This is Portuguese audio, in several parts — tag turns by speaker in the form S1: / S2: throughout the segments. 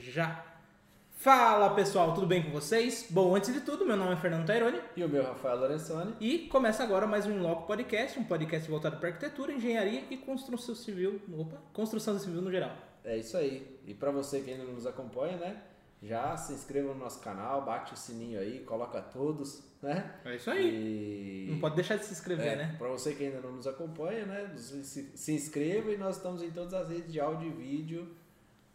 S1: já. Fala pessoal, tudo bem com vocês? Bom, antes de tudo, meu nome é Fernando Taironi
S2: E o meu Rafael Lorenzoni.
S1: e começa agora mais um Inloco Podcast, um podcast voltado para arquitetura, engenharia e construção civil, opa, construção civil no geral.
S2: É isso aí. E pra você que ainda não nos acompanha, né? Já se inscreva no nosso canal, bate o sininho aí, coloca todos, né?
S1: É isso aí.
S2: E...
S1: Não pode deixar de se inscrever,
S2: É,
S1: né?
S2: Pra você que ainda não nos acompanha, né? Se, se- se inscreva e nós estamos em todas as redes de áudio e vídeo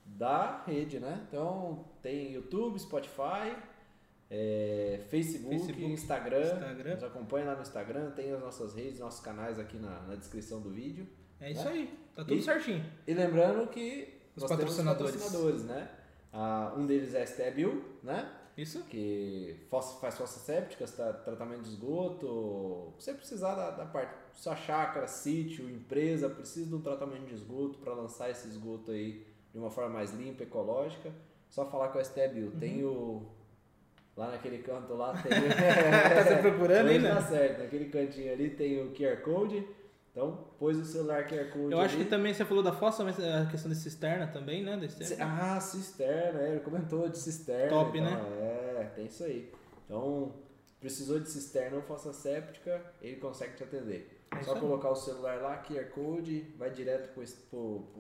S2: da rede, né? Então tem YouTube, Spotify, é, Facebook,
S1: Facebook,
S2: Instagram.
S1: Instagram.
S2: Nos acompanha lá no Instagram, tem as nossas redes, nossos canais aqui na, na descrição do vídeo.
S1: É isso aí. Tá tudo
S2: E-
S1: certinho.
S2: E lembrando que
S1: Os
S2: nós temos
S1: patrocinadores.
S2: patrocinadores, né? Ah, um deles é a Stebil, né?
S1: Isso?
S2: que fos- faz fossas sépticas, tá, tratamento de esgoto, você precisar da, da parte, sua chácara, sítio, empresa, precisa de um tratamento de esgoto para lançar esse esgoto aí de uma forma mais limpa, ecológica, só falar com a STBIL.
S1: Uhum.
S2: Tem o... Lá naquele canto lá tem...
S1: tá se procurando aí,
S2: Hoje
S1: né?
S2: tá certo, naquele cantinho ali tem o QR Code, então pôs o celular QR Code
S1: Eu acho
S2: ali.
S1: que também você falou da fossa, mas a questão de cisterna também, né? Desse-
S2: Ci- Ah, cisterna, é, ele comentou de cisterna.
S1: Top, né?
S2: então, É, tem isso aí. Então, precisou de cisterna ou fossa séptica, ele consegue te atender.
S1: É isso
S2: Só
S1: aí.
S2: colocar o celular lá, QR Code, vai direto para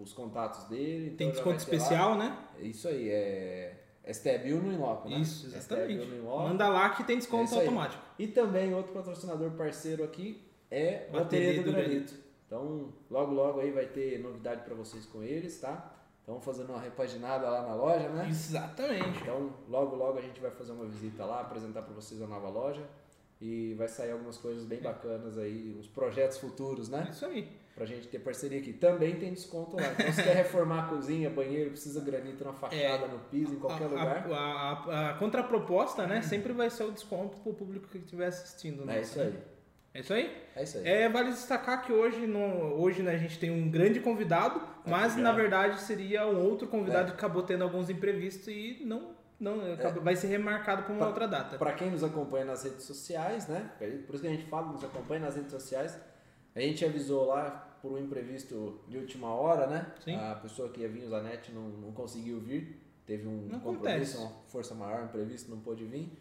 S2: os contatos dele. então
S1: Tem
S2: já vai
S1: desconto
S2: ter lá.
S1: especial, né?
S2: Isso aí, é STBIL no Inloco, né?
S1: Isso, exatamente.
S2: STBIL no Inloco.
S1: Manda lá que tem
S2: É
S1: desconto
S2: isso aí.
S1: automático.
S2: E também outro patrocinador parceiro aqui é o
S1: Bateria
S2: Bateria do
S1: do
S2: Granito. Então, logo logo aí vai ter novidade para vocês com eles, tá? Então, fazendo uma repaginada lá na loja, né?
S1: Exatamente.
S2: Então, logo logo a gente vai fazer uma visita lá, apresentar para vocês a nova loja e vai sair algumas coisas bem bacanas aí, uns projetos futuros,
S1: É
S2: né?
S1: isso aí.
S2: Pra gente ter parceria aqui. Também tem desconto lá. Então, se quer reformar a cozinha, banheiro, precisa granito na fachada, no piso, em qualquer
S1: É. a,
S2: lugar.
S1: A, a- a contraproposta, né? Sempre vai ser o desconto pro público que estiver assistindo. né?
S2: É isso aí.
S1: É isso aí?
S2: É isso aí.
S1: É, vale destacar que hoje, no, hoje né, a gente tem um grande convidado,
S2: Um
S1: mas na
S2: obrigado.
S1: verdade seria um outro
S2: É.
S1: convidado que acabou tendo alguns imprevistos e não, não acaba- vai ser remarcado para uma
S2: Tá. Pra-
S1: outra data.
S2: Para quem nos acompanha nas redes sociais, né? Por isso que a gente fala, nos acompanha nas redes sociais. A gente avisou lá por um imprevisto de última hora, né?
S1: Sim.
S2: A pessoa que ia vir, o Zanetti, não, não conseguiu vir. Teve um
S1: Não acontece.
S2: compromisso, uma força maior, um imprevisto, não pôde vir.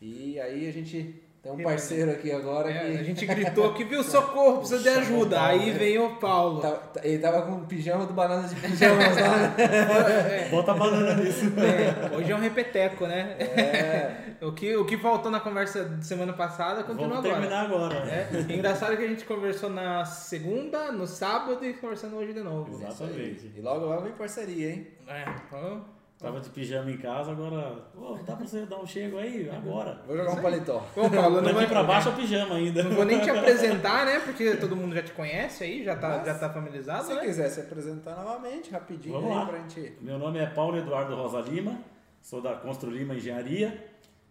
S2: E aí a gente tem um
S1: Reuniu.
S2: parceiro aqui agora
S1: É,
S2: que...
S1: a gente gritou aqui, viu? Socorro, precisa de ajuda. Aí vem o Paulo.
S2: né? Tá- tá- ele tava com o pijama do Bananas de Pijamas lá, né?
S3: Bota a banana nisso.
S1: É, hoje é um repeteco, né?
S2: É,
S1: O que, o que faltou na conversa de semana passada continua
S3: Vamos
S1: agora.
S3: terminar agora. né?
S1: É, é engraçado que a gente conversou na segunda, no sábado e conversando hoje de novo.
S3: Exato. Exatamente.
S2: E logo, logo vem parceria, hein?
S1: É, então,
S3: Tava de pijama em casa, agora. Ô, dá pra você dar um chego aí? Agora.
S2: Vou jogar um paletó.
S1: bom, Paulo, eu não,
S3: Daqui
S1: vou-
S3: pra baixo é pijama ainda.
S1: não vou nem te apresentar, né? Porque todo mundo já te conhece aí, já tá,
S2: Mas,
S1: já tá
S2: Se
S1: familiarizado,
S2: você
S1: né?
S2: quiser se apresentar novamente, rapidinho
S3: Vamos
S2: aí
S3: lá.
S2: pra gente...
S3: Meu nome é Paulo Eduardo Rosa Lima, sou da Constru Lima Engenharia.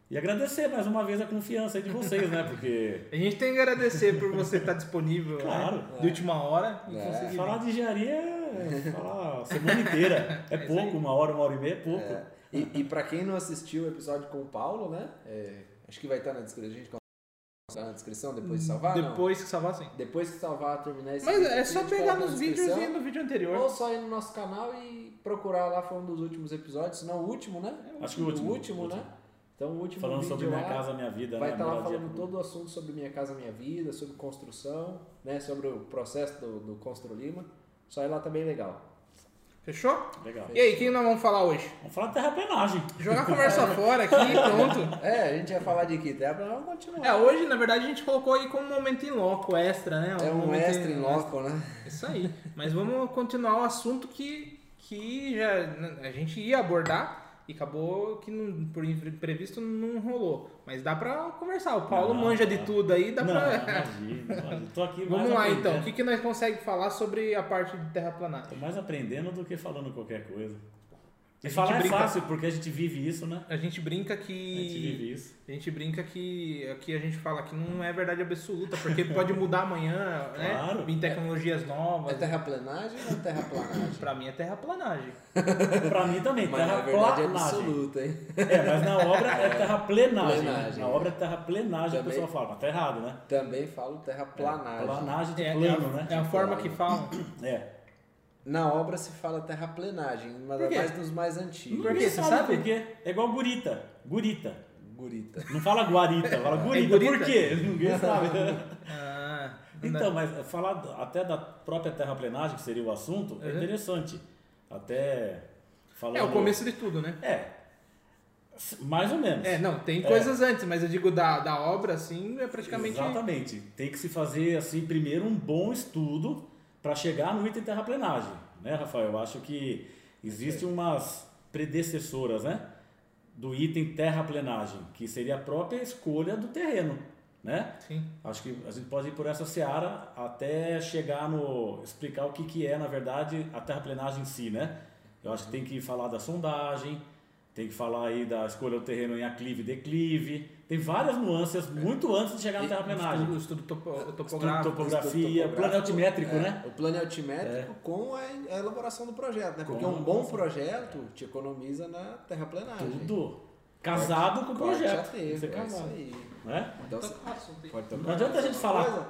S3: E agradecer mais uma vez a confiança aí de vocês, né? Porque
S1: A gente tem que agradecer por você estar disponível né,
S3: Claro.
S1: de última hora e
S2: É.
S1: conseguir.
S3: falar de engenharia é falar a semana inteira. É
S1: isso
S3: pouco, uma hora, uma hora e meia é pouco.
S2: É, E, e para quem não assistiu o episódio com o Paulo, né? é, acho que vai estar na descrição. A gente coloca na descrição depois de salvar? Ah, não?
S1: Depois que salvar, sim.
S2: Depois que salvar, terminar esse
S1: Mas
S2: vídeo
S1: é
S2: aqui, a
S1: só
S2: gente
S1: pegar
S2: coloca na
S1: nos vídeos e
S2: descrição.
S1: no vídeo anterior.
S2: Ou só ir no nosso canal e procurar lá, foi um dos últimos episódios, se não o último, né?
S3: Acho que É, o último.
S2: O último, né? Então o último
S3: Falando
S2: vídeo
S3: sobre minha
S2: lá
S3: casa, minha vida,
S2: vai
S3: né?
S2: estar lá
S3: Moradia
S2: falando
S3: pública.
S2: todo o assunto sobre Minha Casa Minha Vida, sobre construção, né? Sobre o processo do, do Constru Lima. Só ir lá também é legal.
S1: Fechou?
S3: Legal.
S1: E aí, quem nós vamos falar hoje?
S3: Vamos falar de terraplenagem.
S1: Jogar a conversa fora aqui, pronto.
S2: É, a gente ia falar de que tá? Mas vamos continuar.
S1: É, hoje, na verdade, a gente colocou aí como um momento em loco, extra, né?
S2: É um
S1: momento
S2: extra em loco, né?
S1: É Isso aí. Mas vamos continuar o assunto que, que já a gente ia abordar e acabou que não- por imprevisto não rolou. Mas dá pra conversar. O Paulo
S3: Não,
S1: manja de
S3: não.
S1: tudo aí, dá
S3: não,
S1: pra.
S3: imagina, imagina. Tô aqui mais
S1: Vamos lá então. O
S3: aprendendo.
S1: que, que nós conseguimos falar sobre a parte de
S3: Tô
S1: terraplanagem?
S3: mais aprendendo do que falando qualquer coisa.
S1: A
S3: E
S1: gente
S3: falar é
S1: brinca.
S3: fácil, porque a gente vive isso, né?
S1: A gente brinca
S3: A gente
S1: que.
S3: vive isso.
S1: A gente brinca que aqui a gente fala que não é verdade absoluta, porque pode mudar amanhã, né?
S3: Claro.
S1: Vem tecnologias novas.
S2: É terraplenagem ou terraplanagem?
S1: Pra mim é terraplanagem.
S3: Pra mim também,
S2: Mas na
S3: terra
S2: verdade é
S3: planagem.
S2: absoluta, hein?
S3: É, mas na obra é terra plenagem.
S2: Plenagem,
S3: Na
S2: é.
S3: obra é terra plenagem, o
S2: Também.
S3: pessoal fala, mas tá errado, né?
S2: Também falo terraplanagem.
S3: É, Planagem Tá de
S1: É, é
S3: plano,
S1: a,
S3: né?
S1: é a forma que falam.
S3: É.
S2: Na obra se fala terraplenagem, mas
S1: Por
S2: é
S1: quê?
S2: mais dos mais
S1: Por
S2: antigos.
S1: quê? Você sabe?
S3: por quê? É igual gurita. Gurita.
S2: Gurita.
S3: Não fala guarita, fala gurita.
S1: É gurita?
S3: Por quê? Ninguém sabe.
S1: Ah,
S3: então, mas falar d- até da própria terraplenagem, que seria o assunto, é
S1: Uhum.
S3: interessante. Até falando...
S1: é o começo de tudo, né?
S3: É. S- Mais ou menos.
S1: É, não, tem coisas antes, mas eu digo da, da obra, assim, é praticamente.
S3: Exatamente. Tem que se fazer assim primeiro um bom estudo para chegar no item terraplenagem, né, Rafael? Eu acho que existem umas predecessoras, né, do item terraplenagem, que seria a própria escolha do terreno, né?
S1: Sim.
S3: Acho que a gente pode ir por essa seara até chegar no explicar o que que é, na verdade, a terraplenagem em si, né? Eu acho que tem que falar da sondagem, tem que falar aí da escolha do terreno em aclive e declive. Tem várias nuances muito antes de chegar na terraplenagem.
S1: Estudo, estudo topo,
S3: Estudo,
S1: topográfico.
S3: topografia, plano altimétrico,
S2: é,
S3: né? É.
S2: O plano altimétrico com a a elaboração do projeto, né? Porque
S3: Com-
S2: um bom projeto te economiza na terraplenagem.
S3: Tudo. Casado com o projeto.
S2: Corte a
S3: Tem que ser
S2: terra, é isso
S3: casado,
S2: aí.
S3: né?
S2: Então, você pode tocar.
S3: Não adianta a gente falar.
S2: Coisa?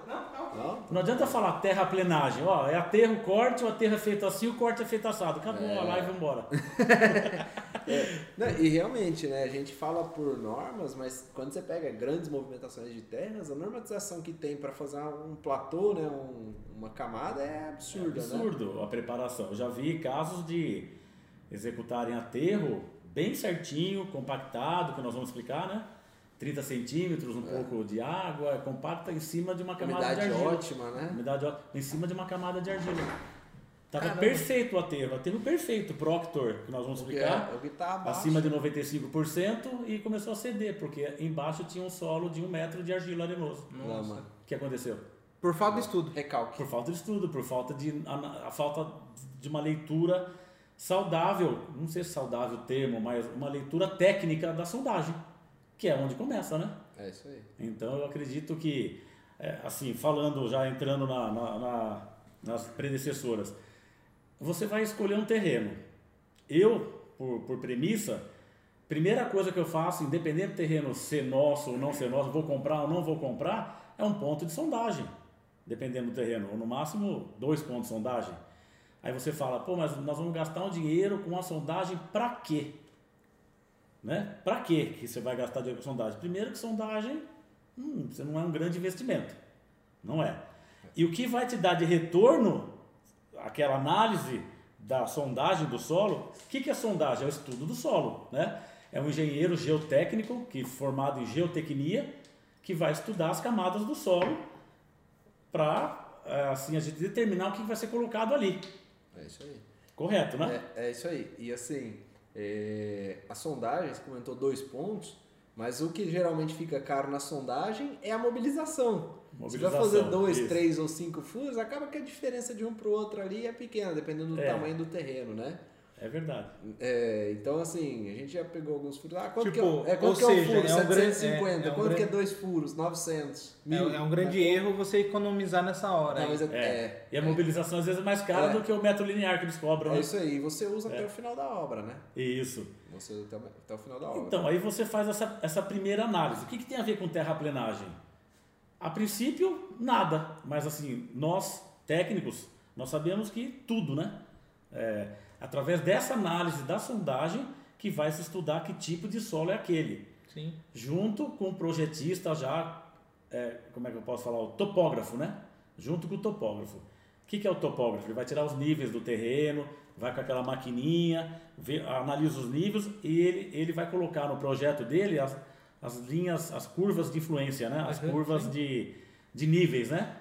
S2: Não?
S3: Não adianta falar terraplenagem, ó, é aterro, corte, o aterro é feito assim, o corte é feito assado. Acabou a live, vambora.
S2: Não, e realmente, né? A gente fala por normas, mas quando você pega grandes movimentações de terras, a normatização que tem para fazer um platô, né? um- uma camada é absurda, né?
S3: Absurdo a preparação. Eu já vi casos de executarem aterro bem certinho, compactado, que nós vamos explicar, né? 30 centímetros, um pouco de água, compacta em cima de uma camada
S2: É. Umidade
S3: de argila.
S2: ótima, né?
S3: Umidade ótima. Em cima de uma camada de argila. Tava
S1: Caramba.
S3: perfeito o aterro, aterro perfeito, Proctor, que nós vamos
S2: Porque é,
S3: explicar.
S2: o que tá abaixo.
S3: Acima de 95% e começou a ceder, porque embaixo tinha um solo de um metro de argila arenoso.
S2: Lama.
S3: O que aconteceu?
S1: Por falta de estudo.
S2: Recalque.
S3: Por falta de estudo, por falta de a, a falta de uma leitura saudável, não sei se é saudável o termo, mas uma leitura técnica da sondagem, que é onde começa, né?
S2: É isso aí.
S3: Então eu acredito que, é, assim, falando, já entrando na- na- na- nas predecessoras, você vai escolher um terreno. Eu, por, por premissa, primeira coisa que eu faço, independente do terreno ser nosso ou não ser nosso, vou comprar ou não vou comprar, é um ponto de sondagem, dependendo do terreno, ou no máximo dois pontos de sondagem. Aí você fala, pô, mas nós vamos gastar um dinheiro com a sondagem pra quê? né? Para que que você vai gastar dinheiro com sondagem? Primeiro que sondagem, hum, você não é um grande investimento, não é. E o que vai te dar de retorno, aquela análise da sondagem do solo, o que, que é sondagem? É o estudo do solo, né? É um engenheiro geotécnico que formado em geotecnia que vai estudar as camadas do solo para assim a gente determinar o que vai ser colocado ali,
S2: É isso aí.
S3: correto, né?
S2: É, é isso aí. E assim, é, a sondagem, você comentou dois pontos, mas o que geralmente fica caro na sondagem é a mobilização. Você vai
S3: Mobilização,
S2: fazer dois,
S3: isso.
S2: três ou cinco furos, acaba que a diferença de um para o outro ali é pequena, dependendo do
S3: É.
S2: tamanho do terreno, né?
S3: É verdade.
S2: É, então, assim, a gente já pegou alguns furos. Ah, quanto
S1: Tipo,
S2: que é, é,
S1: ou
S2: quanto que é um
S1: seja,
S2: furo?
S1: é um grande-
S2: 750.
S1: é- é um
S2: quanto que é
S1: grande-
S2: dois furos? 900.
S1: É,
S2: Mil.
S1: é um grande erro você economizar nessa hora.
S2: Não,
S1: aí.
S2: mas é-
S3: É.
S2: é,
S3: E a mobilização às vezes é mais cara
S2: É.
S3: do que o metro linear que eles cobram.
S2: é
S3: né?
S2: isso aí. Você usa até o final da obra, né?
S3: Isso.
S2: Você usa até, o- até o final da obra.
S3: Então, aí você faz essa, essa primeira análise. O que, que tem a ver com terraplenagem? A princípio, nada. Mas assim, nós, técnicos, nós sabemos que tudo, né? É, através dessa análise da sondagem que vai se estudar que tipo de solo é aquele.
S1: Sim.
S3: Junto com o projetista já, é, como é que eu posso falar? O topógrafo, né? Junto com o topógrafo. O que, que é o topógrafo? Ele vai tirar os níveis do terreno, vai com aquela maquininha, vê- analisa os níveis e ele, ele vai colocar no projeto dele as, as linhas, as curvas de influência, né? As
S1: Aham,
S3: curvas de, de níveis, né?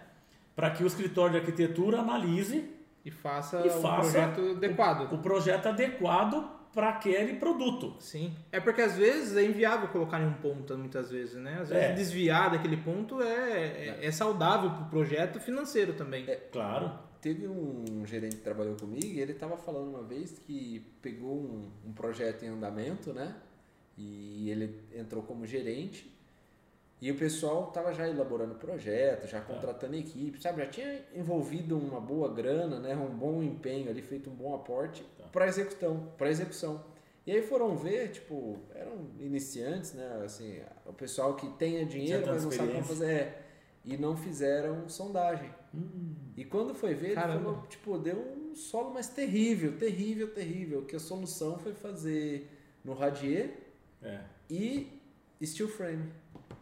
S3: Para que o escritório de arquitetura analise
S1: E faça
S3: E
S1: o
S3: faça
S1: projeto adequado.
S3: o projeto adequado para aquele produto.
S1: Sim. É porque às vezes é inviável colocar em um ponto, muitas vezes, né? Às vezes
S3: É.
S1: desviar daquele ponto é, é, é saudável pro projeto financeiro também.
S3: É. Claro.
S2: Teve um gerente que trabalhou comigo e ele estava falando uma vez que pegou um, um projeto em andamento, né? E ele entrou como gerente e o pessoal estava já elaborando o projeto, já
S3: Tá.
S2: contratando equipe, sabe? Já tinha envolvido uma boa grana, né? Um bom empenho ali, feito um bom aporte
S3: Tá.
S2: para execução, para execução. E aí foram ver, tipo, eram iniciantes, né? Assim, o pessoal que tenha dinheiro,
S3: tanta
S2: mas não sabe como
S3: experiência.
S2: fazer. É, e não fizeram sondagem. E quando foi ver, ele
S1: Caramba.
S2: falou, tipo, deu um solo mais terrível, terrível, terrível, que a solução foi fazer no radier
S3: É.
S2: e steel frame.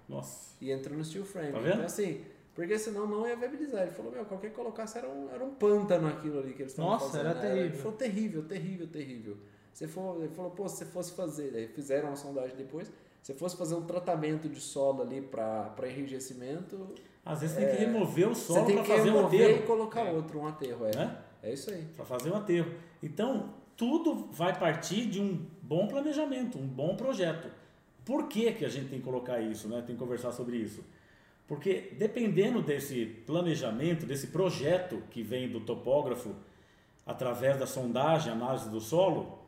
S3: Nossa.
S2: E entrou no steel frame.
S3: Tá vendo?
S2: Então assim, porque senão não ia viabilizar. Ele falou, meu, qualquer que colocasse era um, era um pântano aquilo ali que eles estavam
S1: Nossa,
S2: fazendo. né?
S1: era
S2: Ele
S1: terrível.
S2: falou, terrível, terrível, terrível. Você for, ele falou, pô, se você fosse fazer, daí fizeram uma sondagem depois, se fosse fazer um tratamento de solo ali para enrijecimento,
S3: Às vezes tem que remover o
S2: você
S3: solo
S2: tem
S3: para
S2: que
S3: fazer um
S2: remover e
S3: aterro.
S2: colocar
S1: É.
S2: outro, um aterro, é.
S3: Né?
S2: É isso aí.
S3: Para fazer um aterro. Então, tudo vai partir de um bom planejamento, um bom projeto. Por que, que a gente tem que colocar isso, né? Tem que conversar sobre isso. Porque dependendo desse planejamento, desse projeto que vem do topógrafo, através da sondagem, análise do solo,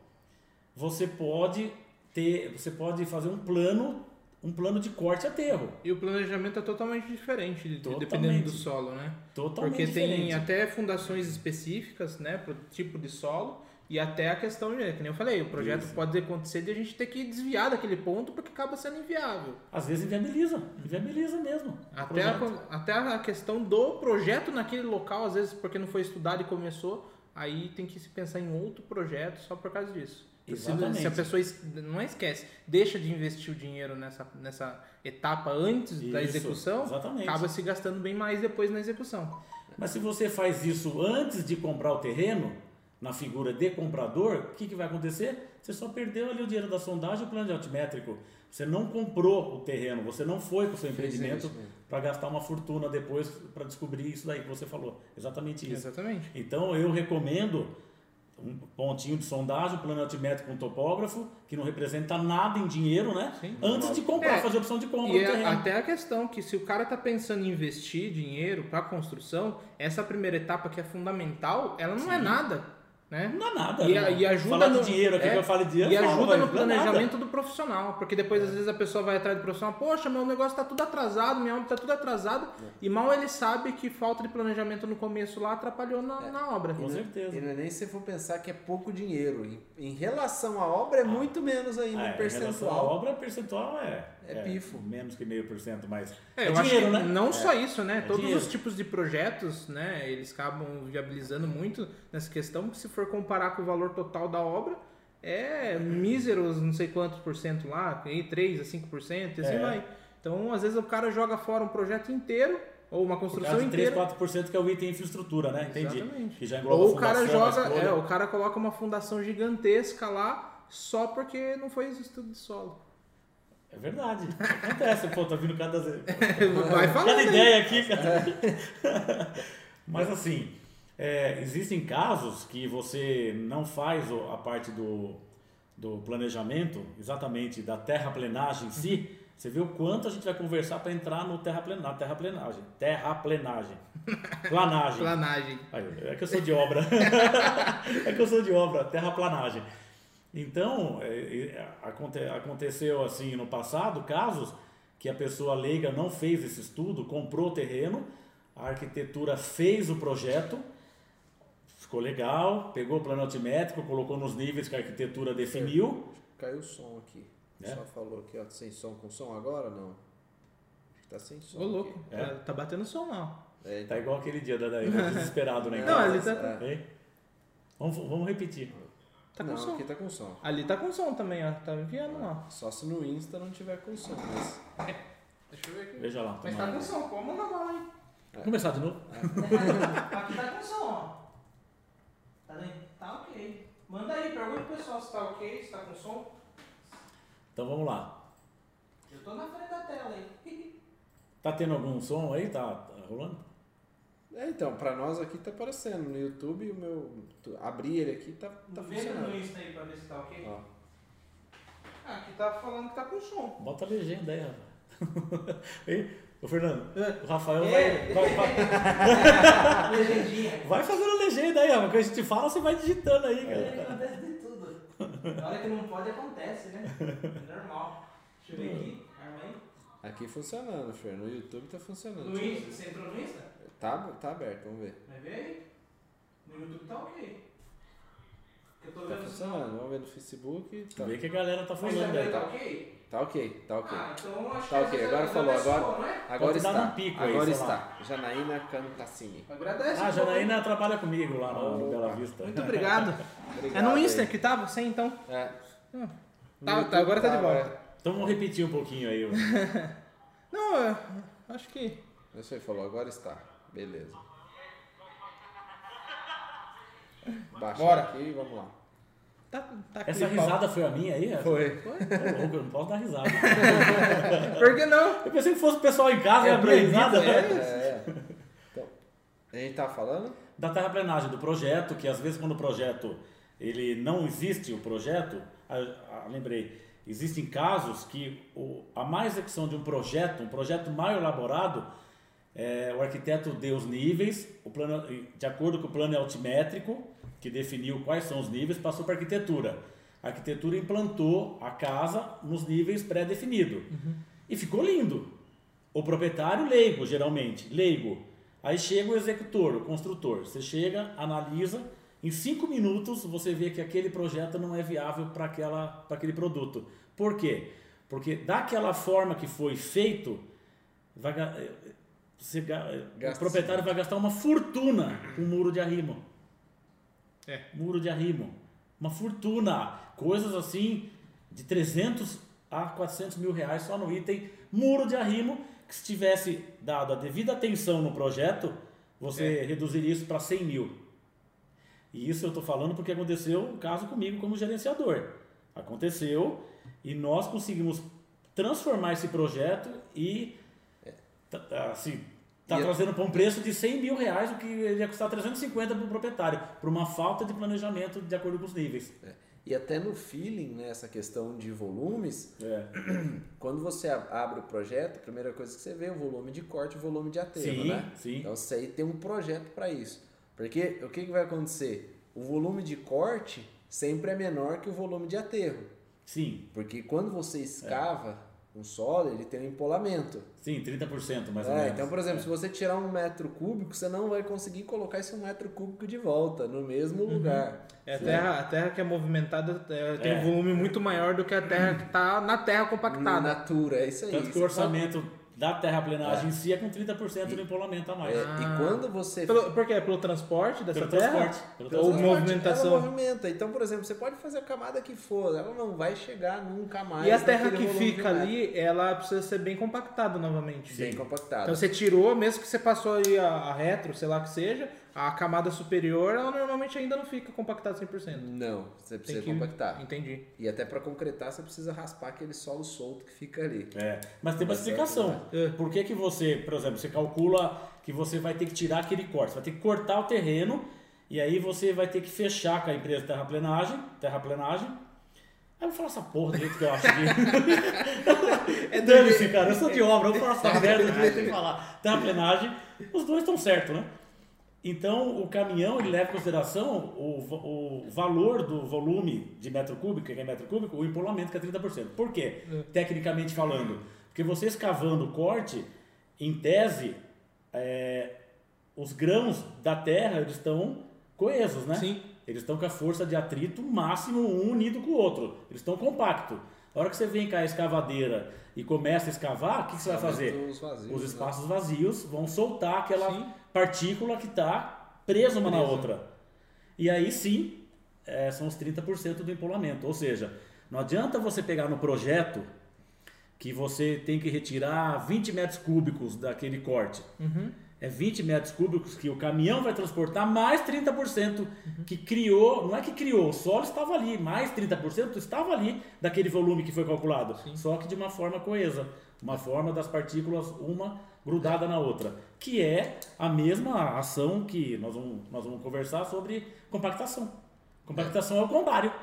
S3: você pode ter, você pode fazer um plano, um plano de corte e aterro.
S1: E o planejamento é totalmente diferente, de-
S3: Totalmente.
S1: dependendo do solo, né?
S3: Totalmente
S1: Porque
S3: diferente.
S1: tem até fundações específicas, né, pro tipo de solo e até a questão de, que nem eu falei, o projeto
S3: Isso.
S1: pode acontecer de a gente ter que desviar daquele ponto porque acaba sendo inviável.
S3: Às vezes inviabiliza, inviabiliza mesmo. o
S1: Até a,
S3: projeto.
S1: até a questão do projeto naquele local, às vezes porque não foi estudado e começou, aí tem que se pensar em outro projeto só por causa disso. Se-
S3: Exatamente.
S1: Se a pessoa es- não é esquece, deixa de investir o dinheiro nessa, nessa etapa antes da
S3: Isso,
S1: execução,
S3: exatamente.
S1: acaba se gastando bem mais depois na execução.
S3: Mas se você faz isso antes de comprar o terreno, na figura de comprador, o que, que vai acontecer? Você só perdeu ali o dinheiro da sondagem e o plano de altimétrico. Você não comprou o terreno, você não foi com o seu
S2: Fez
S3: empreendimento
S2: investimento.
S3: para gastar uma fortuna depois para descobrir isso daí que você falou. Exatamente isso.
S1: Exatamente.
S3: Então eu recomendo um pontinho de sondagem, um plano altimétrico com um topógrafo, que não representa nada em dinheiro, né?
S1: Sim.
S3: Antes de comprar,
S1: É,
S3: fazer a opção de compra
S1: E
S3: do terreno.
S1: a- até a questão que se o cara tá pensando em investir dinheiro para construção, essa primeira etapa que é fundamental, ela não é nada, né?
S3: Não dá nada.
S1: E,
S3: né?
S1: a- e ajuda
S3: Falar
S1: no,
S3: de dinheiro aqui,
S1: é,
S3: que eu falo de dinheiro,
S1: e
S3: fala,
S1: ajuda
S3: mas
S1: no
S3: não dá nada.
S1: planejamento do profissional, porque depois às vezes a pessoa vai atrás do profissional, poxa, meu negócio tá tudo atrasado, minha obra tá tudo atrasado, e mal ele sabe que falta de planejamento no começo lá atrapalhou na, na obra.
S3: Com certeza.
S2: E não é nem se for pensar que é pouco dinheiro. Em, em relação à obra é muito menos ainda,
S3: Ah,
S2: em
S3: Em relação à
S2: percentual.
S3: obra, percentual é,
S2: É pifo.
S3: Menos que meio por cento, mas.
S1: É, eu acho que não só isso, né? Todos
S3: né? É. dinheiro.
S1: os tipos de projetos, né? Eles acabam viabilizando muito nessa questão, que se for comparar com o valor total da obra, é míseros não sei quantos por cento lá, aí 3 a 5%, e assim
S3: É.
S1: vai. Então, às vezes o cara joga fora um projeto inteiro, ou uma
S3: Por
S1: construção
S3: causa de 3,
S1: inteira.
S3: 4% que é o item infraestrutura, né? Entendi.
S1: Exatamente.
S3: Que já engloba
S1: Ou o
S3: fundação, né?
S1: cara joga,
S3: escola.
S1: é, o cara coloca uma fundação gigantesca lá só porque não foi esse estudo de solo.
S3: É verdade. Acontece, pô, tá vindo cada,
S1: Vai falando.
S3: cada
S1: aí.
S3: ideia aqui. cara. Mas assim, é, existem casos que você não faz o- a parte do, do planejamento, exatamente da terraplenagem em si. Você vê o quanto a gente vai conversar para entrar no terraplen, na terraplenagem. Terraplenagem. Planagem.
S1: Planagem.
S3: Aí, É que eu sou de obra. é que eu sou de obra, terraplanagem. Então, é, é, aconte- aconteceu assim no passado casos que a pessoa leiga não fez esse estudo, comprou o terreno, a arquitetura fez o projeto, ficou legal, pegou o plano altimétrico, colocou nos níveis que a arquitetura definiu.
S2: Caiu o som aqui.
S3: É?
S2: Só falou aqui, ó, sem som com som agora? Não. Acho que tá sem som.
S1: Ô, louco.
S2: aqui.
S3: É.
S1: Tá, tá batendo som lá.
S2: É, então-
S3: Tá igual aquele dia da Daí, né? desesperado, né? em
S2: É,
S1: Não,
S3: casa.
S1: ele tá-
S2: é.
S3: Hein? Vamos, vamos repetir.
S1: Tá com
S2: não,
S1: som.
S2: aqui tá com som.
S1: Ali tá com som também, ó. Tá enviando lá.
S2: Só se no Insta não tiver com som, mas.
S1: Deixa eu ver aqui.
S3: Veja lá.
S1: Mas tá
S3: tomara.
S1: com som, pô, manda bala aí.
S3: Vamos Começar de novo?
S1: Aqui tá com som, ó. Tá, bem? tá ok. Manda aí, pergunta pro pessoal se tá ok, se tá com som.
S3: Então vamos lá.
S1: Eu tô na frente da tela aí.
S3: Tá tendo algum som aí? Tá, tá rolando?
S2: É, então, pra nós aqui tá aparecendo. No YouTube, o meu. tu- Abri ele aqui, tá,
S1: Vê
S2: tá
S1: no
S2: funcionando.
S1: Insta aí pra ver se tá ok.
S2: Ó,
S1: Ah, aqui tá falando que tá com som.
S3: Bota a legenda aí, rapaz. Ei, ô Fernando, o Rafael
S1: É.
S3: vai, vai, vai,
S1: Legendinha.
S3: vai fazendo a legenda aí, rapaz. Quando a gente fala, você vai digitando aí,
S1: É.
S3: cara.
S1: Acontece de tudo. Na hora que não pode, acontece, né? Normal. Deixa eu ver aqui. Arma aí.
S2: Aqui funcionando, Fer. No YouTube tá funcionando.
S1: No Insta, você entrou no Insta?
S2: Tá, tá aberto, vamos ver.
S1: Vai ver aí? No YouTube tá ok. Eu tô
S2: Tá
S1: vendo.
S2: funcionando. Vamos ver no Facebook. Tá.
S3: Vê o que a galera tá
S1: No Instagram
S3: falando aí.
S1: tá ok?
S2: Tá ok, tá ok.
S1: Ah, então acho que
S2: Tá
S1: às
S2: ok,
S1: vezes
S2: agora
S1: a
S2: falou,
S1: pessoa,
S2: agora-
S1: não é?
S2: Agora
S3: dar
S2: está.
S3: um pico aí,
S2: Agora
S3: sei
S2: está. Janaína Cantacini.
S1: Agradece.
S3: Ah, a
S1: por favor.
S3: Janaína trabalha comigo lá no, no Bela
S2: Opa.
S3: Vista.
S1: Muito obrigado.
S2: Obrigado
S1: é no
S2: aí.
S1: Insta que tava, você então?
S2: É.
S1: Hum.
S2: No
S1: Tá,
S2: YouTube
S1: tá, agora tá de
S2: agora.
S1: volta.
S3: Então vamos repetir um pouquinho aí. ó.
S1: Não, eu acho que.
S2: Isso aí falou, agora está. Beleza. Baixa
S1: Bora.
S2: aqui e vamos lá.
S1: Tá, tá aqui
S3: Essa
S1: o pau.
S3: risada foi a minha aí? essa?
S2: Foi.
S3: Ô, louco, eu não posso dar risada.
S1: Por que não?
S3: Eu pensei que fosse o pessoal em casa e
S1: É
S3: abrir a
S1: proibido,
S3: risada.
S1: é?
S2: É. Então, a gente tá falando?
S3: Da terraplenagem, do projeto, que às vezes quando o projeto ele não existe, o projeto, ah, ah, lembrei, existem casos que o- a má execução de um projeto, um projeto mal elaborado, é, o arquiteto deu os níveis, o plano, de acordo com o plano altimétrico, que definiu quais são os níveis, passou para a arquitetura. A arquitetura implantou a casa nos níveis pré-definidos. E ficou lindo. O proprietário leigo, geralmente, leigo. Aí chega o executor, o construtor. Você chega, analisa, em cinco minutos você vê que aquele projeto não é viável para aquela, para aquele produto. Por quê? Porque daquela forma que foi feito, vai ga- eh, você ga- eh, o
S2: Gasta-se
S3: proprietário vai gastar uma fortuna com um muro de arrimo.
S1: É.
S3: Muro de arrimo. Uma fortuna. Coisas assim de 300 a 400 mil reais só no item muro de arrimo. Que se tivesse dado a devida atenção no projeto, você reduziria isso para 100 mil. E isso eu estou falando porque aconteceu um caso comigo como gerenciador. Aconteceu e nós conseguimos transformar esse projeto e tá- assim, tá
S2: E eu-
S3: trazendo para um preço de 100 mil reais, o que ia custar 350 para o proprietário, por uma falta de planejamento de acordo com os níveis.
S2: E até no feeling, né, essa questão de volumes,
S3: É.
S2: quando você a- abre o projeto, a primeira coisa que você vê é o volume de corte e o volume de aterro,
S3: Sim,
S2: né?
S3: sim.
S2: Então você aí tem um projeto para isso. Porque o que, que vai acontecer? O volume de corte sempre é menor que o volume de aterro.
S3: Sim,
S2: Porque quando você
S3: É.
S2: escava um solo, ele tem um empolamento.
S3: sim, 30% mais ou
S2: É,
S3: menos.
S2: então, por exemplo, se você tirar um metro cúbico, você não vai conseguir colocar esse um metro cúbico de volta no mesmo
S3: Uhum.
S2: lugar.
S1: É, a, terra, a terra que é movimentada é, tem
S3: É.
S1: um volume muito maior do que a terra que está na terra
S2: Na
S1: compactada.
S2: natura, é isso aí.
S3: Tanto que o
S2: Você só-
S3: orçamento da terraplenagem em si é com 30% do empolamento a mais.
S2: É, E quando você
S1: Pelo, por quê? Pelo transporte É dessa
S3: Pelo
S1: terra?
S3: transporte,
S1: Ou
S3: pelo
S2: transporte,
S1: movimentação?
S2: Então, Ela movimenta. Então, por exemplo, você pode fazer a camada que for, ela não vai chegar nunca mais.
S1: E a terra
S2: naquele
S1: que
S2: volume de
S1: fica
S2: metro.
S1: ali, ela precisa ser bem compactada novamente.
S2: Bem compactada.
S1: Então você tirou, mesmo que você passou aí a, a retro, sei lá que seja, a camada superior, ela normalmente ainda não fica compactada 100%.
S2: Não, você
S1: Tem
S2: precisa
S1: que-
S2: compactar.
S1: Entendi.
S2: E até para concretar, você precisa raspar aquele solo solto que fica ali.
S3: É, mas tem uma
S2: Mas é
S3: explicação.
S1: verdade. É.
S3: Por que, que você, por exemplo, você calcula que você vai ter que tirar aquele corte, você vai ter que cortar o terreno e aí você vai ter que fechar com a empresa de terraplenagem, terraplenagem. Aí eu falo essa porra do jeito que eu acho que... é dane-se, cara, eu sou de obra, eu falo essa merda do jeito que eu tenho que falar. Terraplenagem, os dois estão certos, né? Então, o caminhão ele leva em consideração o, va- o valor do volume de metro cúbico, que é metro cúbico, o empolamento, que é 30%. Por quê? Tecnicamente falando. Porque você escavando o corte, em tese, é, os grãos da terra eles estão coesos, né?
S1: Sim.
S3: Eles estão com a força de atrito máximo um unido com o outro. Eles estão compactos. A hora que você vem com a escavadeira e começa a escavar, o que, que você vai fazer?
S2: Os vazios,
S3: Os
S2: né?
S3: espaços vazios vão soltar aquela
S1: Sim.
S3: partícula que está presa uma na outra. E aí sim, é, são os 30% do empolamento. Ou seja, não adianta você pegar no projeto que você tem que retirar 20 metros cúbicos daquele corte.
S1: uhum.
S3: É 20 metros cúbicos que o caminhão vai transportar, mais 30% que criou, não é que criou, o solo estava ali, mais 30% estava ali daquele volume que foi calculado, só que de uma forma coesa, uma forma das partículas uma grudada na outra, que é a mesma ação que nós vamos, nós vamos conversar sobre compactação. Compactação é o contrário.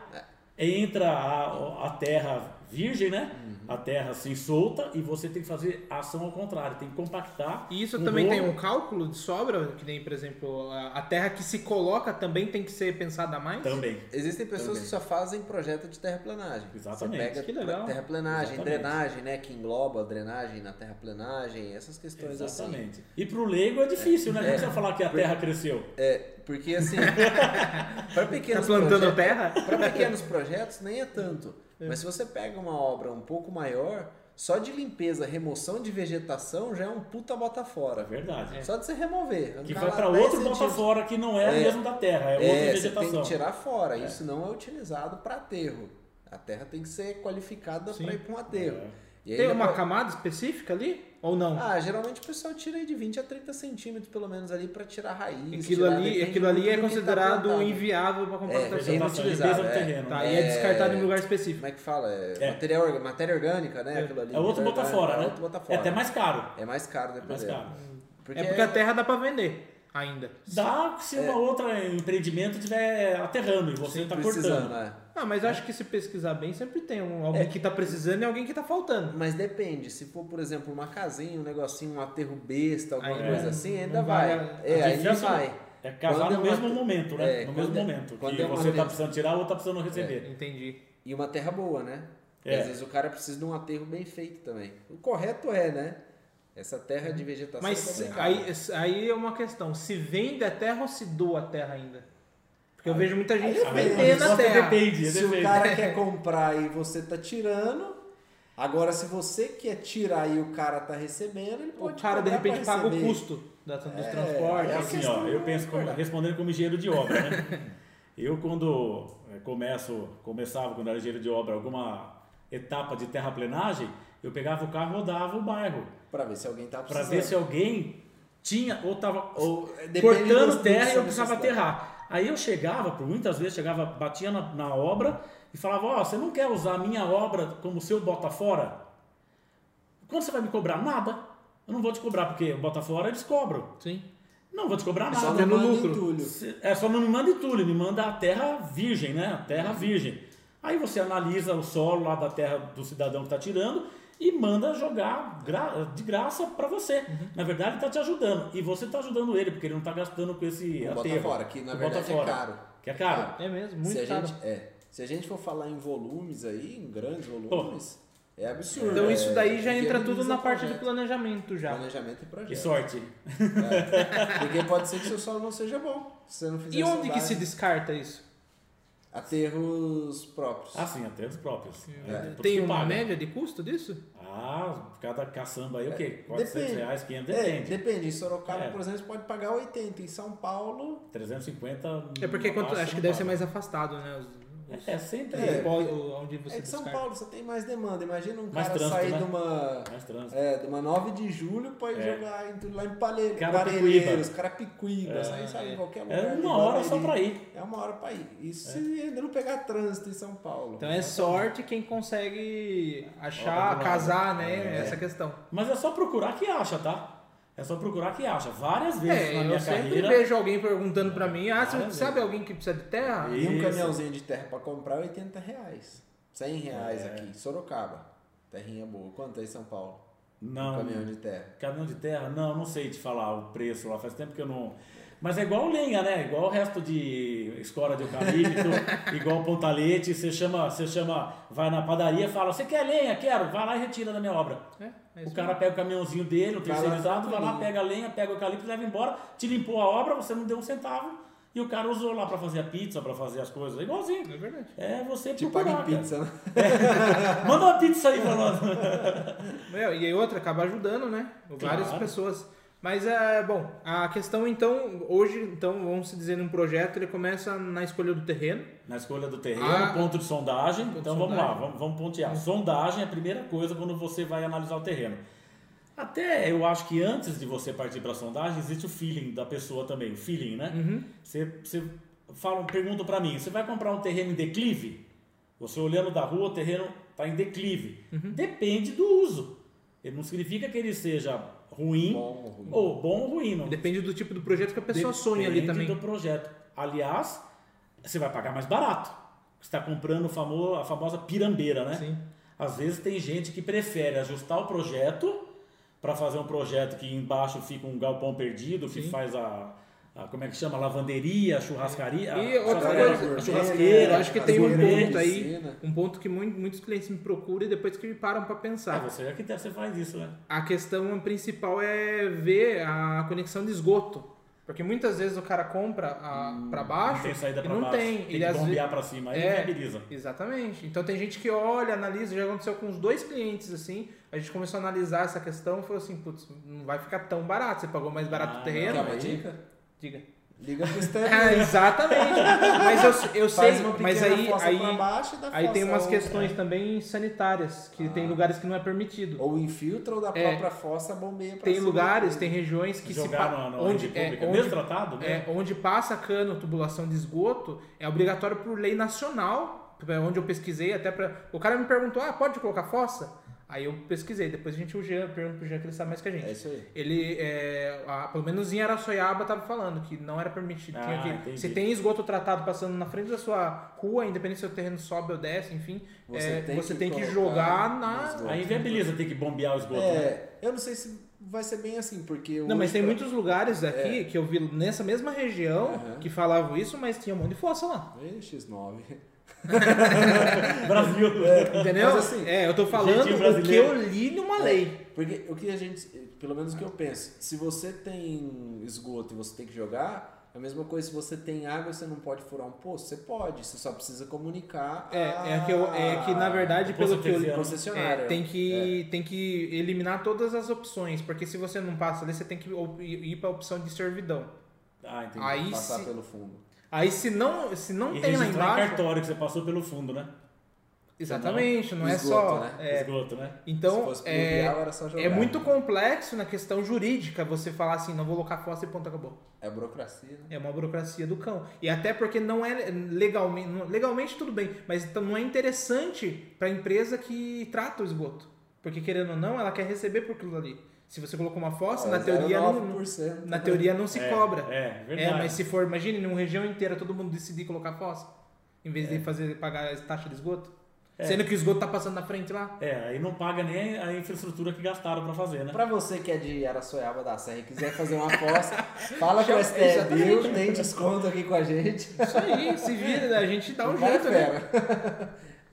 S3: Entra a, a terra virgem, né?
S1: Uhum.
S3: A terra assim solta e você tem que fazer a ação ao contrário, tem que compactar.
S1: E isso
S3: com
S1: também tem
S3: rolo.
S1: um cálculo de sobra, que nem, por exemplo, a a terra que se coloca também tem que ser pensada a mais?
S3: Também.
S2: Existem pessoas
S3: Também.
S2: que só fazem projeto de terraplanagem.
S3: Exatamente.
S2: Você pega
S1: Que legal.
S2: terraplanagem,
S3: Exatamente.
S2: drenagem, né? Que engloba drenagem na terraplanagem, essas questões assim.
S3: Exatamente. E pro leigo é difícil, né? Como você vai falar que a terra cresceu?
S2: É, porque assim, para
S1: Tá
S2: pequenos
S1: plantando
S2: projetos,
S1: terra?
S2: para pequenos projetos nem é tanto. Mas se você pega uma obra um pouco maior, só de limpeza, remoção de vegetação já é um puta bota
S3: É
S2: fora.
S3: verdade.
S2: Só de você remover.
S3: Que
S2: andar
S3: vai
S2: lá
S3: para
S2: 10
S3: outro bota
S2: centímetros.
S3: fora que não é,
S2: É.
S3: mesmo da terra, é,
S2: É,
S3: outra
S2: você tem
S3: vegetação.
S2: que tirar fora. Isso não é utilizado para aterro. A terra tem que ser qualificada
S1: Sim.
S2: para ir para um aterro.
S3: É.
S2: E aí
S1: Tem
S2: dá
S1: uma
S2: pra-
S1: camada específica ali? Ou não?
S2: Ah, geralmente o pessoal tira aí de 20 a 30 centímetros pelo menos ali para tirar a
S1: aquilo
S2: raiz. tirar-
S1: ali,
S2: depende
S1: aquilo ali é
S2: muito do que tá
S1: considerado
S2: plantado.
S1: inviável para
S2: É,
S1: compactação.
S2: é
S3: Vegetação,
S2: inutilizado,
S3: limpeza do
S2: é.
S3: terreno.
S1: tá, e é descartado em lugar específico.
S2: Como é que fala? É
S3: É.
S2: material orga- matéria orgânica, né? Aquilo ali,
S3: É outro
S2: matéria
S3: bota fora,
S2: orgânica,
S3: né?
S2: É outro bota fora.
S3: É até mais caro.
S2: É mais caro depois.
S3: Mais
S2: dele.
S3: caro.
S1: é porque
S2: é-
S1: a terra dá para vender ainda.
S3: Dá se uma outra empreendimento estiver aterrando e você
S1: tá
S3: está cortando.
S2: né?
S1: Ah, mas acho que se pesquisar bem, sempre tem um, alguém que tá precisando e alguém que tá faltando.
S2: Mas depende, se for, por exemplo, uma casinha, um negocinho, um aterro besta, alguma
S1: Aí
S2: coisa
S1: não-
S2: assim,
S1: não
S2: ainda vai.
S1: vai-
S2: É,
S3: É
S2: ainda
S3: difícil.
S2: vai.
S3: É casar
S2: Quando é
S3: no
S2: uma-
S3: mesmo momento, né?
S2: é,
S3: no mesmo
S2: quando é-
S3: momento.
S2: quando
S3: Que
S2: é uma
S3: você está
S2: vez-
S3: precisando tirar, ou está precisando receber.
S1: Entendi.
S2: E uma terra boa, né?
S3: É.
S2: Às vezes o cara precisa de um aterro bem feito também. O correto é, né? Essa terra de vegetação.
S1: Mas
S2: é
S1: se-
S2: complicada.
S1: aí, aí é uma questão: se vende a terra ou se doa a terra ainda? Porque eu vejo muita gente
S3: aí- aí
S1: vendendo a
S3: só
S1: é terra.
S3: depende,
S2: Se
S3: depende.
S2: o cara quer comprar e você tá tirando. Agora, se você quer tirar e o cara tá recebendo, ele
S1: O
S2: pode
S1: cara, de
S2: cobrar pra
S1: repente, paga o
S2: receber.
S1: custo da, dos
S3: É
S1: transportes.
S3: assim,
S2: questão
S3: ó, eu
S2: é
S3: penso como-
S2: acordar.
S3: respondendo como engenheiro de obra, né? eu quando eh, começo, começava quando era engenheiro de obra alguma etapa de terraplenagem, eu pegava o carro, e rodava o bairro
S2: Pra ver se alguém tá
S3: para
S2: precisando.
S3: ver se alguém tinha ou tava
S2: Ou, é,
S3: ou,
S2: depende do-
S3: cortando
S2: do
S3: terra e eu
S2: seu
S3: precisava
S2: necessidade.
S3: aterrar. Aí eu chegava, por muitas vezes chegava, batia na, na obra e falava: "Ó, você não quer usar a minha obra como seu bota fora? Quando você vai me cobrar nada? Eu não vou te cobrar porque bota fora eles cobram.
S1: Sim.
S3: Não vou te cobrar nada.
S2: É Só
S1: tendo
S2: não manda
S1: lucro.
S2: entulho.
S3: Se- É, só não me manda entulho, me manda a terra virgem, né? A terra virgem. Aí você analisa o solo lá da terra do cidadão que está tirando e manda jogar gra- de graça para você. Na verdade, ele está te ajudando. E você está ajudando ele, porque ele não está gastando com esse
S2: O
S3: aterro.
S2: Botafora, que na
S3: O
S2: verdade é
S3: Botafora,
S2: caro.
S3: Que é caro.
S1: É mesmo,
S2: se a
S1: muito caro.
S2: gente é, se a gente for falar em volumes aí, em grandes volumes, é absurdo.
S1: Então
S2: É,
S1: isso daí já entra tudo
S2: viabiliza
S1: na
S2: o
S1: parte do
S2: projeto.
S1: planejamento já.
S2: planejamento e
S3: Que
S2: projeto.
S3: sorte.
S2: É. Porque pode ser que seu solo não seja bom, se você não fizer
S1: E onde que
S2: sondagem.
S1: se descarta isso?
S2: aterros próprios.
S1: Ah,
S3: Assim, até os próprios.
S1: É,
S3: Aí, todos
S1: Tem
S3: que
S1: uma
S3: pagam.
S1: média de custo disso?
S3: Ah, cada caçamba aí o quê? 400
S2: Depende.
S3: reais, 500,
S2: É,
S3: depende.
S2: depende. Em Sorocaba,
S3: É.
S2: por exemplo, você pode pagar 80. Em São Paulo,
S3: 350...
S1: É porque
S3: uma
S1: quanto-
S3: taxa
S1: acho que
S3: não
S1: deve ser
S3: paga.
S1: mais afastado, né? Os- os-
S3: É, sempre
S2: É.
S3: é.
S1: pós- onde
S2: é
S1: você
S2: que São
S1: descarta.
S2: Paulo você tem mais demanda. Imagina um
S3: Mais
S2: cara
S3: trânsito,
S2: sair
S3: né?
S2: de uma
S3: mais trânsito.
S2: É, de uma 9 de julho pode
S3: É.
S2: jogar em, lá em Pale-
S3: Carapicuíba.
S2: Parelheiros, Carapicuíba, é. sai, sai em qualquer lugar.
S3: É
S2: ali,
S3: uma hora
S2: Barueri.
S3: só pra ir.
S2: É uma hora pra ir. Isso se ainda não pegar trânsito em São Paulo.
S1: Então é sorte quem consegue
S3: Ó, tá
S1: achar,
S3: do
S1: casar,
S3: lado.
S1: né?
S3: É.
S1: Essa questão.
S3: Mas é só procurar que acha, tá? É só procurar que acha. Várias vezes
S1: É,
S3: na
S1: eu
S3: minha
S1: sempre
S3: carreira.
S1: vejo alguém perguntando pra mim, ah, você
S3: Maravilha.
S1: sabe alguém que precisa de terra?
S3: E-
S2: E um
S3: Isso.
S2: caminhãozinho de terra pra comprar é 80 reais. 100 reais aqui. em Sorocaba. Terrinha boa. Quanto é em São Paulo? Um
S3: Não.
S2: caminhão de terra.
S3: Caminhão de terra? Não, não sei te falar o preço lá. Faz tempo que eu não. Mas é igual lenha, né? Igual o resto de escora de eucalipto, igual pontalete. Você chama, você chama, vai na padaria, fala: Você quer lenha? Quero. Vai lá e retira da minha obra.
S1: É, é
S3: O
S1: isso
S3: cara pega o caminhãozinho dele, o
S2: Vai lá,
S3: terceirizado, vai lá,
S2: comigo.
S3: pega a lenha, pega o eucalipto, leva embora, te limpou a obra, você não deu um centavo. E o cara usou lá pra fazer a pizza, pra fazer as coisas. É igualzinho.
S1: mesmo. É verdade.
S3: É você
S2: Te
S3: procurar,
S2: paga em
S3: cara.
S2: pizza, né?
S3: Manda uma pizza aí pra nós.
S1: Meu, e aí outra, acaba ajudando, né? Várias
S3: Claro.
S1: pessoas. Mas, é, bom, a questão, então, hoje, então, vamos se dizer, num projeto, ele começa na escolha do terreno.
S3: Na escolha do terreno,
S1: Ah.
S3: ponto de sondagem.
S1: Ponto de
S3: então vamos lá,
S1: sondagem.
S3: vamos, vamos pontear. Sondagem é a primeira coisa quando você vai analisar o terreno. Até eu acho que antes de você partir para sondagem, existe o feeling da pessoa também, o feeling, né?
S1: Hum.
S3: Você, você fala, pergunta para mim, você vai comprar um terreno em declive? Você olhando da rua, o terreno está em declive.
S1: Uhum.
S3: Depende do uso. Ele não significa que ele seja ruim,
S2: Bom, ruim.
S3: ou bom ou ruim. Não,
S1: Depende do tipo do projeto que a pessoa sonha ali
S3: Depende
S1: também.
S3: do projeto. Aliás, você vai pagar mais barato. Você está comprando o famo- a famosa pirambeira, né?
S1: Sim.
S3: Às vezes tem gente que prefere ajustar o projeto para fazer um projeto que embaixo fica um galpão perdido, que
S1: Sim.
S3: faz a, a- como é que chama, lavanderia, churrascaria,
S1: E
S3: a-
S1: outra
S3: churrascaria,
S1: coisa, é,
S3: a
S1: Eu
S3: churrasqueira.
S1: acho que tem um
S3: churrasqueira.
S1: ponto aí,
S2: né? Piscina.
S1: um ponto que mu- muitos clientes me procuram e depois que param pra
S3: Ah,
S1: pensar.
S3: você é que você faz isso, né?
S1: A questão principal é ver a conexão de esgoto. Porque muitas vezes o cara compra a,
S2: Hum,
S1: pra baixo
S3: Não tem saída
S1: e
S3: pra
S1: não
S3: baixo.
S1: tem.
S3: Tem
S1: Ele
S3: que
S1: às vezes-
S3: bombear pra cima. Aí
S1: É.
S3: viabiliza.
S1: Exatamente. Então tem gente que olha, analisa, já aconteceu com os dois clientes assim. A gente começou a analisar essa questão e falou assim, putz, não vai ficar tão barato. Você pagou mais barato
S3: Ah,
S1: o terreno?
S2: Quer uma
S1: aí-
S2: dica?
S1: Diga.
S2: Liga pro
S1: É,
S2: Stanley.
S1: exatamente. mas eu, eu sei,
S2: Faz uma pequena
S1: mas aí
S2: fossa
S1: aí,
S2: pra baixo e dá
S1: aí tem
S2: fossa é. Ah.
S1: umas
S2: outra.
S1: questões também sanitárias, que tem lugares que não é permitido.
S2: Ou infiltra ou da
S1: É.
S2: própria fossa bombeia pra
S1: Tem
S2: cima.
S1: lugares, tem regiões que
S3: Jogar
S1: se pa-
S3: na, na
S1: onde,
S3: rede pública.
S1: é, onde
S3: Mesmo tratado, né?
S1: É, onde passa cano, tubulação de esgoto, é obrigatório por lei nacional, é onde eu pesquisei até para O cara me perguntou, ah, pode colocar fossa? Aí eu pesquisei, depois a gente, o Jean, pergunta pro Jean que ele sabe mais que a gente.
S2: É isso aí.
S1: Ele, é, a- pelo menos em Araçoiaba, tava falando que não era permitido.
S3: Ah,
S1: Tinha que-
S3: entendi.
S1: se tem esgoto tratado passando na frente da sua rua, independente se o terreno sobe ou desce, enfim, é, você, tem, que
S2: colocar
S1: jogar
S2: no
S1: na...
S2: esgoto.
S3: Aí viabiliza ter que bombear o esgoto. né?
S2: É, eu não sei se vai ser bem assim, porque...
S1: Não, mas
S2: hoje
S1: tem
S2: pra-
S1: muitos lugares aqui que eu vi nessa mesma região
S2: É. Aham.
S1: que falavam isso, mas tinha um monte de fossa lá.
S2: Ih, X9.
S3: Brasil.
S1: Entendeu?
S2: Mas assim, É.
S1: é, eu tô falando
S3: jeitinho
S1: o que
S3: brasileiro.
S1: eu li numa lei.
S2: Porque o que a gente, pelo menos o que eu penso, se você tem esgoto e você tem que jogar, é a mesma coisa se você tem água e você não pode furar um poço, você pode, você só precisa comunicar.
S1: É,
S2: a-
S1: é que, eu, é que na
S2: Ah,
S1: verdade,
S3: Com
S1: pelo que eu li,
S3: certeza.
S2: Concessionária.
S1: é, tem, que, tem que eliminar todas as opções, porque se você não passa ali, você tem que op- ir pra opção de servidão.
S3: Ah, entendi.
S1: Aí
S2: passar
S1: se,
S2: pelo fundo.
S1: aí se não, se não
S3: e
S1: tem lá
S3: registrar em
S1: embaixo.
S3: cartório que você passou pelo fundo, né?
S1: Exatamente, não, é
S2: Esgoto,
S1: só.
S2: né?
S1: é,
S3: Esgoto, né?
S2: se
S1: então,
S2: fosse
S1: é,
S2: pluvial, era só jogar.
S1: é muito complexo na questão jurídica você falar assim, não vou colocar fossa e ponto, acabou.
S2: É burocracia, né?
S1: É uma burocracia do cão. E até porque não é legalmente, não- legalmente tudo bem, mas então não é interessante para a empresa que trata o esgoto. Porque querendo ou não, ela quer receber por aquilo ali. Se você colocou uma fossa,
S2: Ó,
S1: na teoria não, não-
S2: 0,9%.
S1: na teoria não se
S3: É,
S1: cobra.
S3: É,
S1: É,
S3: verdade.
S1: mas se for, imagine, numa região inteira todo mundo decidir colocar fossa, em vez de fazer pagar a taxa de esgoto.
S3: É.
S1: Sendo que o esgoto tá passando na frente lá.
S3: É, aí não paga nem a infraestrutura que gastaram pra fazer, né?
S2: Pra você que é de Araçoiaba da Serra e quiser fazer uma aposta, fala com
S1: Chama-
S2: o STBio,
S1: Exatamente.
S2: tem desconto aqui com a gente.
S1: Isso aí, se vira, a gente dá um
S2: O cara é
S1: jeito, né?
S2: fera.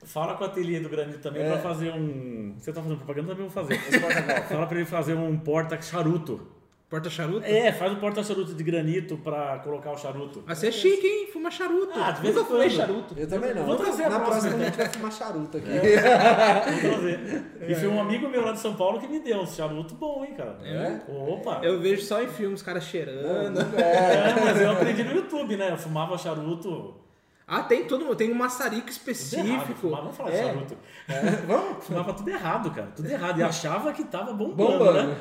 S3: Fala com a ateliê do Granito também
S2: É.
S3: pra fazer um. Você tá fazendo propaganda, também vou fazer.
S2: Esse porta-golpe.
S3: Fala pra ele fazer um porta-charuto.
S1: Porta charuto?
S3: É, faz um porta-charuto de granito pra colocar o charuto.
S1: Mas você é chique, hein? Fuma charuto.
S3: Ah, de vez
S1: Nunca
S3: em
S1: fumei
S3: quando.
S1: charuto.
S2: Eu também não.
S3: Vou trazer a
S2: Na próxima
S3: próxima. É.
S2: a gente vai fumar charuto aqui.
S3: Vamos
S1: É.
S3: fazer. E foi um amigo meu lá de São Paulo que me deu um charuto bom, hein, cara.
S2: É?
S3: Opa!
S1: Eu vejo só em filmes, cara cheirando.
S3: É, mas eu aprendi no YouTube, né? Eu fumava charuto.
S1: Ah, tem todo tem um maçarico
S3: Tudo errado. eu
S1: específico.
S3: Fumava, vamos falar de
S1: É.
S3: charuto.
S2: Vamos?
S3: Fumava tudo errado, cara. Tudo errado. E achava que tava bombando,
S2: Bombando.
S3: né?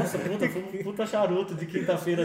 S3: Nossa, puta, fumo puta charuto de quinta-feira,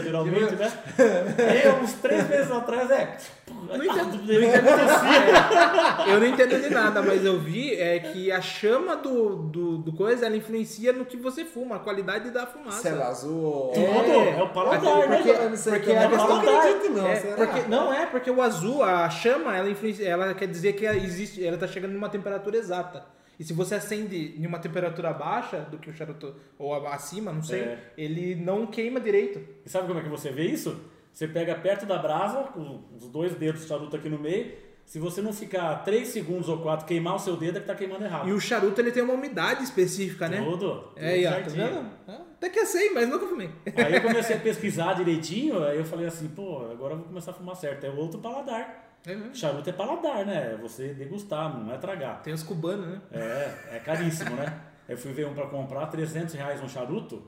S3: geralmente, né? Aí, uns três meses atrás, é.
S1: Não entendo, não entendo É, eu não entendo de nada, mas eu vi é, que a chama do, do, do coisa ela influencia no que você fuma, a qualidade da fumaça.
S2: Céu azul.
S3: É. Tudo, é o paladar, né?
S2: Porque, eu não sei
S1: Porque
S2: também,
S1: a
S2: mas não
S3: questão-
S2: acredito, não.
S1: É,
S2: será?
S1: porque- não é, porque o azul, a chama, ela influencia, ela quer dizer que existe, ela tá chegando numa temperatura exata. E se você acende em uma temperatura baixa do que o charuto, ou a- acima, não sei,
S3: É.
S1: ele não queima direito.
S3: E sabe como é que você vê isso? Você pega perto da brasa, com os dois dedos do charuto aqui no meio. Se você não ficar três segundos ou quatro queimar o seu dedo, é que tá queimando errado.
S1: E o charuto ele tem uma umidade específica, né?
S3: Tudo. tudo
S1: É, aí, ó, tá
S3: certinho.
S1: vendo? Ah, Até que eu sei, mas nunca fumei.
S3: Aí eu comecei a pesquisar direitinho, aí eu falei assim, pô, agora eu vou começar a fumar certo. É outro paladar.
S1: É mesmo.
S3: Charuto é paladar, né? É você degustar, não é tragar.
S1: Tem os cubanos, né?
S3: É, é caríssimo, né? Eu fui ver um pra comprar, 300 reais um charuto.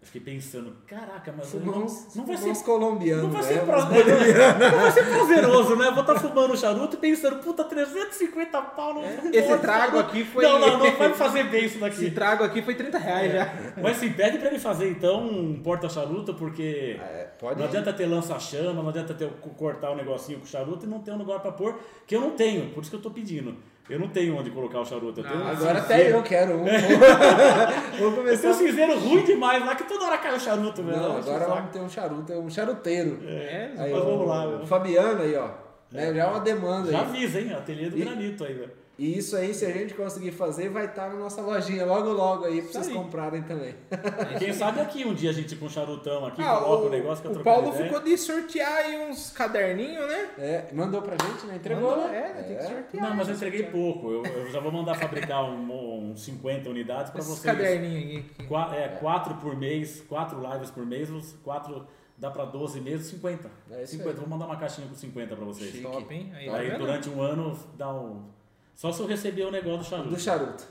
S3: Eu fiquei pensando, caraca, mas eu não,
S2: Fumamos-
S3: não vai ser
S2: fumamos colombiano,
S3: não vai,
S2: né?
S3: ser
S2: Mas-
S3: prazeroso, não vai ser prazeroso, né? Eu Vou estar fumando charuto e pensando, puta, 350 pau não não
S1: É. Esse
S3: vou-
S1: trago aqui foi.
S3: Não, não, não vai me fazer bem isso daqui. É.
S1: Esse trago aqui foi 30 reais já.
S3: Mas se pede pra ele fazer então um porta-charuto, porque
S2: É, pode
S3: não
S2: ir.
S3: adianta ter lança-chama, não adianta ter, co- cortar o negocinho com o charuto e não ter um lugar pra pôr, que eu não tenho, por isso que eu tô pedindo. Eu não tenho onde colocar o charuto. Eu tenho um
S2: Agora
S3: cinzeiro.
S2: até eu quero um. Vou
S3: Eu tenho um
S2: começar.
S3: cinzeiro ruim demais lá que toda hora cai o charuto, velho.
S2: Não,
S3: Eu acho
S2: agora
S3: um saco.
S2: vamos ter um charuto, um charuteiro.
S1: É,
S2: Aí,
S3: mas
S2: ó,
S3: vamos lá, meu.
S2: Fabiano aí, ó. Né, já é uma demanda
S3: Já
S2: aí.
S3: avisa, hein? Ateliê do
S2: E-
S3: granito aí, velho.
S2: E isso aí, se a gente conseguir fazer, vai estar na nossa lojinha logo logo aí pra
S3: Isso
S2: vocês
S3: aí.
S2: comprarem também.
S3: Quem sabe aqui um dia a gente com um charutão aqui,
S1: Ah,
S3: coloca o,
S1: o,
S3: negócio que eu
S1: o Paulo ficou de sortear aí uns caderninhos, né?
S2: É, mandou pra gente, né? Entregou,
S1: Mandou,
S2: né?
S1: É, né? tem que sortear.
S3: Não, mas eu entreguei pouco. Eu, eu já vou mandar fabricar um, um 50 unidades para
S1: Esses
S3: vocês.
S1: caderninhos aqui. que-
S3: Qua, é, quatro por mês, quatro lives por mês, os quatro dá para 12 meses, 50.
S2: É isso
S3: 50. Vou mandar uma caixinha com 50 para vocês.
S2: Chique.
S1: Top, hein? Aí, tá
S3: Aí
S1: vendo?
S3: durante um ano dá um. Só se eu receber o negócio do charuto.
S2: Do charuto.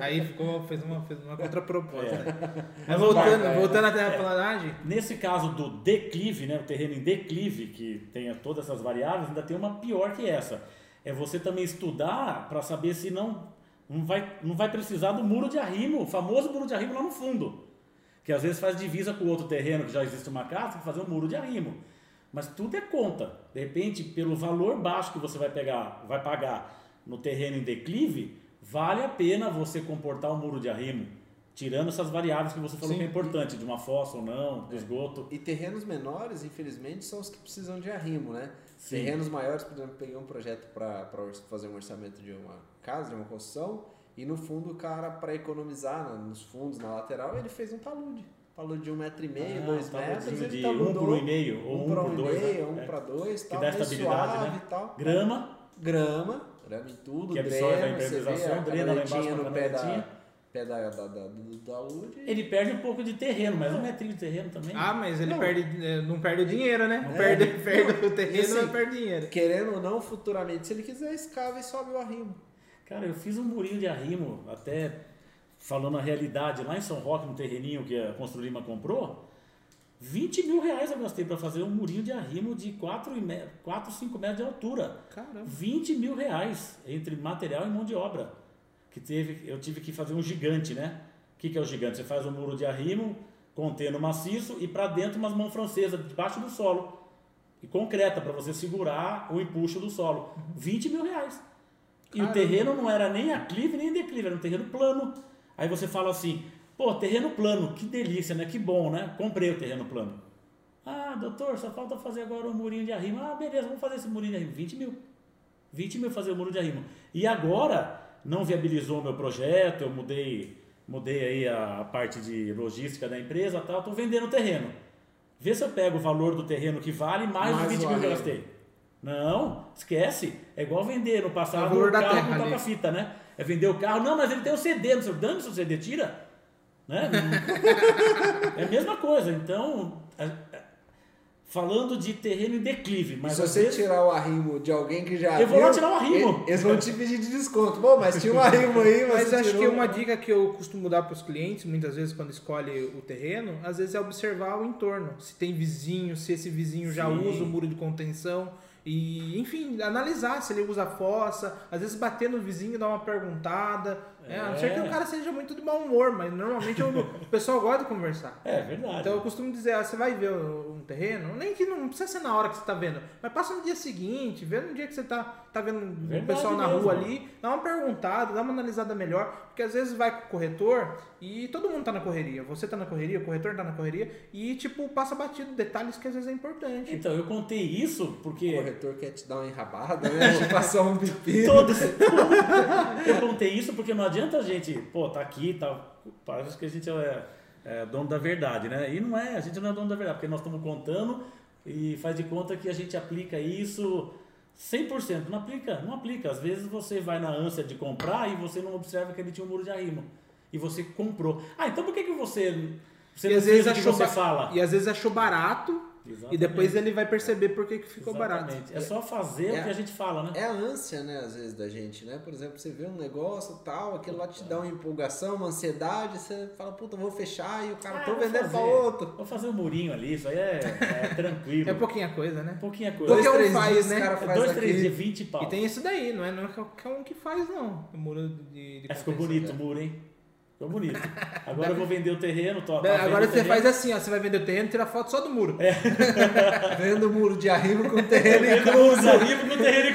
S1: Aí ficou, fez uma, fez uma contraproposta.
S3: Mas
S1: Mas
S3: voltando,
S1: voltando,
S2: é.
S1: voltando até a planagem,
S3: Nesse caso do declive, né, o terreno em declive, que tenha todas essas variáveis, ainda tem uma pior que essa. É você também estudar para saber se não, não, vai, não vai precisar do muro de arrimo, o famoso muro de arrimo lá no fundo. Que às vezes faz divisa com outro terreno, que já existe uma casa, tem que fazer um muro de arrimo. Mas tudo é conta. De repente, pelo valor baixo que você vai pegar, vai pagar no terreno em declive, vale a pena você comportar o muro de arrimo, tirando essas variáveis que você falou
S1: Sim.
S3: que é importante, de uma fossa ou não,
S2: É.
S3: do esgoto.
S2: E terrenos menores, infelizmente, são os que precisam de arrimo, né?
S3: Sim.
S2: Terrenos maiores, por exemplo, peguei um projeto para fazer um orçamento de uma casa, de uma construção, e no fundo o cara, para economizar na- nos fundos, na lateral, ele fez um talude. Talude de um metro e meio,
S3: Ah,
S2: dois
S3: tá
S2: metros,
S3: rodinho
S2: ele
S3: de
S2: taludou.
S3: um por um e meio, ou
S2: um
S3: um,
S2: pra
S3: por
S2: um
S3: dois,
S2: e meio,
S3: né?
S2: um
S3: É.
S2: para dois, tal,
S3: dá
S2: meio
S3: estabilidade,
S2: suave
S3: né?
S2: e tal.
S3: Grama,
S2: Grama, grama em tudo,
S3: Que absorve a
S2: drena, você vê
S3: impermeabilização,
S2: a
S3: drena lá embaixo
S2: canavetinha
S3: com a
S2: no pé da,
S3: canavetinha.
S2: pé da, da, da- do talude.
S3: ele perde um pouco de terreno, mas um metrinho de terreno também.
S1: ah, mas ele
S2: Não.
S1: perde, eh, não perde o dinheiro, né?
S3: Não
S1: perde, perde o
S2: E
S1: terreno,
S2: assim,
S1: mas perde dinheiro.
S2: Querendo ou não, futuramente, se ele quiser, escava e sobe o arrimo.
S3: Cara, eu fiz um murinho de arrimo, até falando a realidade, lá em São Roque, no terreninho que a Construlima comprou, 20 mil reais eu gastei para fazer um murinho de arrimo de 4, 5 metros de altura.
S1: Caramba.
S3: 20 mil reais entre material e mão de obra. Que teve, eu tive que fazer um gigante, né? O que, que é o gigante? Você faz um muro de arrimo, contendo maciço e para dentro umas mãos francesas, debaixo do solo. E concreta, para você segurar o empuxo do solo. 20 mil reais. E o
S1: Caramba.
S3: terreno não era nem aclive nem declive, era um terreno plano. Aí você fala assim: pô, terreno plano, que delícia, né? Que bom, né? Comprei o terreno plano. Ah, doutor, só falta fazer agora um murinho de arrimo. Ah, beleza, vamos fazer esse murinho de arrimo. 20 mil. 20 mil fazer o muro de arrimo. E agora não viabilizou o meu projeto, eu mudei, mudei aí a, a parte de logística da empresa e tal, estou vendendo o terreno. Vê se eu pego o valor do terreno que vale mais,
S2: Mais
S3: os 20
S2: o
S3: mil que eu
S2: arrimo.
S3: gastei. Não, esquece. É igual vender no
S1: É o
S3: passado
S1: valor
S3: o
S1: da
S3: carro
S1: terra
S3: com
S1: ali.
S3: toca-fita, né? É vender o carro. Não, mas ele tem o CD, não sei, dane-se o CD, tira. Né? é a mesma coisa. Então, a- a- falando de terreno em declive,
S2: E
S3: mas
S2: se
S3: às
S2: você
S3: vezes-
S2: tirar o arrimo de alguém que já.
S3: Eu vou lá
S2: viu,
S3: tirar o arrimo.
S2: e- Eles vão te pedir de desconto. Bom, mas tinha um arrimo aí, mas.
S1: Mas
S2: você
S1: acho
S2: tirou.
S1: que uma dica que eu costumo dar para os clientes, muitas vezes quando escolhe o terreno, às vezes é observar o entorno. Se tem vizinho, se esse vizinho já
S3: Sim.
S1: usa o muro de contenção. E, enfim, analisar se ele usa fossa, às vezes bater no vizinho, dar uma perguntada. né? A não ser que
S3: É.
S1: o cara seja muito de mau humor, mas normalmente eu- o pessoal gosta de conversar.
S3: É verdade.
S1: Então eu costumo dizer, ah, você vai ver um um terreno, nem que não não precisa ser na hora que você tá vendo, mas passa no dia seguinte, vê no dia que você tá, tá vendo
S3: Verdade
S1: o pessoal na
S3: mesmo.
S1: rua ali, dá uma perguntada, dá uma analisada melhor, porque às vezes vai com o corretor e todo mundo tá na correria, você tá na correria, o corretor tá na correria, e tipo, passa batido detalhes que às vezes é importante.
S3: Então, eu contei isso
S2: O
S3: porque.
S2: corretor quer te dar uma enrabada, né? Te passar um pipi.
S3: Todos. eu contei isso porque não adianta a gente, pô, tá aqui, tá. Parece que a gente é, é dono da verdade, né? E não é, a gente não é dono da verdade, porque nós estamos contando e faz de conta que a gente aplica isso 100%. Não aplica, não aplica. Às vezes você vai na ânsia de comprar e você não observa que ele tinha um muro de arrimo. E você comprou. Ah, então por que, que você. Você
S1: e
S3: não
S1: às vezes
S3: fez o que
S1: achou
S3: você
S1: ba-
S3: fala?
S1: E às vezes achou barato e
S3: Exatamente.
S1: depois ele vai perceber por que que ficou barato.
S3: Exatamente. É só fazer o
S2: É.
S3: que a gente fala, né?
S2: É a ânsia, né, às vezes, da gente, né? Por exemplo, você vê um negócio tal, aquilo lá te dá uma empolgação, uma ansiedade, você fala, puta, vou fechar, e o cara,
S3: Ah,
S2: tô
S3: vou
S2: vendendo pra
S3: fazer.
S2: outro.
S3: Vou fazer um murinho ali, isso aí é, é tranquilo.
S1: É pouquinha coisa, né?
S3: pouquinha coisa.
S1: Dois,
S2: Dois,
S1: Qualquer um
S2: três
S1: faz,
S2: dias,
S1: né?
S2: o cara
S3: É
S2: faz
S3: dois, três
S2: aqui.
S3: dias, 20 pau.
S1: E tem isso daí, não é, não é qualquer um que faz, não. O muro de, de
S3: Ah, ficou
S1: contenção.
S3: bonito o muro, hein? Ficou bonito. Agora eu vou vender o terreno, tô,
S1: Da-
S3: tá vendo
S1: Né,
S3: É.
S1: Agora
S3: o
S1: você
S3: terreno.
S1: faz assim, ó. Você vai vender o terreno, tira foto só do muro.
S2: Vendo o muro de arrimo com o terreno
S3: Vendo o muro arriba com o terreno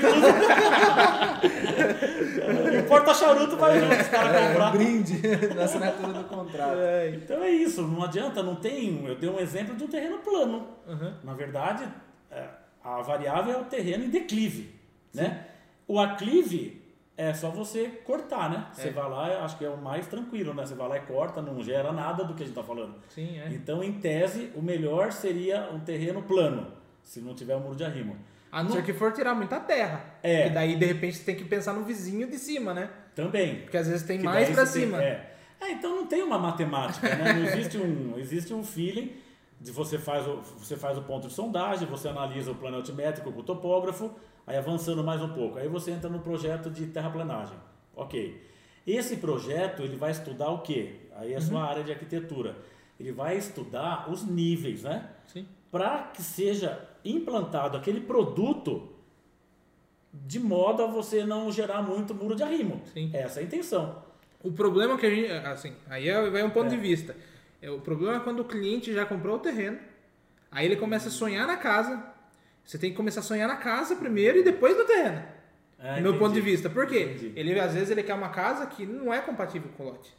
S3: incluso. e o porta-charuto vai junto, os caras
S2: É,
S3: comprar.
S2: brinde na assinatura do contrato.
S1: Ai.
S3: Então é isso, não adianta, não tem. Eu dei um exemplo de um terreno plano.
S1: Uhum.
S3: Na verdade, é, a variável é o terreno em declive. Né? O aclive É só você cortar, né? Você
S1: É.
S3: vai lá, acho que é o mais tranquilo, né? Você vai lá e corta, não gera nada do que a gente tá falando.
S1: Sim, é.
S3: Então, em tese, o melhor seria um terreno plano, se não tiver o muro de arrimo.
S1: A não ser que for tirar muita terra.
S3: É.
S1: E daí, de repente, você tem que pensar no vizinho de cima, né?
S3: Também.
S1: Porque às vezes tem
S3: Que
S1: mais
S3: daí
S1: pra
S3: você
S1: cima.
S3: tem- é. É, então não tem uma matemática, né? Não existe um, existe um feeling de você faz, o, você faz o ponto de sondagem, você analisa o plano altimétrico com o topógrafo, aí avançando mais um pouco. Aí você entra no projeto de terraplanagem. Ok. Esse projeto, ele vai estudar o quê? Aí é a sua área de arquitetura. Ele vai estudar os níveis, né?
S1: Sim.
S3: para que seja implantado aquele produto de modo a você não gerar muito muro de arrimo.
S1: Sim.
S3: Essa é a intenção.
S1: O problema que a gente. Assim, aí é- vai um ponto
S3: É.
S1: de vista. É, o problema é quando o cliente já comprou o terreno, aí ele começa a sonhar na casa. Você tem que começar a sonhar na casa primeiro e depois no terreno.
S3: É,
S1: do meu
S3: entendi.
S1: ponto de vista. Por quê?
S3: Entendi.
S1: Ele, às vezes ele quer uma casa que não é compatível com o lote.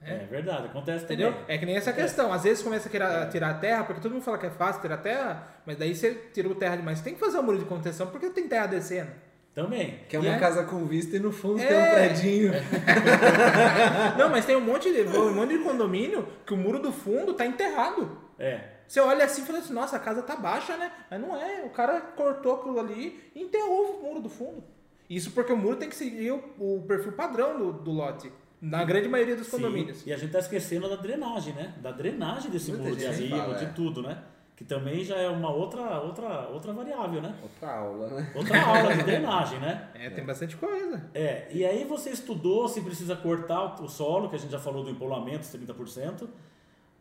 S3: É, verdade, acontece
S1: Entendeu?
S3: também.
S1: É que nem essa questão. Às vezes começa a querer tirar a terra, porque todo mundo fala que é fácil tirar terra, mas daí você tirou terra demais. Você tem que fazer um muro de contenção, porque tem terra descendo.
S3: Também.
S2: Que é uma
S1: É.
S2: casa com vista e no fundo
S1: É.
S2: tem um predinho.
S1: não, mas tem um monte de um monte de condomínio que o muro do fundo tá enterrado.
S3: É.
S1: Você olha assim e fala assim, nossa, a casa tá baixa, né? Mas não é. O cara cortou aquilo ali e enterrou o muro do fundo. Isso porque o muro tem que seguir o, o perfil padrão do, do lote. Na grande maioria dos
S3: sim.
S1: condomínios.
S3: E a gente está esquecendo da drenagem, né? Da drenagem desse
S2: Muita
S3: muro de
S2: gente
S3: arrimo,
S2: fala,
S3: de
S2: é.
S3: tudo, né? Que também já é uma outra, outra, outra variável, né?
S2: Outra aula, né?
S3: Outra aula de drenagem, né?
S1: É, tem bastante coisa.
S3: É, e aí você estudou se precisa cortar o- o solo, que a gente já falou do empolamento, os 30%,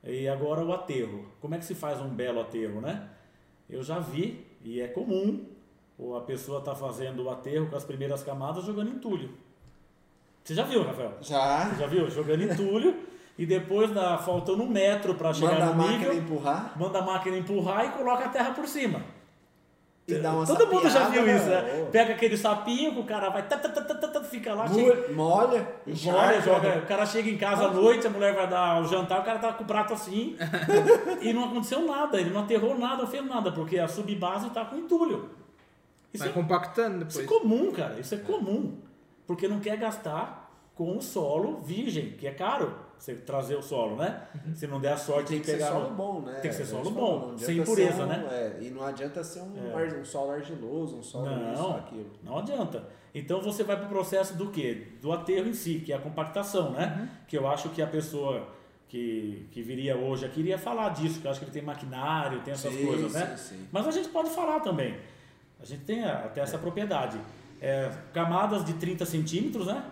S3: e agora o aterro. Como é que se faz um belo aterro, né? Eu já vi, e é comum, ou a pessoa tá fazendo o aterro com as primeiras camadas jogando entulho. Você já viu, Rafael?
S2: Já.
S3: Você já viu? Jogando entulho, e depois, na, faltando um metro para chegar
S2: Manda a
S3: no
S2: máquina
S3: nível,
S2: empurrar
S3: manda a máquina empurrar e coloca a terra por cima.
S2: e dá uma
S3: Todo mundo já
S2: sapeada,
S3: viu isso, né?
S2: Ô.
S3: Pega aquele sapinho que o cara vai, tá, tá, tá, tá, tá, tá, fica lá, chega,
S2: Molha, molha,
S3: Joga,
S2: encharca.
S3: joga. O cara chega em casa à noite, a mulher vai dar o jantar, o cara tá com o prato assim. e não aconteceu nada, ele não aterrou nada, não fez nada, porque a subbase tá com entulho. Isso,
S1: Vai
S3: é,
S1: compactando
S3: isso é
S1: depois.
S3: comum, cara. Isso é comum. Porque não quer gastar com o solo virgem, que é caro você trazer o solo, né? Se não der a sorte
S2: Tem
S3: de
S2: que ser
S3: pegar.
S2: solo
S3: no-
S2: bom, né?
S3: Tem que ser
S2: Eu
S3: solo
S2: te falo,
S3: bom,
S2: não adianta
S3: sem
S2: ser
S3: impureza,
S2: um-
S3: né? É.
S2: é, e não adianta ser um, ar- um solo argiloso, um solo
S3: Não.
S2: isso, aquilo.
S3: Não adianta. Então você vai para o processo do quê? Do aterro em si, que é a compactação, né?
S2: Uhum.
S3: Que eu acho que a pessoa que, que viria hoje aqui iria falar disso, que eu acho que ele tem maquinário, tem essas
S2: Sim,
S3: coisas,
S2: sim,
S3: né?
S2: sim.
S3: Mas a gente pode falar também. A gente tem a- até essa propriedade. É, camadas de 30 centímetros, né?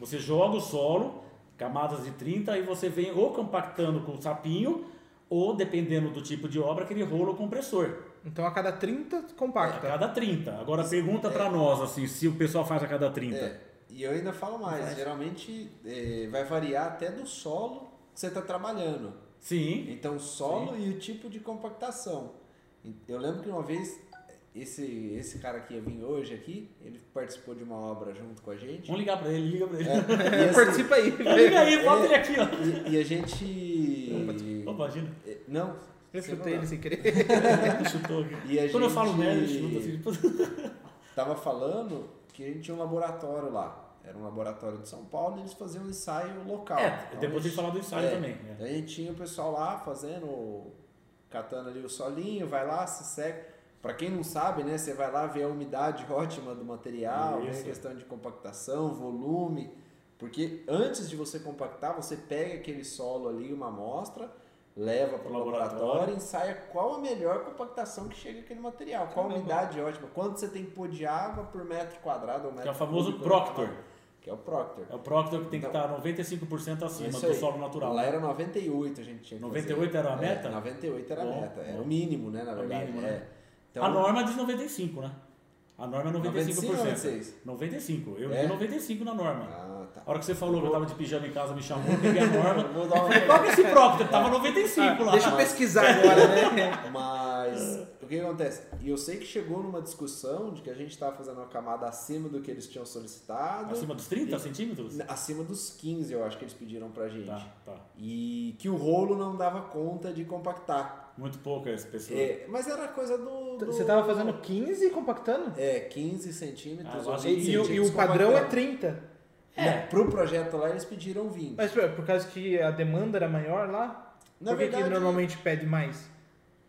S3: Você joga o solo, camadas de 30, e você vem ou compactando com o sapinho, ou dependendo do tipo de obra, aquele rolo compressor.
S1: Então a cada 30
S3: É, A
S1: compacta.
S3: cada 30. Agora pergunta pra nós assim, se o pessoal faz a cada 30.
S2: É, e eu ainda falo mais, geralmente é, vai variar até do solo que você está trabalhando.
S3: Sim.
S2: Então, solo e o tipo de compactação. Eu lembro que uma vez, esse, esse cara que ia vir hoje aqui, ele participou de uma obra junto com a gente.
S3: Vamos ligar pra ele, liga pra ele.
S2: E, assim,
S1: Participa aí.
S3: Liga aí, bota ele aqui, ó.
S2: e- e a gente...
S3: Opa, imagina.
S2: É, Não.
S1: Eu
S2: você não
S1: chutei
S2: dá.
S1: ele sem querer.
S3: Ele chutou aqui.
S2: E a
S3: Quando eu falo
S2: gente-
S3: merda, ele chuta assim.
S2: Tava falando que a gente tinha um laboratório lá. Era um laboratório de São Paulo e eles faziam um ensaio local.
S3: É,
S2: Então, a
S3: depois tem
S2: gente-
S3: que falar do ensaio
S2: é,
S3: também. né?
S2: A gente tinha o pessoal lá fazendo, catando ali o solinho, vai lá, se seca. Pra quem não sabe, né, você vai lá ver a umidade ótima do material, ver a
S3: Isso.
S2: questão de compactação, volume. Porque antes de você compactar, você pega aquele solo ali, uma amostra, leva para o
S3: Laboratório.
S2: laboratório, e ensaia qual a melhor compactação que chega aquele material, qual a umidade ótima, quanto você tem que pôr de água por metro quadrado ou metro
S3: Que é o famoso
S2: cúbico, né?
S3: Proctor.
S2: Que é o Proctor.
S3: É o Proctor que tem que
S2: Então-
S3: estar 95% acima
S2: Isso
S3: do
S2: aí.
S3: solo natural.
S2: Lá era 98 a gente tinha que
S3: 98
S2: fazer.
S3: era a
S2: É,
S3: meta?
S2: 98 era a
S3: Bom,
S2: meta. Era
S3: bom.
S2: o mínimo, né, na
S3: O
S2: verdade.
S3: mínimo,
S2: é.
S3: né? a norma diz 95, né? A norma é 95%.
S2: 95 ou 96?
S3: 95. Eu
S2: É?
S3: vi 95 na norma.
S2: Ah, tá.
S3: A hora que você falou que eu tava de pijama em casa, me chamou, eu peguei a norma.
S2: Vou dar uma-
S3: Falei, qual que é esse Proctor? Tava
S2: Ah,
S3: 95 lá.
S1: Deixa eu pesquisar agora, né?
S2: Mas o que acontece? E eu sei que chegou numa discussão de que a gente estava fazendo uma camada acima do que eles tinham solicitado.
S3: Acima dos 30 centímetros?
S2: acima dos 15, eu acho que eles pediram pra gente.
S3: Tá, tá.
S2: E que o rolo não dava conta de compactar.
S3: Muito poucas pessoas.
S2: É, mas era coisa do. do-
S1: Você tava fazendo 15 e compactando?
S2: É, 15 centímetros.
S3: Ah, eu
S2: ou
S3: acho
S1: E,
S2: 20
S1: e
S3: que
S1: o, e o
S2: centímetros
S1: padrão é
S2: compactado.
S1: 30.
S3: É.
S2: Não, Né? pro projeto lá eles pediram 20.
S1: Mas por por causa que a demanda era maior lá?
S2: Na
S1: por que, que
S2: verdade-
S1: normalmente pede mais?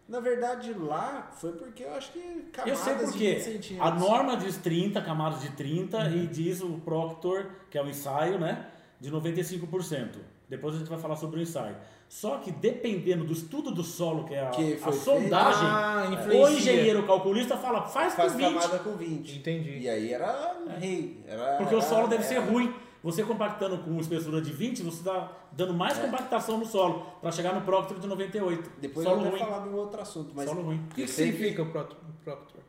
S2: Na verdade, lá foi porque eu acho que
S3: Eu
S2: camadas
S3: sei por
S2: de
S3: quê.
S2: 20 centímetros. Uhum.
S3: A norma diz 30, camadas de 30, e diz o Proctor, que é o ensaio, né? De 95%. Depois a gente vai falar sobre o ensaio. Só que dependendo do estudo do solo, que é a,
S2: Que foi
S3: a
S2: feito.
S3: sondagem,
S1: Ah,
S3: o
S1: influencia.
S3: engenheiro calculista fala, faz,
S2: faz
S3: com 20,
S2: camada com 20.
S1: Entendi.
S2: E aí era um rei. Era,
S3: porque o solo deve
S2: era-
S3: ser ruim. Você compactando com uma espessura de 20, você está dando mais
S2: É.
S3: compactação no solo, para chegar no Proctor de 98.
S2: Depois eu
S3: solo
S2: vou
S3: ruim.
S2: falar de um outro assunto, mas
S3: Solo ruim.
S1: O que,
S2: Eu
S1: que
S2: sei que-
S1: significa o proto- Proctor?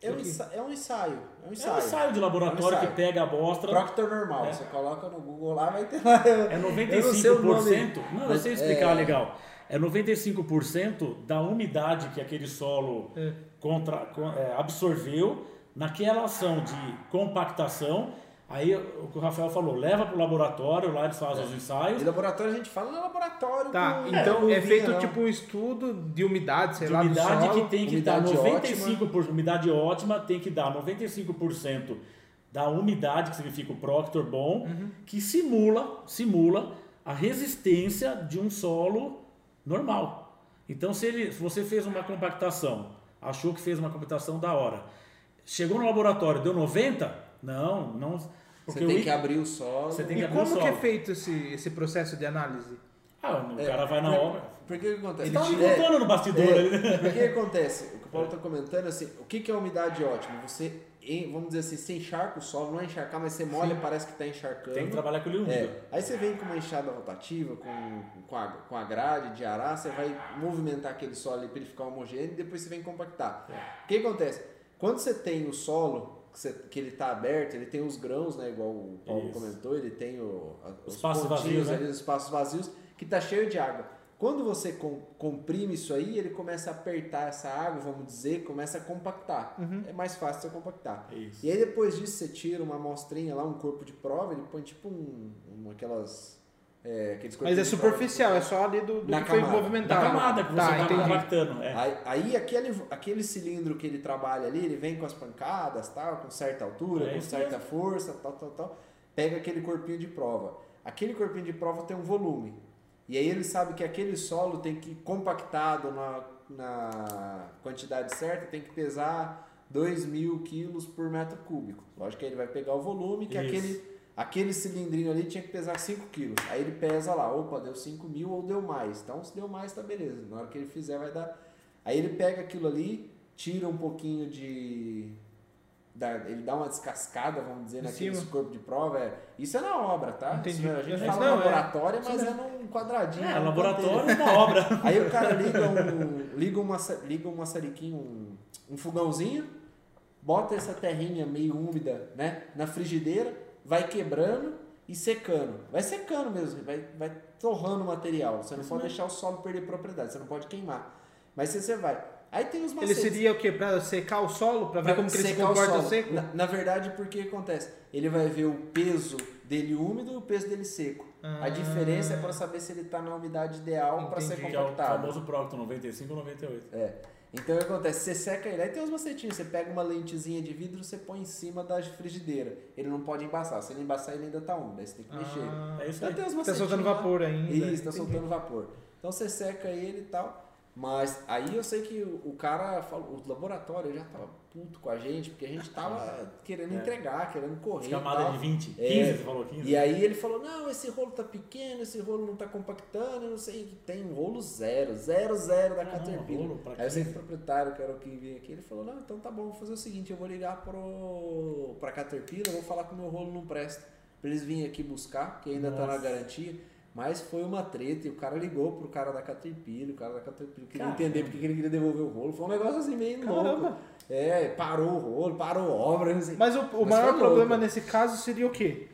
S2: é, um ensa- é um ensaio. É um
S3: É um
S2: ensaio.
S3: ensaio de laboratório
S2: É um ensaio.
S3: que pega a amostra.
S2: Proctor normal. Você coloca no Google lá, vai ter lá.
S3: É
S2: Eu não sei o nome.
S3: 95%. Não, eu sei explicar legal. É 95% da umidade que aquele solo
S1: É.
S3: contra- con- é, absorveu naquela ação de compactação. Aí o que o Rafael falou, leva para o laboratório, lá eles fazem os ensaios.
S2: É. E laboratório a gente fala no laboratório.
S1: Tá,
S2: com-
S1: então
S2: com
S1: é feito
S2: vinha, não.
S1: tipo um estudo de umidade, sei
S3: de
S1: lá, do
S3: umidade
S1: solo.
S3: que tem que dar
S2: umidade
S3: 95%, por, umidade ótima, tem que dar 95% da umidade, que significa o Proctor bom,
S2: Uhum.
S3: que simula, simula a resistência de um solo normal. Então, se, ele, se você fez uma compactação, achou que fez uma compactação da hora, chegou no laboratório, deu 90%, não, não.
S2: Você
S3: o
S2: tem
S3: I-
S2: que abrir o solo.
S3: Você tem que
S1: E
S3: abrir o
S1: como que é
S3: solo.
S1: feito esse, esse processo de análise?
S3: Ah, o cara vai na
S2: Por-
S3: obra.
S2: Por que que acontece?
S3: Ele tá me
S2: É,
S3: contando no bastidor ali, É. né?
S2: É, porque acontece, o que o Paulo está comentando assim, o que, que é umidade ótima? Você, en- vamos dizer assim, você encharca o solo, não é encharcar, mas você molha, parece que está encharcando.
S3: Tem que trabalhar com ele um úmido.
S2: É, aí você vem com uma enxada rotativa, com, com, a, com a grade de ará, você vai movimentar aquele solo ali para ele ficar homogêneo e depois você vem compactar.
S3: É.
S2: O que acontece? Quando você tem o solo, que, você- que ele está aberto, ele tem os grãos, né? Igual o Paulo
S3: Isso.
S2: comentou, ele tem o- a-
S3: Os espaços
S2: pontinhos
S3: vazios, né?
S2: ali, os espaços vazios, que está cheio de água. Quando você com- comprime isso aí, ele começa a apertar essa água, vamos dizer, começa a compactar.
S3: Uhum.
S2: É mais fácil você compactar.
S3: É Isso.
S2: E aí depois disso você tira uma amostrinha lá, um corpo de prova, ele põe tipo um, um aquelas. É, aqueles corpos
S1: Mas é
S2: de prova.
S1: superficial, é só ali do, do
S2: Na
S1: que foi
S2: camada.
S3: Da
S1: movimentado.
S3: camada que você
S1: tá,
S3: está
S1: entendi.
S3: compactando. É.
S2: Aí, aí aquele, aquele cilindro que ele trabalha ali, ele vem com as pancadas, tal, com certa altura,
S3: É
S2: com
S3: isso
S2: certa força, tal, tal, tal. Pega aquele corpinho de prova. Aquele corpinho de prova tem um volume. E aí ele sabe que aquele solo tem que ir compactado na, na quantidade certa, tem que pesar 2 mil quilos por metro cúbico. Lógico que aí ele vai pegar o volume, que
S3: Isso.
S2: aquele, aquele cilindrinho ali tinha que pesar 5 quilos. Aí ele pesa lá, opa, deu 5 mil ou deu mais. Então se deu mais, tá beleza. Na hora que ele fizer vai dar. Aí ele pega aquilo ali, tira um pouquinho de. da- ele dá uma descascada, vamos dizer,
S1: Em
S2: naquele
S1: cima.
S2: corpo de prova. é- isso é na obra, tá?
S1: Entendi.
S2: Isso, a gente
S1: Mas
S2: fala
S1: não, é-
S2: laboratório, mas é num quadradinho.
S3: É,
S2: num
S3: laboratório
S2: canteiro.
S3: é uma obra.
S2: Aí o cara liga um, liga um, maça- liga um maçariquinho, um, um fogãozinho, bota essa terrinha meio úmida, né, na frigideira, vai quebrando e secando. Vai secando mesmo, vai, vai torrando o material. Você não pode
S1: é
S2: deixar o solo perder propriedade, você não pode queimar. Mas se você vai. Aí tem os
S1: Ele
S2: macetes.
S1: seria o quê? Pra secar o solo? Pra ver
S2: Vai
S1: como que ele se
S2: secar o
S1: comporta
S2: solo.
S1: seco?
S2: Na, na verdade, porque acontece? Ele vai ver o peso dele úmido e o peso dele seco.
S1: Ah.
S2: A diferença é para saber se ele está na umidade ideal para ser
S1: Entendi.
S3: Que é o
S2: compactado.
S3: famoso Proctor 95 ou 98.
S2: É. Então o que acontece? Você seca ele. Aí tem uns macetinhos. Você pega uma lentezinha de vidro você põe em cima da frigideira. Ele não pode embaçar. Se ele embaçar, ele ainda tá úmido. Aí você tem que mexer ele.
S1: Ah,
S3: É isso
S2: Então,
S3: aí.
S2: tem uns
S1: tá
S2: macetinhos
S1: soltando
S2: lá.
S1: vapor ainda. né?
S2: Isso, tá
S1: Entendi.
S2: soltando vapor. Então você seca ele e tal. Mas aí eu sei que o o cara falou, o laboratório já tava puto com a gente, porque a gente tava querendo entregar, querendo correr. e
S3: Camada
S2: tal.
S3: de 20, 15,
S2: É.
S3: você falou 15.
S2: E aí ele falou, não, esse rolo tá pequeno, esse rolo não tá compactando, eu não sei, que tem um rolo zero, zero, zero da
S3: Caramba,
S2: Caterpillar.
S3: rolo pra
S2: aí eu sei que o
S3: 15.
S2: proprietário, que era o que vinha aqui, ele falou, não, então tá bom, vou fazer o seguinte, eu vou ligar pro, pra Caterpillar, vou falar que o meu rolo não presta. Pra eles virem aqui buscar, que ainda tá na
S3: Nossa.
S2: garantia. Mas foi uma treta e o cara ligou pro cara da Caterpillar, o cara da Caterpillar queria
S3: Caramba.
S2: entender porque que ele queria devolver o rolo. Foi um negócio assim meio
S1: Caramba.
S2: louco. É, parou o rolo, parou a obra. não sei.
S1: Mas o, o
S2: Mas
S1: maior
S2: foi
S1: problema
S2: louco.
S1: nesse caso seria o quê?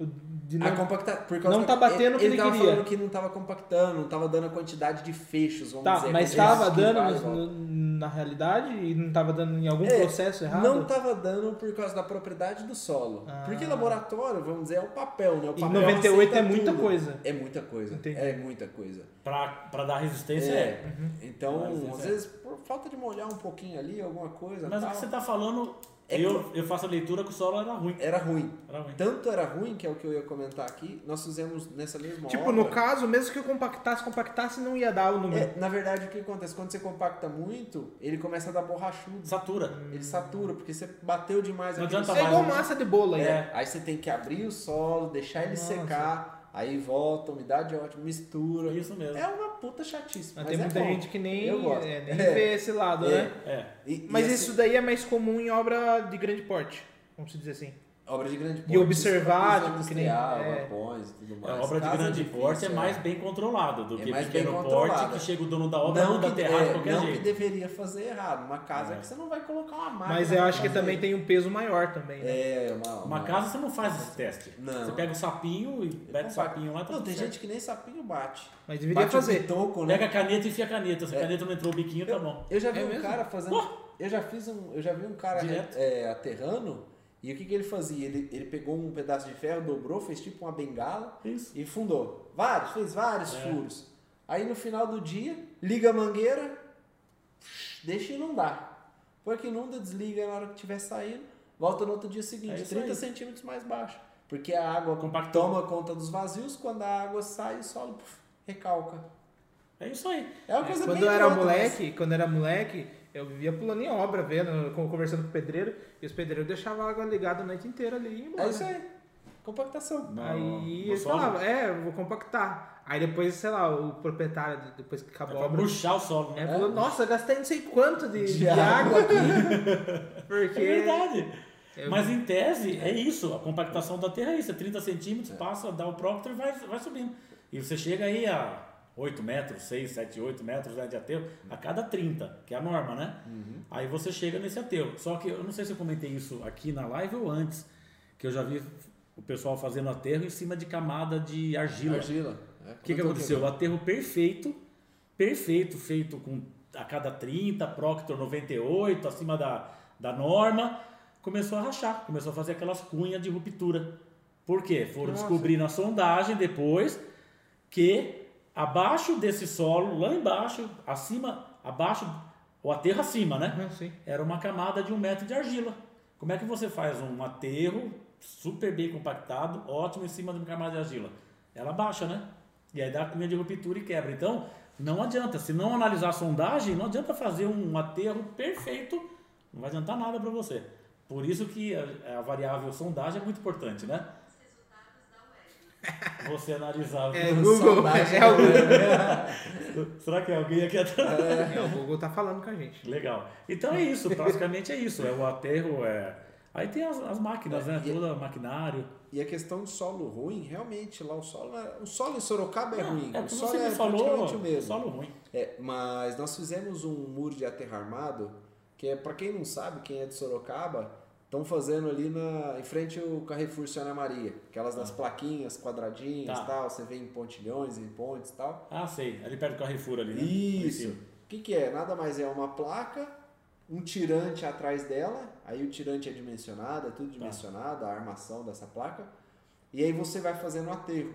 S1: O- de
S2: A
S1: não-
S2: compacta... por
S1: não
S2: que
S1: tá batendo o que
S2: ele,
S1: ele
S2: tava
S1: queria.
S2: falando que não tava compactando, não tava dando a quantidade de fechos, vamos
S1: Tá,
S2: dizer. a
S1: mas
S2: quantidade
S1: estava
S2: que
S1: dando
S2: vai e
S1: mas
S2: volta.
S1: no- na realidade e não estava dando em algum
S2: É,
S1: processo errado?
S2: Não tava dando por causa da propriedade do solo.
S1: Ah.
S2: Porque laboratório, vamos dizer, é o papel, né? O
S1: E
S2: papel
S1: 98 é
S2: aceita
S1: muita
S2: tudo.
S1: coisa.
S2: É muita coisa.
S1: Entendi.
S2: É muita coisa.
S3: Para dar resistência é.
S2: É. Então,
S3: Mas,
S2: às
S3: é.
S2: vezes, por falta de molhar um pouquinho ali, alguma coisa.
S3: Mas o
S2: tal,
S3: que você tá falando,
S2: É
S3: eu, eu faço a leitura que o solo era ruim.
S2: Era ruim.
S3: Era ruim.
S2: Tanto era ruim, que é o que eu ia comentar aqui, nós fizemos nessa mesma
S1: Tipo,
S2: obra.
S1: no caso, mesmo que eu compactasse, compactasse, não ia dar o número.
S2: É, na verdade, o que acontece? Quando você compacta muito, ele começa a dar borrachudo.
S3: Satura.
S2: Ele satura, porque você bateu demais
S3: Não
S2: aquele
S3: adianta
S1: Isso é
S3: mais,
S1: igual
S3: né?
S1: massa de bolo aí.
S3: É.
S2: Aí você tem que abrir o solo, deixar ele
S1: Nossa.
S2: secar, aí volta, umidade é ótima, mistura.
S3: Isso mesmo.
S2: É uma puta chatice, mas,
S1: Mas tem
S2: é
S1: muita
S2: bom.
S1: gente que nem,
S2: Eu gosto.
S1: é, nem
S2: É.
S1: vê esse lado,
S2: É.
S1: né?
S3: É.
S2: E- e
S1: Mas
S2: assim,
S1: isso daí é mais comum em obra de grande porte, vamos dizer assim.
S2: obra de grande porte.
S1: observar,
S2: isso é
S1: tipo, que nem-
S2: industrial,
S1: é.
S2: galpões e tudo
S3: A
S2: mais.
S3: obra de
S2: Casa
S3: grande
S2: difícil,
S3: porte é mais bem controlada do
S2: É
S3: que
S2: mais bem
S3: pequeno porte
S2: controlada.
S3: que chega o dono da obra, manda
S2: que,
S3: terrar
S2: é,
S3: de qualquer
S2: não que
S3: jeito.
S2: deveria fazer errado. Uma casa
S3: É.
S2: que você não vai colocar uma máquina.
S1: Mas eu
S2: pra
S1: acho que
S2: é fazer.
S1: também tem um peso maior também, né?
S2: É, uma,
S3: Uma casa você não faz esse teste.
S2: Não.
S3: Você pega o sapinho e bate o sapinho lá. tá
S2: Não,
S3: tudo
S2: tem
S3: certo. um
S2: gente que nem sapinho bate.
S1: Mas deveria
S2: bate
S1: fazer.
S2: O bitoco, né?
S3: Pega a caneta e enfia a caneta. Se a
S2: É.
S3: caneta não entrou o biquinho, tá bom.
S2: Eu já vi
S1: É
S2: um
S1: mesmo?
S2: cara fazendo. Eu já fiz um. Eu já vi um cara
S3: Direto.
S2: é, aterrando. E o que, que ele fazia? Ele, ele pegou um pedaço de ferro, dobrou, fez tipo uma bengala
S3: É Isso.
S2: e fundou. Vários, fez vários
S3: É.
S2: furos. Aí no final do dia, liga a mangueira, deixa inundar. Põe que inunda, desliga na hora que tiver saindo, volta no outro dia
S3: É
S2: seguinte,
S3: isso
S2: 30
S3: aí.
S2: centímetros mais baixo. Porque a água
S3: Compactou.
S2: toma conta dos vazios, quando a água sai, o solo puf, recalca.
S3: É isso aí.
S2: É uma coisa
S1: Quando
S2: bem
S1: eu era
S2: idiota, mas-
S1: moleque, quando eu era moleque, eu vivia pulando em obra, vendo, con- conversando com o pedreiro, e os pedreiros deixavam a água ligada a noite inteira ali e ia embora.
S2: É isso aí. Compactação.
S3: No-
S1: Aí
S3: no
S1: eles
S3: solo.
S1: falavam, é, eu vou compactar. Aí depois, sei lá, o proprietário, de- depois que
S3: É
S1: acabou a
S3: pra
S1: obra,
S3: bruxar o solo,
S1: é,
S3: né?
S1: falou, nossa, eu gastei não sei quanto de,
S2: De
S1: de água aqui. Porque
S3: É verdade.
S1: Eu-
S3: Mas em tese, é isso. A compactação da Terra é isso. É 30 centímetros, passa, dá o próctor e vai, vai subindo. E você chega aí a 8 metros, 6, 7, 8 metros né, de
S1: Uhum.
S3: aterro a cada 30, que é a norma, né? Aí você chega nesse aterro. Só que eu não sei se eu comentei isso aqui na live ou antes, que eu já vi o pessoal fazendo aterro em cima de camada de argila.
S2: Argila. É,
S3: O que, que
S2: comentou
S3: aconteceu?
S2: um
S3: O aterro perfeito, perfeito, feito com a cada 30, Proctor 98, acima da, da norma, começou a rachar, começou a fazer aquelas cunhas de ruptura. Por quê? Foram
S1: Nossa.
S3: descobrir na sondagem depois que abaixo desse solo, lá embaixo, acima, abaixo, o aterro acima, né?
S1: Não, sim.
S3: Era uma camada de um metro de argila. Como é que você faz um aterro super bem compactado, ótimo em cima de uma camada de argila? Ela baixa, né? E aí dá a cunha de ruptura e quebra. Então, não adianta. Se não analisar a sondagem, não adianta fazer um aterro perfeito. Não vai adiantar nada para você. Por isso que a, a variável sondagem é muito importante, né? Você analisar.
S1: É
S2: pouco.
S1: Google,
S2: Sondagem,
S1: é o Google.
S3: Será que é alguém aqui atrás?
S1: É, o Google tá falando com a gente.
S3: Legal. Então é isso, praticamente é isso. É o aterro, é. Aí tem as, as máquinas, né?
S2: É, E-
S3: Todo o maquinário.
S2: E a questão de solo ruim, realmente, lá o solo. é- O solo em Sorocaba é ruim.
S3: É
S2: o
S3: como
S2: solo
S3: você
S2: é
S3: me falou, um
S2: praticamente o mesmo.
S3: solo ruim.
S2: É, mas nós fizemos um muro de aterro armado, que é, pra quem não sabe, quem é de Sorocaba, estão fazendo ali na, em frente ao Carrefour Sena Maria. Aquelas das plaquinhas, quadradinhas
S3: Ah. Tá.
S2: tal, você vê em pontilhões, em pontes e tal.
S3: Ah, sei. Ali perto do Carrefour ali, né? Em
S2: Isso.
S3: cima.
S2: O que, que é? Nada mais é uma placa, um tirante atrás dela, aí o tirante é dimensionado, é
S3: Tá.
S2: tudo dimensionado, a armação dessa placa, e aí você vai fazendo um aterro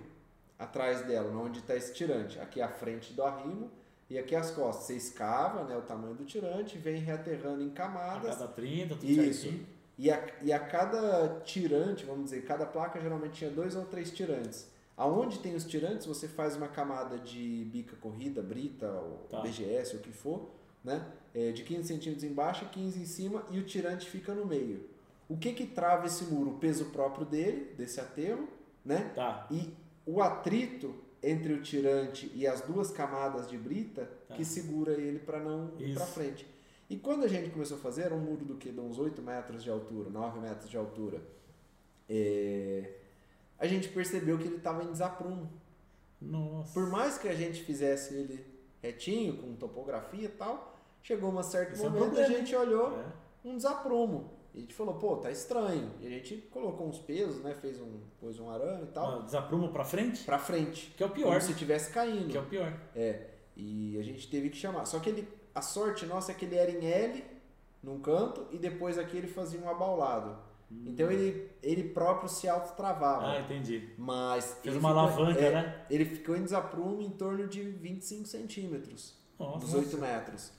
S2: atrás dela, onde está esse tirante. Aqui é a frente do arrimo e aqui é as costas. Você escava né, o tamanho do tirante, vem reaterrando em
S3: A
S2: camadas.
S3: cada 30, tudo
S2: Isso.
S3: certinho.
S2: E a, e a cada tirante, vamos dizer, cada placa geralmente tinha dois ou três tirantes. Aonde tem os tirantes, você faz uma camada de bica corrida, brita, ou
S3: Tá.
S2: BGS, ou o que for, né? É, de 15 centímetros embaixo e 15 em cima, e o tirante fica no meio. O que que trava esse muro? O peso próprio dele, desse aterro, né?
S3: Tá.
S2: E o atrito entre o tirante e as duas camadas de brita
S3: Tá.
S2: que segura ele para não ir
S3: Isso.
S2: para frente. E quando a gente começou a fazer, era um muro do que? De uns 8 metros de altura, 9 metros de altura. É, A gente percebeu que ele estava em desaprumo.
S3: Nossa.
S2: Por mais que a gente fizesse ele retinho, com topografia e tal, chegou um certo
S3: Isso é um
S2: momento, a
S3: problema,
S2: gente olhou
S3: É.
S2: um desaprumo. E a gente falou, pô, tá estranho. E a gente colocou uns pesos, né? Fez um, pôs um arame e tal,
S3: Uma Desapruma pra frente,
S2: pra frente.
S3: que é o pior.
S2: Como se tivesse caindo.
S3: Que é o pior.
S2: E a gente teve que chamar. Só que ele, a sorte nossa é que ele era em L, num canto, e depois aqui ele fazia um abaulado. Então ele, ele próprio se autotravava.
S3: Hum. Ah, entendi.
S2: Mas.
S3: Fez
S2: ele
S3: uma
S2: ficou-
S3: alavanca,
S2: Tá é,
S3: né?
S2: Ele ficou em desaprumo em torno de 25 centímetros,
S3: Nossa.
S2: 18 metros.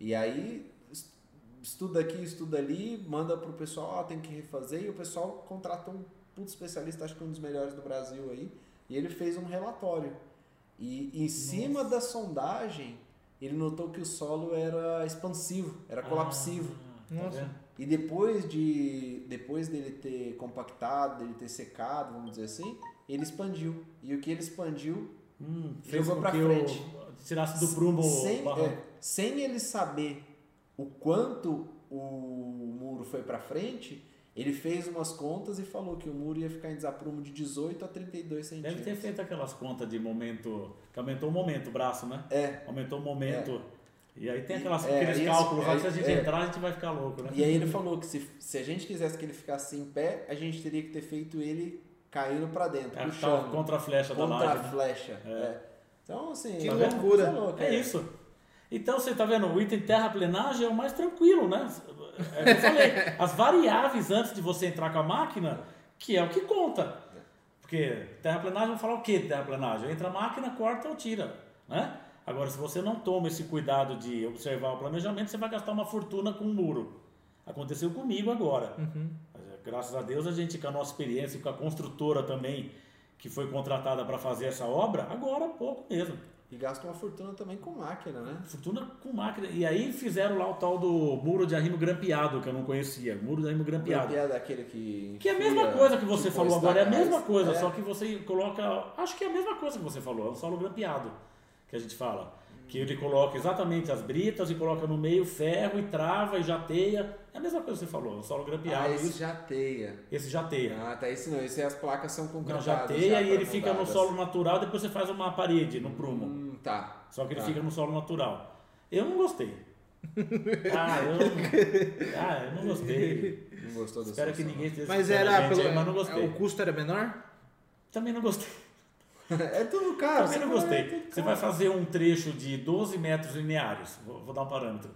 S2: E aí es- estuda aqui, estuda ali, manda pro pessoal, ó, tem que refazer, e o pessoal contratou um puto especialista, acho que um dos melhores do Brasil aí, e ele fez um relatório. E em cima da sondagem, ele notou que o solo era expansivo, era colapsivo.
S3: Ah, tá
S1: Nossa.
S3: vendo?
S2: E depois de depois dele ter compactado, dele ter secado, vamos dizer assim, ele expandiu. E o que ele expandiu,
S3: Hum, fez
S2: Jogou
S3: com
S2: pra
S3: que eu
S2: frente.
S3: tirasse do prumo
S2: sem,
S3: o barranco.
S2: é, sem ele saber o quanto o muro foi para frente, ele fez umas contas e falou que o muro ia ficar em desaprumo de 18 a 32
S3: Deve ter
S2: centímetros.
S3: feito aquelas contas de momento. Que aumentou o momento, o braço, né?
S2: É.
S3: Aumentou o momento. E aí tem aquelas,
S2: E- é,
S3: aqueles
S2: isso,
S3: cálculos lá que se a
S2: é,
S3: gente
S2: é.
S3: entrar, a gente vai ficar louco, né?
S2: E aí ele falou que se, se a gente quisesse que ele ficasse em pé, a gente teria que ter feito ele caindo para dentro,
S3: É
S2: tá
S3: a
S2: puxando.
S3: tal contra a flecha da
S2: Contra
S3: laje.
S2: a
S3: né?
S2: flecha. é. Então, assim.
S1: Que
S2: é uma
S1: loucura.
S2: coisa louca,
S3: É isso. Então você tá vendo, o item terraplenagem é o mais tranquilo, né? É o que eu falei, as variáveis antes de você entrar com a máquina, que é o que conta. Porque terraplenagem, vamos falar o que terraplenagem? Entra a máquina, corta ou tira, né? Agora, se você não toma esse cuidado de observar o planejamento, você vai gastar uma fortuna com um muro. Aconteceu comigo agora. Mas, é, Graças a Deus, a gente, com a nossa experiência, e com a construtora também, que foi contratada para fazer essa obra, agora há pouco mesmo.
S2: E gasta uma fortuna também com máquina, né?
S3: Fortuna com máquina. E aí fizeram lá o tal do muro de arrimo grampeado, que eu não conhecia. Muro de arrimo
S2: Piada.
S3: grampeado.
S2: Piada aquele que.
S3: Que é a mesma
S2: enfia,
S3: coisa que você
S2: tipo,
S3: falou agora, é a
S2: estacas.
S3: mesma coisa,
S2: É.
S3: só que você coloca. Acho que é a mesma coisa que você falou, é o solo grampeado que a gente fala. Que ele coloca exatamente as britas e coloca no meio ferro e trava e jateia. É a mesma coisa que você falou, o solo
S2: Ah,
S3: grampeado.
S2: esse
S3: isso,
S2: jateia.
S3: esse jateia.
S2: Ah, tá. Esse não. Esse as placas são
S3: Não,
S2: concretadas.
S3: jateia
S2: já
S3: e ele fica no
S2: pré-moldadas.
S3: solo natural, depois você faz uma parede no prumo.
S2: Hum, tá.
S3: Só que ele
S1: Ah.
S2: Tá.
S3: fica no solo natural. Eu não gostei. Ah, eu, ah, eu não gostei.
S2: Não gostou do
S3: Espero
S2: som,
S3: que
S2: som.
S3: ninguém esteja
S1: Mas
S3: escutando
S1: era
S3: a gente
S1: pelo. é
S3: aí, mas não gostei.
S1: O custo era menor?
S3: Também não gostei.
S2: é tudo caro.
S3: Também
S2: você
S3: não
S2: fala, é
S3: gostei.
S2: tudo
S3: Você
S2: caro.
S3: vai fazer um trecho de 12 metros lineares. Vou, vou dar um parâmetro.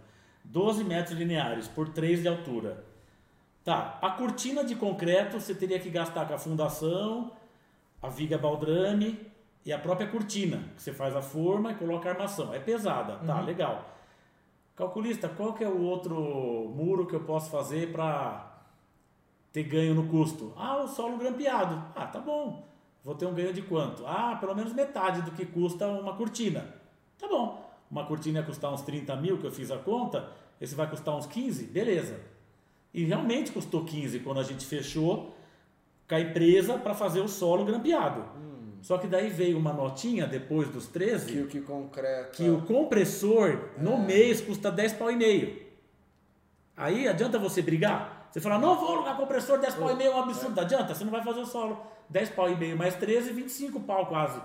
S3: 12 metros lineares por 3 de altura. Tá, a cortina de concreto você teria que gastar com a fundação, a viga baldrame e a própria cortina. Que você faz a forma e coloca a armação. É pesada, tá, legal. Calculista, qual que é o outro muro que eu posso fazer para ter ganho no custo? Ah, o solo grampeado. Ah, tá bom. Vou ter um ganho de quanto? Ah, pelo menos metade do que custa uma cortina. Tá bom. Uma cortina ia custar uns 30 mil, que eu fiz a conta. Esse vai custar uns 15? Beleza. E realmente custou 15 quando a gente fechou com a empresa para fazer o solo grampeado. Só que daí veio uma notinha depois dos 13
S2: Que o que concreta.
S3: que o compressor
S2: Ah.
S3: no mês custa 10 pau e meio. Aí adianta você brigar? Você fala, não vou alugar compressor, 10 pau e meio é um absurdo. Adianta, você não vai fazer o solo. 10 pau e meio mais 13, 25 pau quase.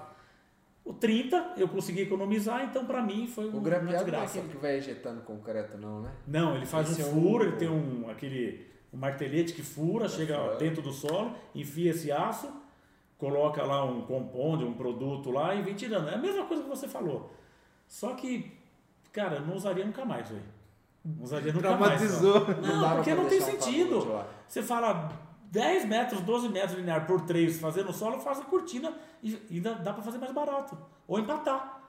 S3: O 30 eu consegui economizar, então pra mim foi
S2: O
S3: uma
S2: grampeado não é
S3: desgraça.
S2: aquele que vai injetando concreto, não, né?
S3: Não, ele faz
S2: Esse é
S3: um
S2: o-
S3: furo, ele tem um, aquele um martelete que fura, chega
S2: furando.
S3: dentro do solo, enfia esse aço, coloca lá um compound, um produto lá e vem tirando. É a mesma coisa que você falou. Só que, cara, eu não usaria nunca mais, velho. Não usaria nunca
S1: Traumatizou.
S3: mais.
S2: Não
S3: Não,
S2: dava
S3: não porque
S2: pra
S3: não tem
S2: deixar um
S3: sentido.
S2: tabu lá.
S3: Você fala 10 metros, 12 metros linear por 3 fazendo solo, faz a cortina e ainda dá pra fazer mais barato. Ou empatar.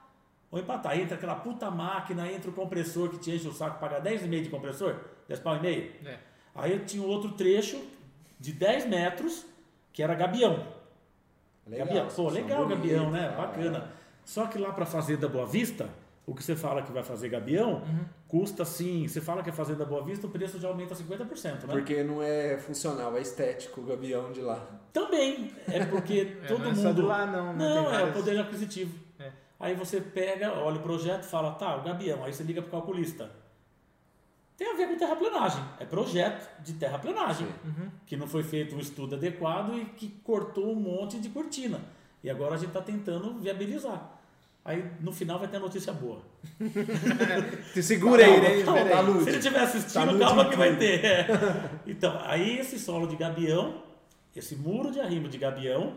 S3: Ou empatar. Entra aquela puta máquina, entra o compressor que te enche o saco, paga 10,5 de compressor, 10 pau e meio.
S1: É.
S3: Aí eu tinha um outro trecho de 10 metros, que era gabião. gabião. Pô,
S2: são
S3: legal
S2: bonitos,
S3: gabião, né?
S2: tá?
S3: Bacana. Só que lá pra Fazenda Boa Vista, o que você fala que vai fazer gabião,
S2: Uhum.
S3: custa assim, você fala que é Fazenda Boa Vista, o preço já aumenta 50%, né?
S2: Porque não é funcional, é estético o gabião de lá.
S3: Também. É porque
S1: É,
S3: todo
S1: não é só
S3: mundo.
S1: de lá, não, né?
S3: Não,
S1: Tem
S3: é o
S1: várias-
S3: poder aquisitivo.
S1: É.
S3: Aí você pega, olha o projeto, fala, tá, o Gabião. Aí você liga pro calculista. Tem a ver com terraplenagem. É projeto de terraplenagem.
S1: Uhum.
S3: Que não foi feito um estudo adequado e que cortou um monte de cortina. E agora a gente está tentando tá viabilizar. Aí no final vai ter a notícia boa.
S1: Te segura aí,
S2: Tá,
S1: né?
S2: tá,
S1: Espera
S2: tá,
S1: aí.
S2: Lu.
S3: Se ele estiver
S2: Tá no
S3: assistindo, calma
S2: último
S3: que vai
S2: turno.
S3: ter. É. Então, aí esse solo de gabião, esse muro de arrimo de gabião,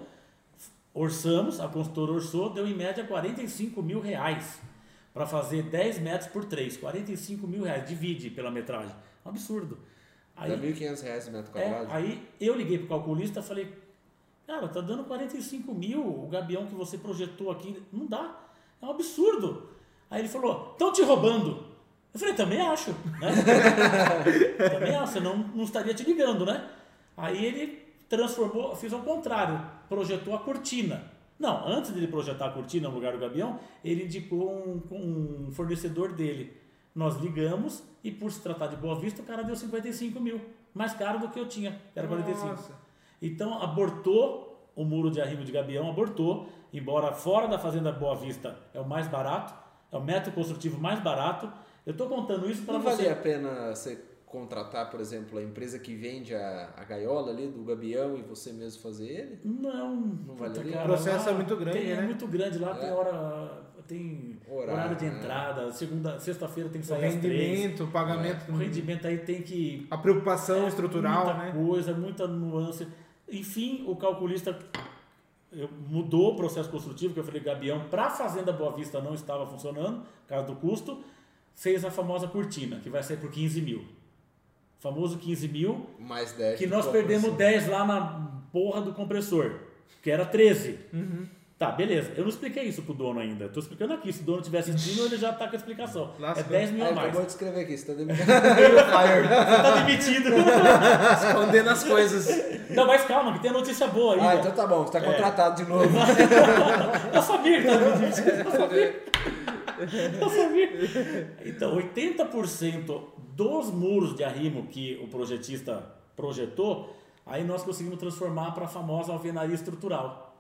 S3: orçamos, a consultora orçou, deu em média 45 mil reais para fazer 10 metros por 3. 45 mil reais, divide pela metragem. Um absurdo. Aí,
S2: Dá 1.500 reais o metro
S3: é,
S2: quadrado.
S3: aí eu liguei pro calculista e falei, cara, tá dando 45 mil o gabião que você projetou aqui. Não dá. É um absurdo. Aí ele falou, estão te roubando. Eu falei, também acho, né? também acho, senão não estaria te ligando, né? Aí ele transformou, fiz ao contrário, projetou a cortina. Não, antes dele projetar a cortina no lugar do gabião, ele indicou um, um fornecedor dele. Nós ligamos e por se tratar de Boa Vista, o cara deu 55 mil. Mais caro do que eu tinha, era 45.
S1: Nossa.
S3: Então abortou o muro de arrimo de Gabião, abortou, embora fora da Fazenda Boa Vista é o mais barato, é o método construtivo mais barato. Eu estou contando isso para
S2: Não valia
S3: você.
S2: a pena você contratar, por exemplo, a empresa que vende a, a gaiola ali do gabião e você mesmo fazer ele?
S3: Não, não
S2: valeria.
S1: O processo é muito grande,
S3: tem, É
S1: né?
S3: muito grande lá,
S2: É.
S3: tem hora, tem
S2: Horário,
S3: horário, de
S2: né?
S3: entrada, segunda, sexta-feira tem que
S1: O
S3: sair às três.
S1: rendimento, o pagamento,
S3: O rendimento aí tem que
S1: a preocupação
S3: É
S1: estrutural,
S3: muita
S1: né?
S3: coisa, muita nuance. Enfim, o calculista eu- mudou o processo construtivo, que eu falei, Gabião, para a Fazenda Boa Vista não estava funcionando, por causa do custo, fez a famosa cortina, que vai sair por 15 mil. Famoso 15 mil,
S2: Mais 10.
S3: que
S2: de
S3: nós
S2: compra,
S3: perdemos
S2: assim.
S3: 10 lá na porra do compressor, que era 13.
S2: Uhum.
S3: Tá, beleza. Eu não expliquei isso pro dono ainda. Tô explicando aqui. Se o dono tivesse assistindo, ele já tá com a explicação. É
S1: Lascou.
S3: 10 mil
S2: Ah,
S3: a
S2: ele
S3: mais.
S2: acabou
S3: Você
S2: de escrever aqui, você tá demitido.
S3: tá demitido.
S1: Escondendo as coisas.
S3: não, mas calma, que tem notícia boa ainda.
S2: ah, então tá bom, você
S3: É.
S2: tá contratado de novo.
S3: Eu sabia que tava Eu sabia. Eu sabia. Então, 80% dos muros de arrimo que o projetista projetou, aí nós conseguimos transformar para a famosa alvenaria estrutural.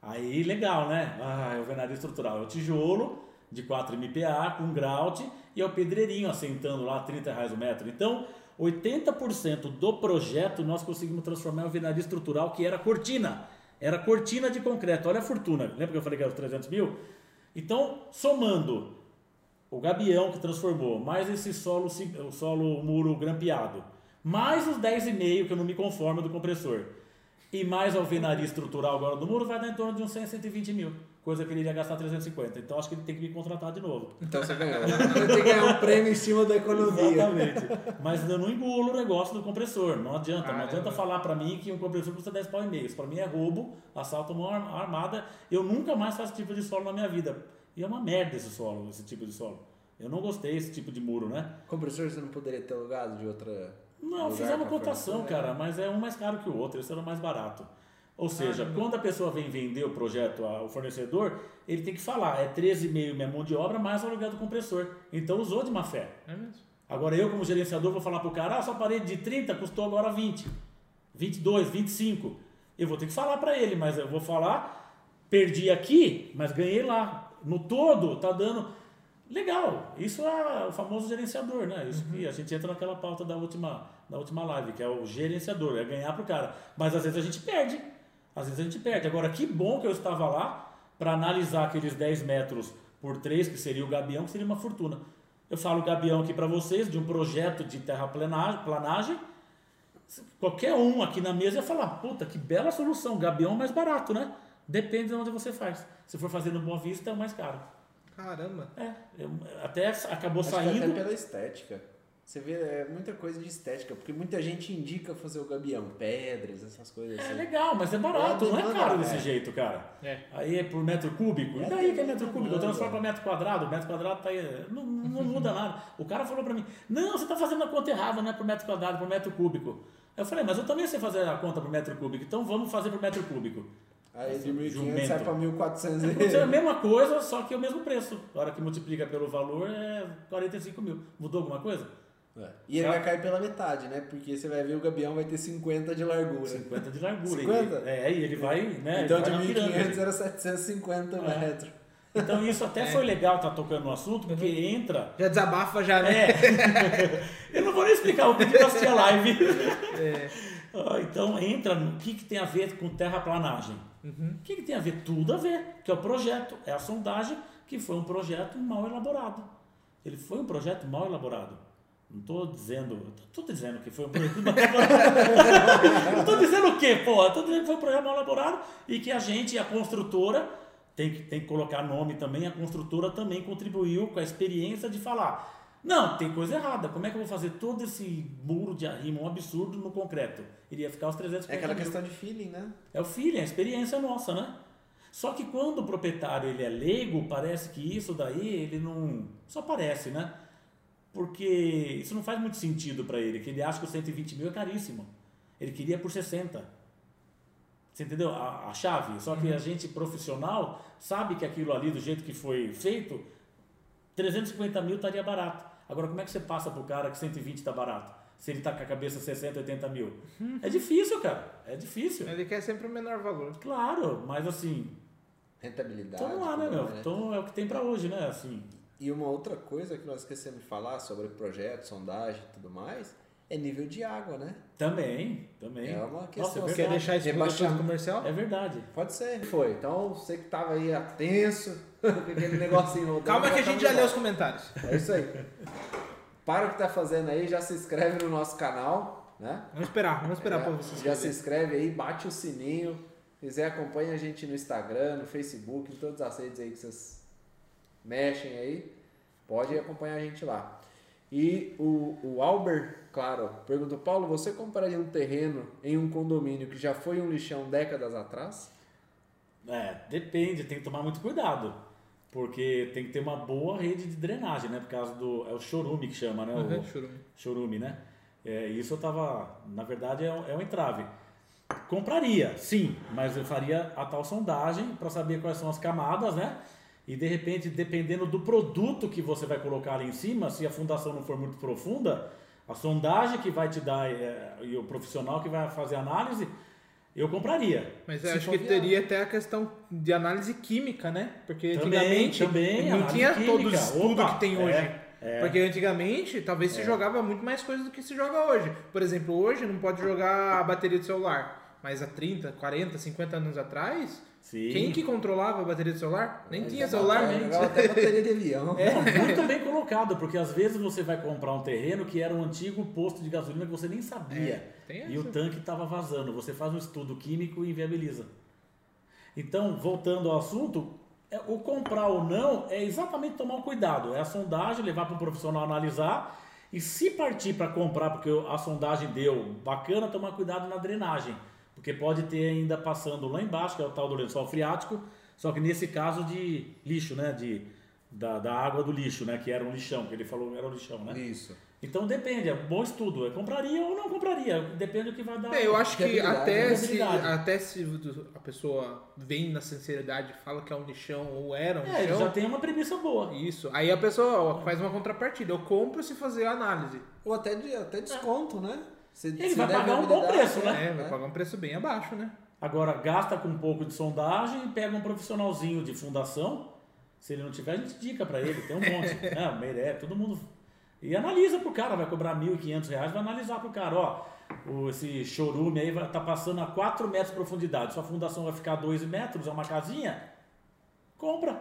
S3: Aí legal, né? Ah, alvenaria estrutural. É o tijolo de 4 MPa com grout e é o pedreirinho assentando lá 30 reais o metro. Então, 80% do projeto nós conseguimos transformar em alvenaria estrutural, que era cortina. Era cortina de concreto. Olha a fortuna. Lembra que eu falei que era os 300 mil? Então, somando o gabião que transformou, mais esse solo, sim- o solo muro grampeado, mais os 10,5 que eu não me conformo do compressor, e mais a alvenaria estrutural agora do muro, vai dar em torno de uns 100, 120 mil. Coisa que ele iria gastar 350. Então acho que ele tem que me contratar de novo.
S2: Então você ganhou. Ele tem que ganhar um prêmio em cima da economia.
S3: Exatamente. Mas eu não engulo o negócio do compressor. Não adianta. não
S1: Caramba.
S3: adianta falar pra mim que um compressor custa 10 pau e meio. Isso pra mim é roubo, assalto a mão ar- armada. Eu nunca mais faço esse tipo de solo na minha vida. E é uma merda esse solo, esse tipo de solo. Eu não gostei desse tipo de muro, né?
S2: Compressor você não poderia ter alugado de outra.
S3: Não,
S2: lugar
S3: fizemos
S2: pra né?
S3: cotação,
S2: fazer?
S3: cara, mas é um mais caro que o outro, esse era o mais barato.
S2: Ah,
S3: Ou seja, quando a pessoa vem vender o projeto ao fornecedor, ele tem que falar, é 13,5 minha mão de obra mais o aluguel do compressor. Então usou de má fé.
S1: É mesmo?
S3: Agora eu, como gerenciador, vou falar pro cara, ah, sua parede de 30 custou agora 20, 22, 25. Eu vou ter que falar para ele, mas eu vou falar, perdi aqui, mas ganhei lá. No todo, tá dando. Legal, isso é o famoso gerenciador, né? Isso que a gente entra naquela pauta da última, da última live, que é o gerenciador, é ganhar pro cara. Mas às vezes a gente perde. Às vezes a gente perde. Agora, que bom que eu estava lá para analisar aqueles 10 metros por 3, que seria o Gabião, que seria uma fortuna. Eu falo Gabião aqui para vocês, de um projeto de terraplanagem, planagem. qualquer um aqui na mesa ia falar, puta, que bela solução, Gabião é mais barato, né? Depende de onde você faz. Se for fazendo Boa Vista, é o mais caro.
S1: Caramba.
S3: É, eu- até acabou
S2: Acho que é até
S3: saindo.
S2: pela estética. Você vê é, muita coisa de estética, porque muita gente indica fazer o gabião, pedras, essas coisas
S3: É
S2: assim.
S3: legal, mas é barato,
S2: É a
S3: não é
S2: demanda,
S3: caro desse
S2: é.
S3: jeito, cara.
S1: É.
S3: Aí é por metro cúbico.
S2: É
S3: E daí que é
S2: demanda,
S3: metro cúbico? Eu transformo
S2: velho.
S3: para metro quadrado, metro quadrado tá aí. Não, não muda nada. O cara falou para mim: Não, você tá fazendo a conta errada, não é por metro quadrado, por metro cúbico. Eu falei, mas eu também sei fazer a conta por metro cúbico, então vamos fazer por metro cúbico.
S2: Aí de
S3: Assim,
S2: 1.500
S3: jumento.
S2: sai pra 1.400
S3: Então, É a
S2: reais.
S3: mesma coisa, só que é o mesmo preço. A hora que multiplica pelo valor é 45 mil. Mudou alguma coisa?
S2: É. E ele vai cair pela metade, né? Porque você vai ver o gabião vai ter 50 de largura.
S3: 50 de largura.
S2: 50?
S3: E, é, e ele vai, né?
S2: Então
S3: ele
S2: de
S3: vai na pirâmide.
S2: 1.500 era 750
S3: É.
S2: metros.
S3: Então isso até foi legal estar tocando no assunto, porque entra.
S1: Já desabafa já, né?
S3: É. Eu não vou nem explicar, eu pedi pra assistir a live.
S1: É.
S3: Ah, Então entra no que, que tem a Uhum. ver com terraplanagem. O que, que tem a ver? Tudo a ver, que é o projeto, é a sondagem, que foi um projeto mal elaborado. Ele foi um projeto mal elaborado. Não estou dizendo. Estou dizendo que foi um projeto mal elaborado. Não estou dizendo o quê, porra? Estou dizendo que foi um projeto mal elaborado e que a gente, a construtora, tem que, tem que colocar nome também, a construtora também contribuiu com a experiência de falar. Não, tem coisa errada. Como é que eu vou fazer todo esse muro de arrimo, um absurdo, no concreto? Iria ficar os 300
S2: É aquela questão de feeling, né?
S3: é o feeling, a experiência é nossa, né? Só que quando o proprietário ele é leigo, parece que isso daí ele não. Só parece, né? Porque isso não faz muito sentido para ele, que ele acha que o 120 mil é caríssimo. Ele queria por 60. Você entendeu? A, a chave. Só que a gente profissional sabe que aquilo ali, do jeito que foi feito, 350 mil estaria barato. Agora, como é que você passa pro cara que 120 tá barato? Se ele tá com a cabeça 60, 80 mil. É difícil, cara. É difícil.
S1: Ele quer sempre o menor valor.
S3: Claro, mas assim,
S2: Rentabilidade.
S3: tamo lá, né,
S2: tudo
S3: meu?
S2: mais,
S3: Então é o que tem pra hoje, né? Assim,
S2: E uma outra coisa que nós esquecemos de falar sobre projeto, sondagem e tudo mais, é nível de água, né?
S3: também, também.
S2: É uma questão.
S3: Nossa, é
S2: Quer
S1: Quer
S3: verdade.
S1: deixar isso pro
S2: Rebaixar.
S1: depois do comercial?
S3: É verdade.
S2: Pode ser. Foi. Então, você que tava aí atenso, com aquele negocinho rodando.
S1: Calma que a
S2: já
S1: gente
S2: tá
S1: já lê
S2: melhor.
S1: os comentários.
S2: É isso aí. Para o que tá fazendo aí, já se inscreve no nosso canal, né?
S1: Vamos esperar, vamos esperar pra vocês.
S2: Já se inscreve aí, bate o sininho. Se quiser, acompanha a gente no Instagram, no Facebook, em todas as redes aí que vocês mexem aí. Pode acompanhar a gente lá. E o, o Albert, claro, perguntou: Paulo, você compraria um terreno em um condomínio que já foi um lixão décadas atrás?
S3: É, depende, tem que tomar muito cuidado. Porque tem que ter uma boa rede de drenagem, né? Por causa do. É o chorume que chama, né?
S1: Uhum,
S3: O-
S1: churume.
S3: chorume, né? É, isso eu tava, na verdade, é um, é um entrave. Compraria, sim, mas eu faria a tal sondagem para saber quais são as camadas, né? E de repente, dependendo do produto que você vai colocar ali em cima, se a fundação não for muito profunda, a sondagem que vai te dar é, e o profissional que vai fazer a análise, eu compraria.
S1: Mas
S2: Se
S1: eu acho
S2: for
S1: que
S2: viável.
S1: teria até a questão de análise química, né? Porque
S3: Também,
S1: antigamente
S3: também,
S1: não
S3: análise
S1: tinha todo o
S3: química.
S1: estudo
S3: Opa,
S1: que tem
S3: é,
S1: hoje.
S3: é.
S1: Porque antigamente talvez se jogava muito mais coisa do que se joga hoje. Por exemplo, hoje não pode jogar a bateria do celular. Mas há 30, 40, 50 anos atrás,
S3: Sim.
S1: quem que controlava a bateria do celular? Nem tinha
S2: Mas
S1: celular, né?
S2: até-
S1: gente.
S2: Até bateria de avião.
S3: Não, tá
S1: é?
S3: muito bem colocado, porque às vezes você vai comprar um terreno que era um antigo posto de gasolina que você nem sabia.
S1: tem
S3: e o
S1: essa.
S3: tanque estava vazando. Você faz um estudo químico e inviabiliza. Então, voltando ao assunto, é, o comprar ou não é exatamente tomar o cuidado. É a sondagem, levar para um profissional analisar. E se partir para comprar, porque a sondagem deu bacana, tomar cuidado na drenagem. Porque pode ter ainda passando lá embaixo, que é o tal do lençol freático, só que nesse caso de lixo, né? De, da, da água do lixo, né? Que era um lixão, que ele falou que era um lixão, né?
S2: Isso.
S3: Então depende, é um bom estudo. É compraria ou não compraria, depende do que vai dar.
S1: É, eu acho que
S2: Viabilidade,
S3: né?
S1: até se,
S3: viabilidade.
S1: até se a pessoa vem na sinceridade e fala que é um lixão ou era um
S3: É, ele
S1: lixão,
S3: já tem uma premissa boa.
S1: Isso. Aí a pessoa ó, faz uma contrapartida. Eu compro se fazer a análise.
S2: Ou até, de- até desconto, né? Se,
S3: Ele vai pagar um bom preço, né?
S1: É, vai pagar um preço bem abaixo, né?
S3: Agora gasta com um pouco de sondagem e pega um profissionalzinho de fundação. Se ele não tiver, a gente indica pra ele, tem um monte. é, o Meiré, todo mundo. E analisa pro cara, vai cobrar R$ 1.500, reais, vai analisar pro cara, ó, o- esse chorume aí vai, tá passando a 4 metros de profundidade, sua fundação vai ficar a 2 metros, é uma casinha, compra,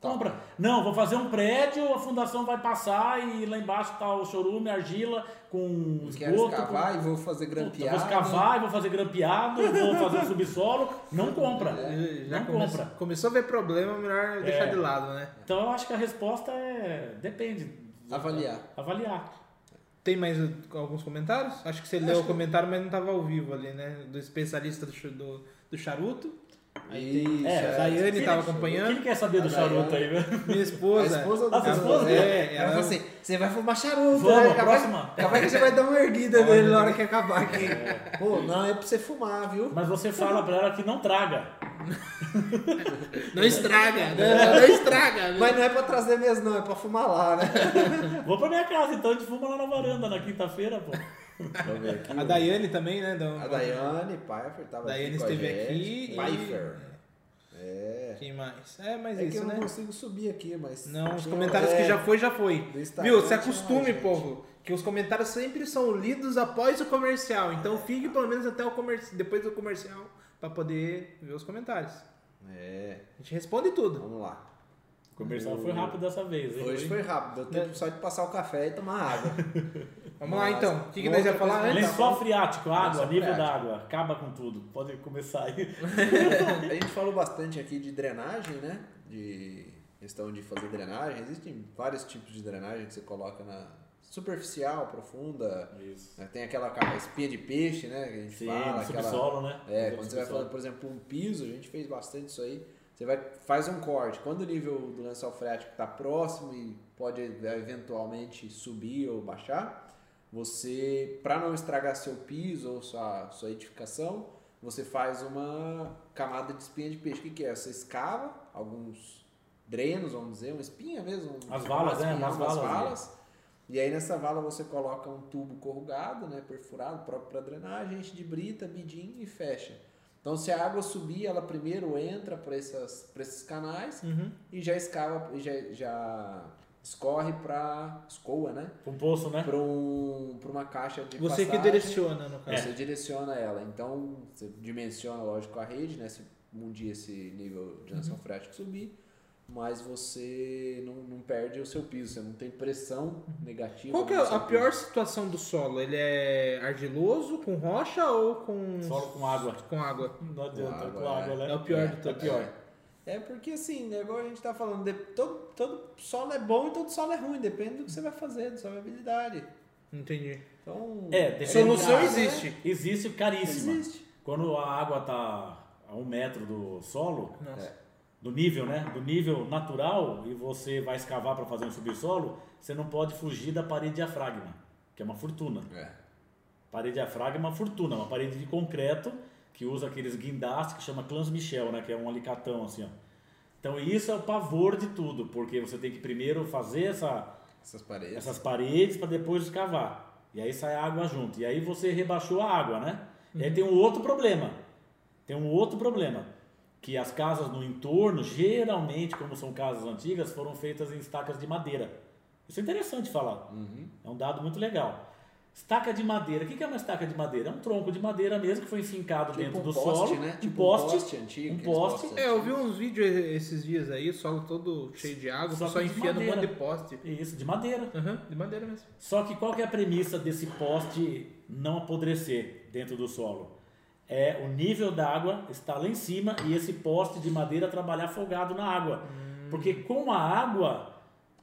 S2: Tá.
S3: compra. Não, vou fazer um prédio, a fundação vai passar e lá embaixo tá o chorume, argila, com
S2: Quero
S3: esgoto, com
S2: escavar e vou fazer
S3: Puta, eu Então, vou
S2: grampeado.
S3: escavar, eu vou fazer grampeado, eu vou fazer subsolo. Não compra.
S2: É.
S1: E Já
S3: Não
S1: come-
S3: compra.
S1: Começou a ver problema, melhor deixar de lado, né?
S3: Então eu acho que a resposta é. Depende.
S2: Avaliar.
S3: Avaliar.
S1: Tem mais alguns comentários? Acho que você leu o comentário, mas não estava ao vivo ali, né? Do especialista do, chu- do, do charuto.
S2: Isso,
S3: É,
S1: a Daiane
S3: Quem-
S1: estava acompanhando.
S3: Quem quer saber do charuto aí, velho?
S1: Minha
S2: A
S1: esposa.
S2: esposa do
S3: Ah, sua
S2: Zé,
S3: esposa?
S2: É,
S1: É,
S2: ela
S1: ela-
S2: falou assim: você vai fumar charuto,
S3: Vamos,
S2: né?
S3: a
S2: Capaz-
S3: próxima.
S2: Capaz que você vai dar uma erguida nele na hora que acabar aqui. Pô, não, é pra você fumar, viu?
S3: Mas você fala pra ela que não traga.
S1: Não estraga, né? não, não estraga. né?
S2: Mas não é pra trazer mesmo, não, é pra fumar lá, né?
S3: Vou pra minha casa, então a gente fuma lá na varanda na quinta-feira, pô.
S2: Vamos ver aqui.
S1: assim, A Daiane também, né? da-
S2: A Daiane Pfeiffer tava
S1: Daiane
S2: aqui. com a
S1: esteve
S2: gente.
S1: aqui e-
S2: Pfeiffer. É.
S1: Quem mais? É, mas
S2: É que
S1: isso,
S2: eu não
S1: né?
S2: consigo subir aqui, mas.
S1: Não, os
S2: tinha-
S1: comentários
S2: é,
S1: que já foi, já foi.
S2: Do Instagram
S1: Viu? Se
S2: tinha
S1: acostume,
S2: mais,
S1: povo, que os comentários sempre são lidos após o comercial.
S2: É.
S1: Então fique pelo menos até o comerci... depois do comercial para poder ver os comentários.
S2: É.
S1: A gente responde tudo.
S2: Vamos lá.
S3: comercial foi rápido dessa vez. hein?
S2: Hoje foi rápido, deu tempo só de passar o café e tomar água.
S1: Né? Vamos lá
S2: Mas,
S1: então. O que, que
S2: uma
S1: nós ia
S2: outra
S1: falar
S2: coisa-
S1: antes?
S3: Lençol freático, água,
S2: Lençol
S3: nível
S2: freático.
S3: d'água, acaba com tudo. Pode começar aí.
S2: A gente falou bastante aqui de drenagem, né? De questão de fazer drenagem. Existem vários tipos de drenagem que você coloca na superficial, profunda.
S3: Isso.
S2: né? Tem aquela capa- espinha de peixe, né? Que a gente
S3: Sim,
S2: fala.
S3: no
S2: Aquela,
S3: subsolo, né?
S2: é,
S3: No
S2: quando você vai
S3: subsolo.
S2: fazer, por exemplo, um piso, a gente fez bastante isso aí. Você vai, faz um corte. Quando o nível do lençol freático está próximo e pode é, eventualmente subir ou baixar, você, para não estragar seu piso ou sua, sua edificação, você faz uma camada de espinha de peixe. O que, que é? Você escava alguns drenos, vamos dizer, uma espinha mesmo. um-
S3: As valas,
S2: uma
S3: né?
S2: espinha,
S3: Umas
S2: umas
S3: valas, né?
S2: valas. E aí nessa vala você coloca um tubo corrugado, né, perfurado, próprio para drenagem, enche de brita, bidim e fecha. Então se a água subir, ela primeiro entra para esses canais
S1: Uhum.
S2: e já escava, e já, já escorre para escoa, né?
S3: Um poço, né?
S2: Para um, pra uma caixa de
S1: Você que
S2: passagem.
S1: direciona, no
S3: É.
S1: caso.
S2: Você direciona ela. Então, você dimensiona, lógico, a rede, né? Se um dia esse nível
S3: Uhum.
S2: de ação freático subir, mas você não, não perde o seu piso, você não tem
S3: Uhum.
S2: pressão negativa.
S1: Qual que é
S2: no seu
S1: a pior
S2: piso.
S1: situação do solo? Ele é argiloso, com rocha ou com.
S3: Solo com água.
S1: Com água.
S3: Não adianta,
S2: água,
S3: com água,
S1: É
S3: né?
S1: o pior
S2: É,
S1: de todos.
S2: é pior. É porque assim, né, igual a gente tá falando, de- todo, todo solo é bom e todo solo é ruim, depende do que você vai fazer, da sua habilidade.
S1: Entendi.
S2: Então,
S3: É, tem-
S1: Solução
S2: delicado, né?
S1: existe.
S3: Existe caríssima.
S2: Existe.
S3: Quando a água tá a um metro do solo, é,
S1: Nossa.
S3: do nível, né? Do nível natural, e você vai escavar para fazer um subsolo, você não pode fugir da parede diafragma, que é uma fortuna.
S2: É.
S3: Parede diafragma é uma fortuna, uma parede de concreto que usa aqueles guindastes que chama Clans Michel, né? Que é um alicatão assim, ó. Então isso é o pavor de tudo, porque você tem que primeiro fazer essa,
S2: Essas paredes.
S3: essas paredes para depois escavar. E aí sai a água junto. E aí você rebaixou a água, né? E aí tem um outro problema. Tem um outro problema. Que as casas no entorno, geralmente, como são casas antigas, foram feitas em estacas de madeira. Isso é interessante falar.
S2: Uhum.
S3: É um dado muito legal. Estaca de madeira. O que que é uma estaca de madeira? É um tronco de madeira mesmo que foi enfincado
S2: Tipo
S3: dentro
S2: um
S3: do
S2: poste,
S3: solo.
S2: né?
S3: Um
S2: Tipo um
S3: poste,
S2: poste antigo,
S3: Um
S2: aqueles
S3: poste.
S2: postes.
S1: É, eu vi uns vídeos esses dias aí, solo todo cheio de água, só,
S3: Só que
S1: só
S3: de
S1: enfiando um monte
S3: madeira.
S1: de poste.
S3: Isso, de madeira.
S1: Aham, de madeira mesmo.
S3: Só que qual que é a premissa desse poste não apodrecer dentro do solo? É o nível da água está lá em cima e esse poste de madeira trabalhar folgado na água. Porque com a água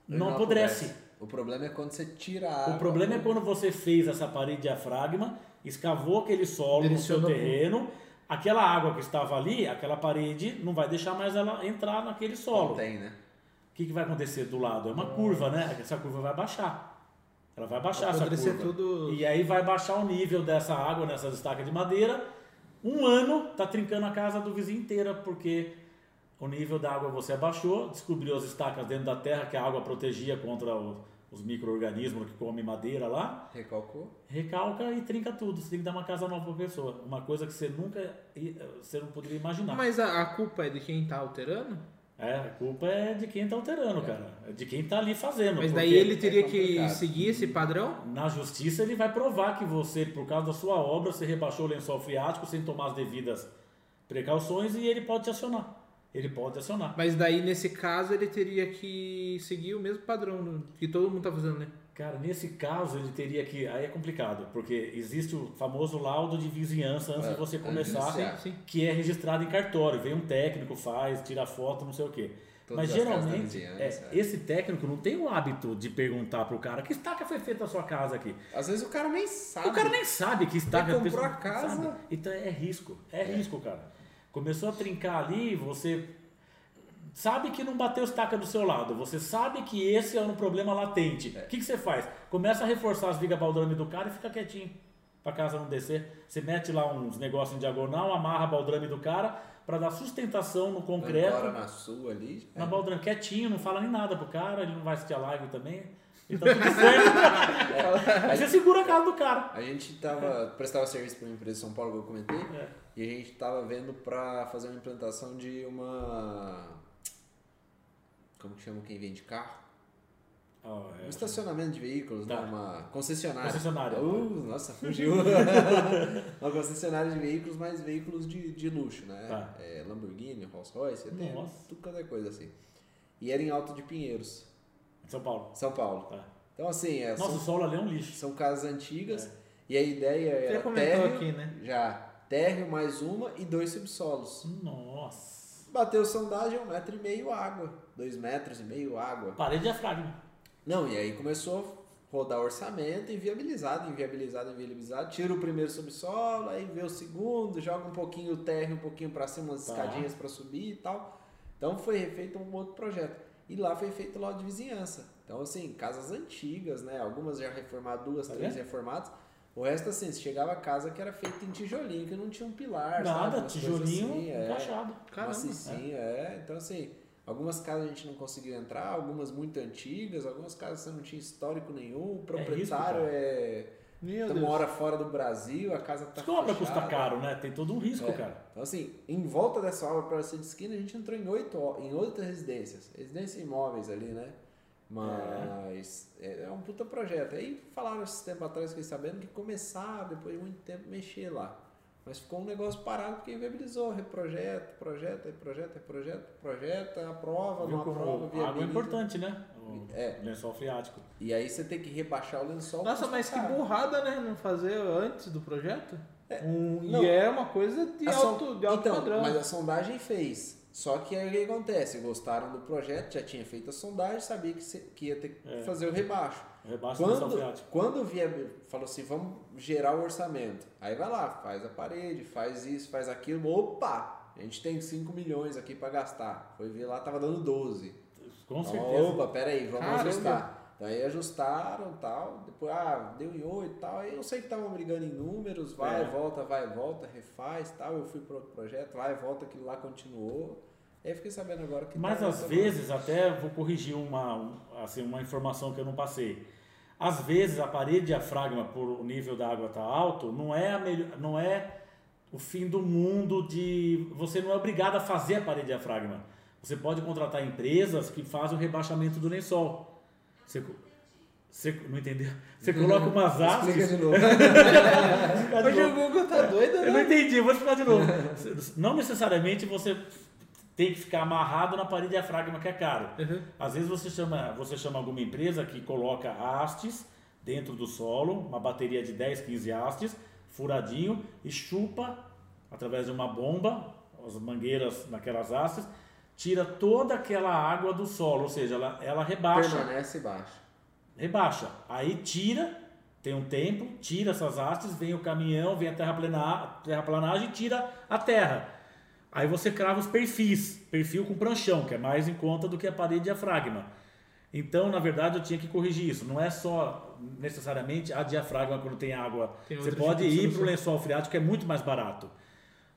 S2: Ele
S3: não, apodrece.
S2: O problema é quando você tira a água.
S3: O problema é quando você fez essa parede diafragma, escavou aquele solo no seu
S1: Direcionou.
S3: terreno, aquela água que estava ali, aquela parede, não vai deixar mais ela entrar naquele
S2: Não
S3: solo.
S2: tem, né?
S3: O que, que vai acontecer do lado? É uma curva, né? Essa curva vai baixar. Ela vai baixar essa
S1: Apodrecer
S3: curva.
S1: tudo.
S3: E aí vai baixar o nível dessa água, nessas estacas de madeira. Um ano tá trincando a casa do vizinho inteira, porque o nível da água você abaixou, descobriu as estacas dentro da terra que a água protegia contra o- os micro-organismos que comem madeira lá.
S2: Recalcou.
S3: Recalca e trinca tudo. Você tem que dar uma casa nova pra pessoa. Uma coisa que você nunca. i- Você não poderia imaginar.
S1: Mas a, a culpa é de quem tá alterando?
S3: É, a culpa é de quem tá alterando, cara. É de quem tá ali fazendo.
S1: Mas daí
S3: porque-
S1: ele teria que
S2: complicado.
S1: seguir esse padrão?
S3: Na justiça ele vai provar que você, por causa da sua obra, você rebaixou o lençol freático sem tomar as devidas precauções e ele pode te acionar. Ele pode te acionar.
S1: Mas daí, nesse caso, ele teria que seguir o mesmo padrão que todo mundo tá fazendo, né?
S3: Cara, nesse caso ele teria que. Aí é complicado, porque existe o famoso laudo de vizinhança antes
S2: É,
S3: de você
S2: é
S3: começar,
S2: judicial.
S1: Sim, sim.
S3: que é registrado em cartório. Vem um técnico, faz, tira foto, não sei o quê.
S2: Todas
S3: Mas
S2: as casas da
S3: geralmente, é,
S2: vizinhança, é.
S3: esse técnico não tem o hábito de perguntar pro cara que estaca foi feita a sua casa aqui.
S2: Às vezes o cara nem sabe.
S3: O cara nem sabe que está
S2: Ele
S3: que a
S2: comprou
S3: pessoa-
S2: a casa.
S3: sabe. Então é risco, é, risco, cara. Começou a trincar ali, você sabe que não bateu estaca do seu lado, você sabe que esse é um problema latente.
S2: É.
S3: O que, que você faz? Começa a reforçar as vigas baldrame do cara e fica quietinho. Pra casa não descer, você mete lá uns negócios em diagonal, amarra a baldrame do cara pra dar sustentação no
S2: Vai
S3: concreto.
S2: embora É. na sua ali.
S3: Na baldrame, quietinho, não fala nem nada pro cara, ele não vai assistir a live também. Ele tá tudo certo. Aí você segura a casa do cara.
S2: É. A gente tava. prestava serviço pra uma empresa de São Paulo que eu comentei.
S3: É.
S2: E a gente tava vendo pra fazer uma implantação de uma. Como que chama quem vende carro?
S3: Ah,
S2: Um
S3: é.
S2: estacionamento de veículos,
S3: Tá.
S2: né? Uma concessionária.
S3: Concessionária.
S2: Uh, nossa, fugiu. uma concessionária de veículos, mas veículos de, de luxo, né?
S3: Tá.
S2: É, Lamborghini, Rolls Royce, até
S3: Nossa.
S2: tudo quanto é coisa assim. E era em Alto de Pinheiros,
S3: São Paulo.
S2: São Paulo.
S3: Tá.
S2: Então, assim, é,
S3: Nossa, É. o
S2: são,
S3: solo ali é um lixo.
S2: são casas antigas. E a ideia
S1: Você
S2: era
S1: comentou
S2: térreo,
S1: aqui, né?
S2: já, térreo mais uma e dois subsolos.
S3: Nossa.
S2: Bateu sondagem, um metro e meio água. Dois metros e meio água.
S3: Parede é né? de fragma.
S2: Não, e aí começou a rodar orçamento, inviabilizado, inviabilizado, inviabilizado. Tira o primeiro subsolo, aí vê o segundo, joga um pouquinho o térreo, um pouquinho pra cima, umas
S3: Tá.
S2: escadinhas pra subir e tal. Então foi feito um outro projeto. E lá foi feito lá de vizinhança. Então, assim, casas antigas, né? Algumas já reformadas, duas,
S3: Tá
S2: três
S3: vendo?
S2: reformadas. O resto, assim, você chegava a casa que era feita em tijolinho, que não tinha um pilar, sabe?
S3: Nada,
S2: Umas coisas
S3: tijolinho um
S2: assim, é.
S3: encaixado.
S1: Caramba.
S2: Macicinho, é. Então, assim, algumas casas a gente não conseguiu entrar, algumas muito antigas, algumas casas você não tinha histórico nenhum, o proprietário
S3: risco,
S2: é.
S1: Meu
S2: Tá
S1: Deus. é
S2: uma hora fora do Brasil, a casa tá.
S3: Isso que a obra
S2: fechada.
S3: custa caro, né? Tem todo um risco,
S2: É.
S3: cara.
S2: Então, assim, em volta dessa obra para ser de esquina, a gente entrou em oito, o- em oito residências. Residência em imóveis ali, né? Mas é. é um puta projeto. Aí falaram esse tempo atrás, fiquei sabendo, que começaram, depois de muito tempo, mexer lá. Mas ficou um negócio parado porque inviabilizou. Reprojeto, projeto, reprojeto, reprojeto, projeta, aprova,
S3: Viu
S2: não
S3: como
S2: aprova,
S3: a água é
S2: viabiliza.
S3: importante, né? O
S2: É.
S3: lençol freático.
S2: E aí você tem que rebaixar o lençol.
S1: Nossa,
S2: custa
S1: mas que
S2: caro.
S1: burrada, né? Não fazer antes do projeto? Um,
S2: não.
S1: e é uma coisa de
S2: A son-
S1: alto, de alto
S2: então,
S1: padrão.
S2: Mas a sondagem fez. Só que aí o que acontece? Gostaram do projeto, já tinha feito a sondagem, sabia que, se- que ia ter que
S3: É.
S2: fazer o rebaixo.
S3: Rebaixa o lençol
S2: Quando,
S3: freático.
S2: quando via, falou assim, vamos gerar o orçamento. Aí vai lá, faz a parede, faz isso, faz aquilo. Opa! A gente tem 5 milhões aqui pra gastar. Foi ver lá, tava dando 12.
S3: Com
S2: Então,
S3: certeza.
S2: Opa, peraí, vamos
S1: Caramba.
S2: ajustar. Então, aí ajustaram tal, depois, ah, deu em 8 tal. Aí eu sei que estavam brigando em números, vai,
S3: É.
S2: volta, vai, volta, refaz tal. Eu fui pro outro projeto, vai, volta, aquilo lá continuou. Aí eu fiquei sabendo agora que.
S3: Mas
S2: tá
S3: às
S2: essa-
S3: vezes, até vou corrigir uma, um- assim, uma informação que eu não passei. Às vezes a parede diafragma, por o nível da água tá alto, não é a melhor, não é o fim do mundo de você não é obrigado a fazer a parede diafragma. Você pode contratar empresas que fazem o rebaixamento do lençol. Você, co- você não entendeu? Você coloca umas
S2: Explica
S3: hastes.
S2: de novo.
S3: Explica de
S1: Hoje
S3: novo.
S1: o Google tá doido,
S3: Eu não
S1: né?
S3: entendi, vou explicar de novo. Não necessariamente você tem que ficar amarrado na parede diafragma, que é caro.
S1: Uhum.
S3: Às vezes você chama, você chama alguma empresa que coloca hastes dentro do solo, uma bateria de 10, 15 hastes, furadinho, e chupa através de uma bomba, as mangueiras naquelas hastes, tira toda aquela água do solo, ou seja, ela, ela rebaixa
S2: Permanece baixo.
S3: rebaixa. Aí tira, tem um tempo, tira essas hastes, vem o caminhão, vem a terraplena- terraplanagem e tira a terra. Aí você crava os perfis, perfil com pranchão, que é mais em conta do que a parede diafragma. Então, na verdade, eu tinha que corrigir isso. Não é só necessariamente a diafragma quando tem água.
S1: Tem
S3: você
S1: outra
S3: pode
S1: tipo de
S3: ir para o
S1: solução.
S3: lençol freático, que é muito mais barato.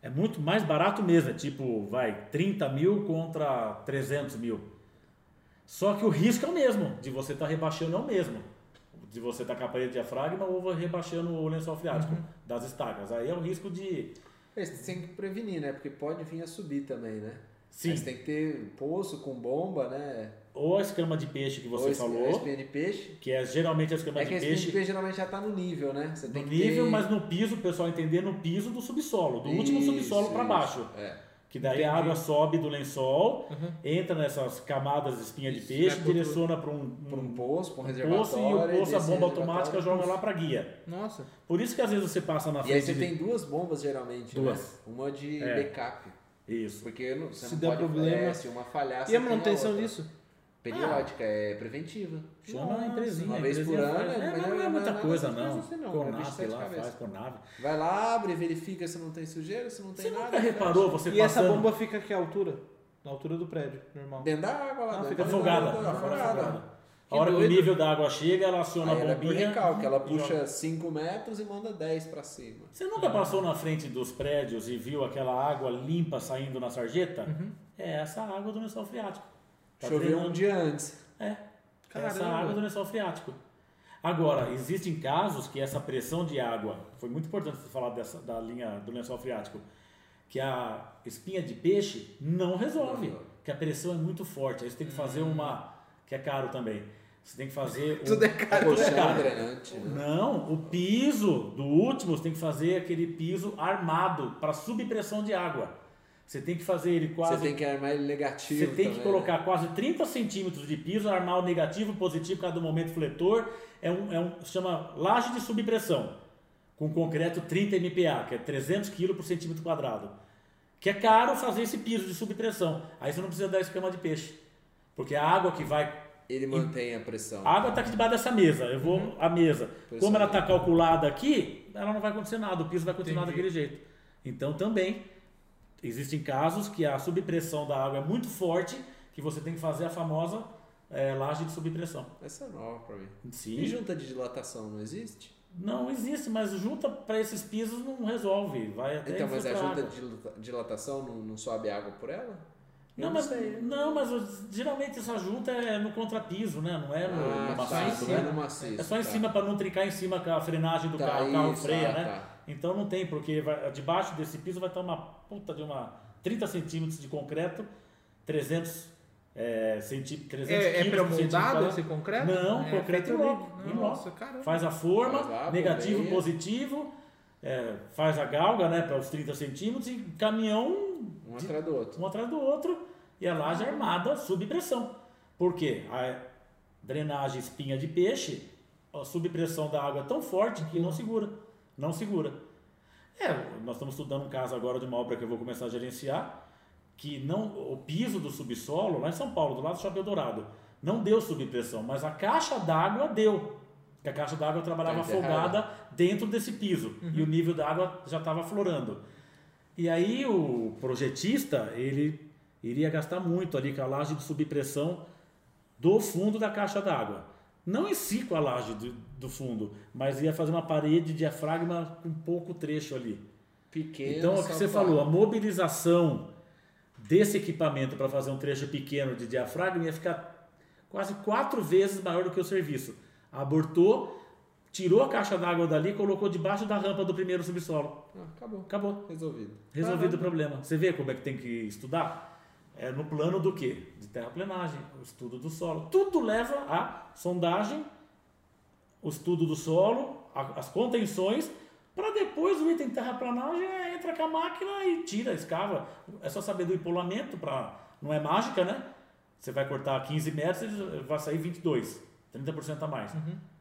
S3: É muito mais barato mesmo. É tipo, vai, 30 mil contra 300 mil. Só que o risco é o mesmo, de você estar rebaixando é o mesmo. De você estar com a parede diafragma ou rebaixando o lençol freático
S2: Uhum.
S3: das estacas. Aí é o risco de.
S2: Mas você tem que prevenir, né? Porque pode vir a subir também, né?
S3: Sim,
S2: Mas tem que ter poço com bomba, né?
S3: ou a escama de peixe que você
S2: Ou es-
S3: falou,
S2: espinha de peixe.
S3: que é geralmente a
S2: É
S3: escama de
S2: que a espinha de
S3: peixe
S2: peixe geralmente já tá no nível, né? Você
S3: no
S2: tem que
S3: nível,
S2: ter-
S3: mas no piso, o pessoal entender, no piso do subsolo, do último
S2: Isso,
S3: subsolo para
S2: isso.
S3: baixo.
S2: É.
S3: Que daí a
S1: Entendi.
S3: água sobe do lençol,
S1: Uhum.
S3: entra nessas camadas de espinha de
S1: Isso,
S3: peixe,
S1: vai pro-
S3: direciona para um,
S2: Por né, um
S3: um
S2: poço, por um
S3: poço
S2: reservatório.
S3: e o poço, a
S2: desse
S3: bomba
S2: reservatório,
S3: automática joga lá para guia.
S1: Uhum. Nossa.
S3: Por isso que às vezes você passa na
S2: E
S3: frente.
S2: aí você
S3: de-
S2: tem duas bombas geralmente, né?
S3: Duas.
S2: Uma de
S3: É.
S2: backup.
S3: Isso.
S2: Porque não, você
S1: Se
S2: não
S1: der
S2: pode
S1: problema.
S2: é, se uma falhar,
S1: E
S2: você
S1: a
S2: tem
S1: manutenção
S2: outra.
S1: disso?
S2: Periódica, é preventiva.
S3: Chama
S1: Nossa,
S3: a empresinha.
S2: uma
S3: a
S2: vez
S3: empresinha
S2: por ano,
S3: faz.
S2: né?
S3: É, mas
S2: Mas
S3: não é
S2: não
S3: muita
S2: é nada
S3: coisa,
S2: dessas
S3: não.
S2: coisas assim, não. É bicho de
S3: Conave
S2: sete
S3: lá,
S2: cabeças.
S3: faz Conave.
S2: Vai lá, abre, verifica se não tem sujeira, se não tem
S3: Você
S2: nada.
S3: nunca reparou, você
S1: E essa
S3: passando...
S1: bomba fica a que altura? Na altura do prédio, normal.
S2: Dentro da água lá.
S1: Ah,
S2: dentro
S1: fica
S2: da-
S3: Afogada,
S2: dentro da-
S3: afora afogada.
S1: Que
S3: A hora que o
S1: doido.
S3: nível da água chega, ela aciona
S2: Aí
S3: a
S2: ela é por
S3: bombinha.
S2: recalque, ela
S3: e joga.
S2: puxa 5 metros e manda 10 pra cima.
S3: Você nunca passou na frente dos prédios e viu aquela água limpa saindo na sarjeta?
S2: Uhum.
S3: É essa água do lençol freático. Tá
S2: Choveu um
S3: drenando.
S2: dia antes.
S3: É. Essa
S1: Caramba.
S3: água do lençol freático. Agora, existem casos que essa pressão de água, foi muito importante você falar dessa, da linha do lençol freático, que a espinha de peixe não resolve,
S2: Não.
S3: que a pressão é muito forte. Aí você tem que fazer uma, que é caro também, você tem que fazer... um-
S1: Tudo é caro.
S3: Tudo é
S2: Colchão
S3: caro.
S2: drenante. né?
S3: Não, o piso do último você tem que fazer aquele piso armado para subpressão de água. Você tem que fazer ele quase.
S2: Você tem que armar ele negativo.
S3: Você tem que
S2: também, né?
S3: colocar quase 30 centímetros de piso, armar o negativo, o positivo, cada momento fletor. É um, é um, chama laje de subpressão, com concreto 30 MPa, que é 300 kg por centímetro quadrado. Que é caro fazer esse piso de subpressão. Aí você não precisa dar escama de peixe. Porque a água que vai.
S2: Né? Ele mantém a pressão.
S3: A água está aqui debaixo dessa mesa. Eu vou. A mesa.
S2: Uhum. Pois é.
S3: Como ela está calculada aqui, ela não vai acontecer nada. O piso vai continuar
S1: Entendi.
S3: daquele jeito. Então também existem casos que a subpressão da água é muito forte, que você tem que fazer a famosa eh, laje de subpressão.
S2: Essa é nova pra mim. E
S3: Sim.
S2: junta de dilatação não existe?
S3: Não existe, mas junta para esses pisos não resolve. Vai até
S2: então, mas a
S3: infiltrar
S2: junta
S3: água.
S2: de dilata- dilatação não, não sobe água por ela? Eu
S3: Não, mas,
S2: sei.
S3: não, mas os- geralmente essa junta é no contrapiso, né? Não é no,
S2: Ah,
S3: no
S2: tá,
S3: maciço,
S2: sim,
S3: né?
S2: no maciço,
S3: É só em
S2: tá.
S3: cima para não tricar em cima com a frenagem do
S2: Tá,
S3: carro, o carro
S2: isso,
S3: freia,
S2: ah,
S3: né?
S2: tá.
S3: Então não tem, porque vai- debaixo desse piso vai estar uma puta de uma 30 centímetros de concreto, 300 é, centímetros, 300
S1: É, é
S3: quilos por centímetro
S1: pré-moldado
S3: quadrado.
S1: esse concreto?
S3: Não,
S1: é
S3: concreto
S1: feito
S3: em
S1: ali.
S3: bloco, em
S1: Nossa, caramba.
S3: Faz a forma,
S2: Faz lá,
S3: negativo,
S2: bombeia.
S3: positivo, é, faz a galga, né, para os 30 centímetros e caminhão
S2: Um
S3: de-
S2: atrás do outro.
S3: um atrás do outro e a laje armada sob pressão. Por quê? A drenagem espinha de peixe, a subpressão da água é tão forte que não segura. Não segura. É, nós estamos estudando um caso agora de uma obra que eu vou começar a gerenciar, que não o piso do subsolo, lá em São Paulo, do lado do Shopping Dourado, não deu subpressão, mas a caixa d'água deu. Porque a caixa d'água trabalhava
S2: Tá enterrada. Uhum.
S3: afogada dentro desse piso. E o nível da água já estava florando. E aí o projetista, ele iria gastar muito ali com a laje de subpressão do fundo da caixa d'água. Não em si com a laje do, do fundo, mas ia fazer uma parede de diafragma com pouco trecho ali.
S2: Pequeno.
S3: então, é o que
S2: só um
S3: você
S2: pra-
S3: falou, a mobilização desse equipamento para fazer um trecho pequeno de diafragma ia ficar quase quatro vezes maior do que o serviço. Abortou, tirou a caixa d'água dali, colocou debaixo da rampa do primeiro subsolo.
S2: Ah, acabou.
S3: Acabou.
S2: Resolvido.
S3: Resolvido o problema. Você vê como é que tem que estudar? É no plano do quê? De terraplenagem, o estudo do solo. Tudo leva à sondagem, o estudo do solo, a- as contenções, para depois o item terraplanagem é, entra com a máquina e tira, escava. É só saber do empolamento, pra, não é mágica, né? Você vai cortar 15 metros, vai sair 22, 30% a mais.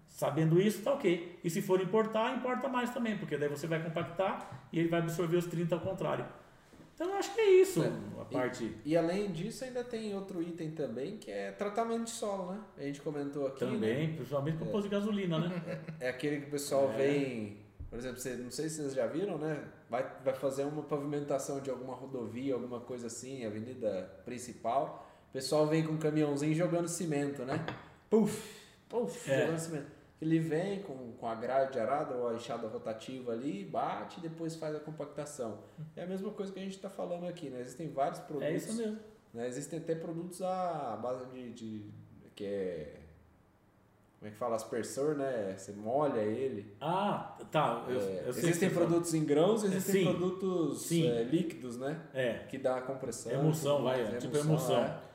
S3: Sabendo isso, tá ok. E se for importar, importa mais também, porque daí você vai compactar e ele vai absorver os 30 ao contrário. Então eu acho que é isso
S2: É.
S3: a parte.
S2: E além disso, ainda tem outro item também, que é tratamento de solo, né? A gente comentou aqui. né?
S3: Também, principalmente com o posto de gasolina, né?
S2: É aquele que o pessoal vem. Por exemplo, você, não sei se vocês já viram, né? Vai, vai fazer uma pavimentação de alguma rodovia, alguma coisa assim, avenida principal. O pessoal vem com um caminhãozinho jogando cimento, né? Puf! Puf!
S3: É.
S2: Jogando cimento. Ele vem com, com a grade arada ou a enxada rotativa ali, bate e depois faz a compactação. É a mesma coisa que a gente está falando aqui, né? Existem vários produtos.
S3: Hum. É isso mesmo.
S2: Né? Existem até produtos à base de, de- que é como é que fala aspersor, né? Você molha ele.
S3: Ah, tá. Eu,
S2: É,
S3: eu sei
S2: existem
S3: que você fala. É,
S2: produtos em grãos, existem
S3: Sim.
S2: produtos
S3: Sim.
S2: é, líquidos, né?
S3: É,
S2: Que dá compressão.
S3: emulsão,
S2: tudo
S3: vai,
S2: mais,
S3: é, tipo emulsão.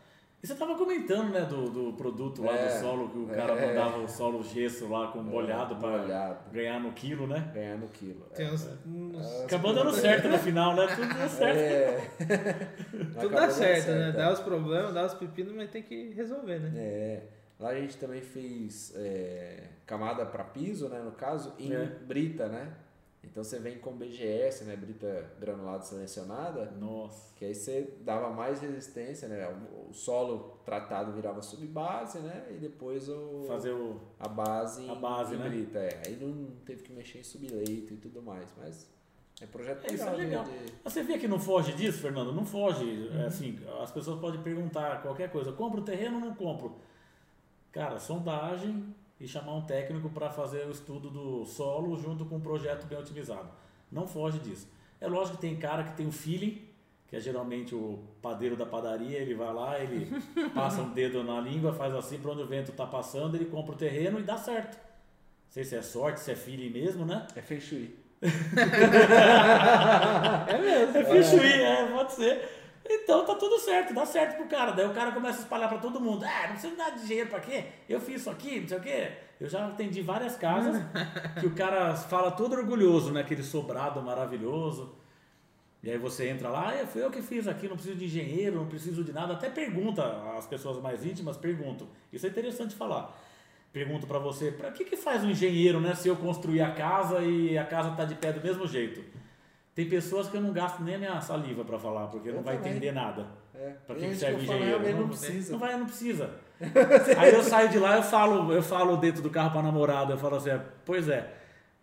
S3: E você tava comentando, né, do, do produto lá
S2: É,
S3: do solo, que o cara
S2: é.
S3: mandava o solo gesso lá com molhado para
S2: molhado.
S3: ganhar no quilo, né?
S2: é, ganhar no quilo. é.
S1: Tem uns, uns-
S3: Acabou dando certo no final, né? Tudo deu certo.
S2: É.
S1: Tudo
S2: Acabou
S1: dá
S2: dando
S1: certo, né?
S2: é.
S1: Dá os problemas, dá os pepinos, mas tem que resolver, né?
S2: É. Lá a gente também fez é, camada para piso, né? No caso, em
S3: É.
S2: brita, né? Então você vem com BGS, né? Brita granulada selecionada,
S3: Nossa.
S2: que aí você dava mais resistência, né? O, o solo tratado virava subbase, né? E depois o,
S3: Fazer o.
S2: a base
S3: a
S2: em,
S3: base,
S2: em
S3: né?
S2: brita. É. Aí não teve que mexer em subleito e tudo mais, mas é projeto
S3: É, isso é
S2: né,
S3: legal.
S2: de-
S3: Mas Você vê que não foge disso, Fernando? Não foge. É Assim, as pessoas podem perguntar qualquer coisa. Compro o terreno ou não compro? Cara, sondagem e chamar um técnico para fazer o estudo do solo junto com um projeto bem otimizado. Não foge disso. É lógico que tem cara que tem o feeling, que é geralmente o padeiro da padaria, ele vai lá, ele passa um dedo na língua, faz assim para onde o vento está passando, ele compra o terreno e dá certo. Não sei se é sorte, se é feeling mesmo, né?
S2: É feng shui.
S3: É feng shui, é, pode ser. Então tá tudo certo, dá certo pro cara. Daí o cara começa a espalhar pra todo mundo. Ah, não precisa me dar dinheiro pra quê? Eu fiz isso aqui, não sei o quê. Eu já atendi várias casas que o cara fala todo orgulhoso, né? Aquele sobrado maravilhoso. E aí você entra lá, ah, foi eu que fiz aqui, não preciso de engenheiro, não preciso de nada. Até pergunta, as pessoas mais íntimas perguntam. Isso é interessante falar. Pergunto para você, para que, que faz um engenheiro, né? Se eu construir a casa e a casa tá de pé do mesmo jeito. Tem pessoas que eu não gasto nem a minha saliva para falar, porque
S2: Eu
S3: não vai
S2: também.
S3: entender nada.
S2: É.
S3: Pra
S2: E
S3: que que
S2: isso
S3: serve
S2: eu
S3: o
S2: falo,
S3: engenheiro? né?"
S2: realmente Não,
S3: Não,
S2: precisa.
S3: Não vai, não precisa. Aí eu saio de lá, eu falo, eu falo dentro do carro pra namorada, eu falo assim, pois é,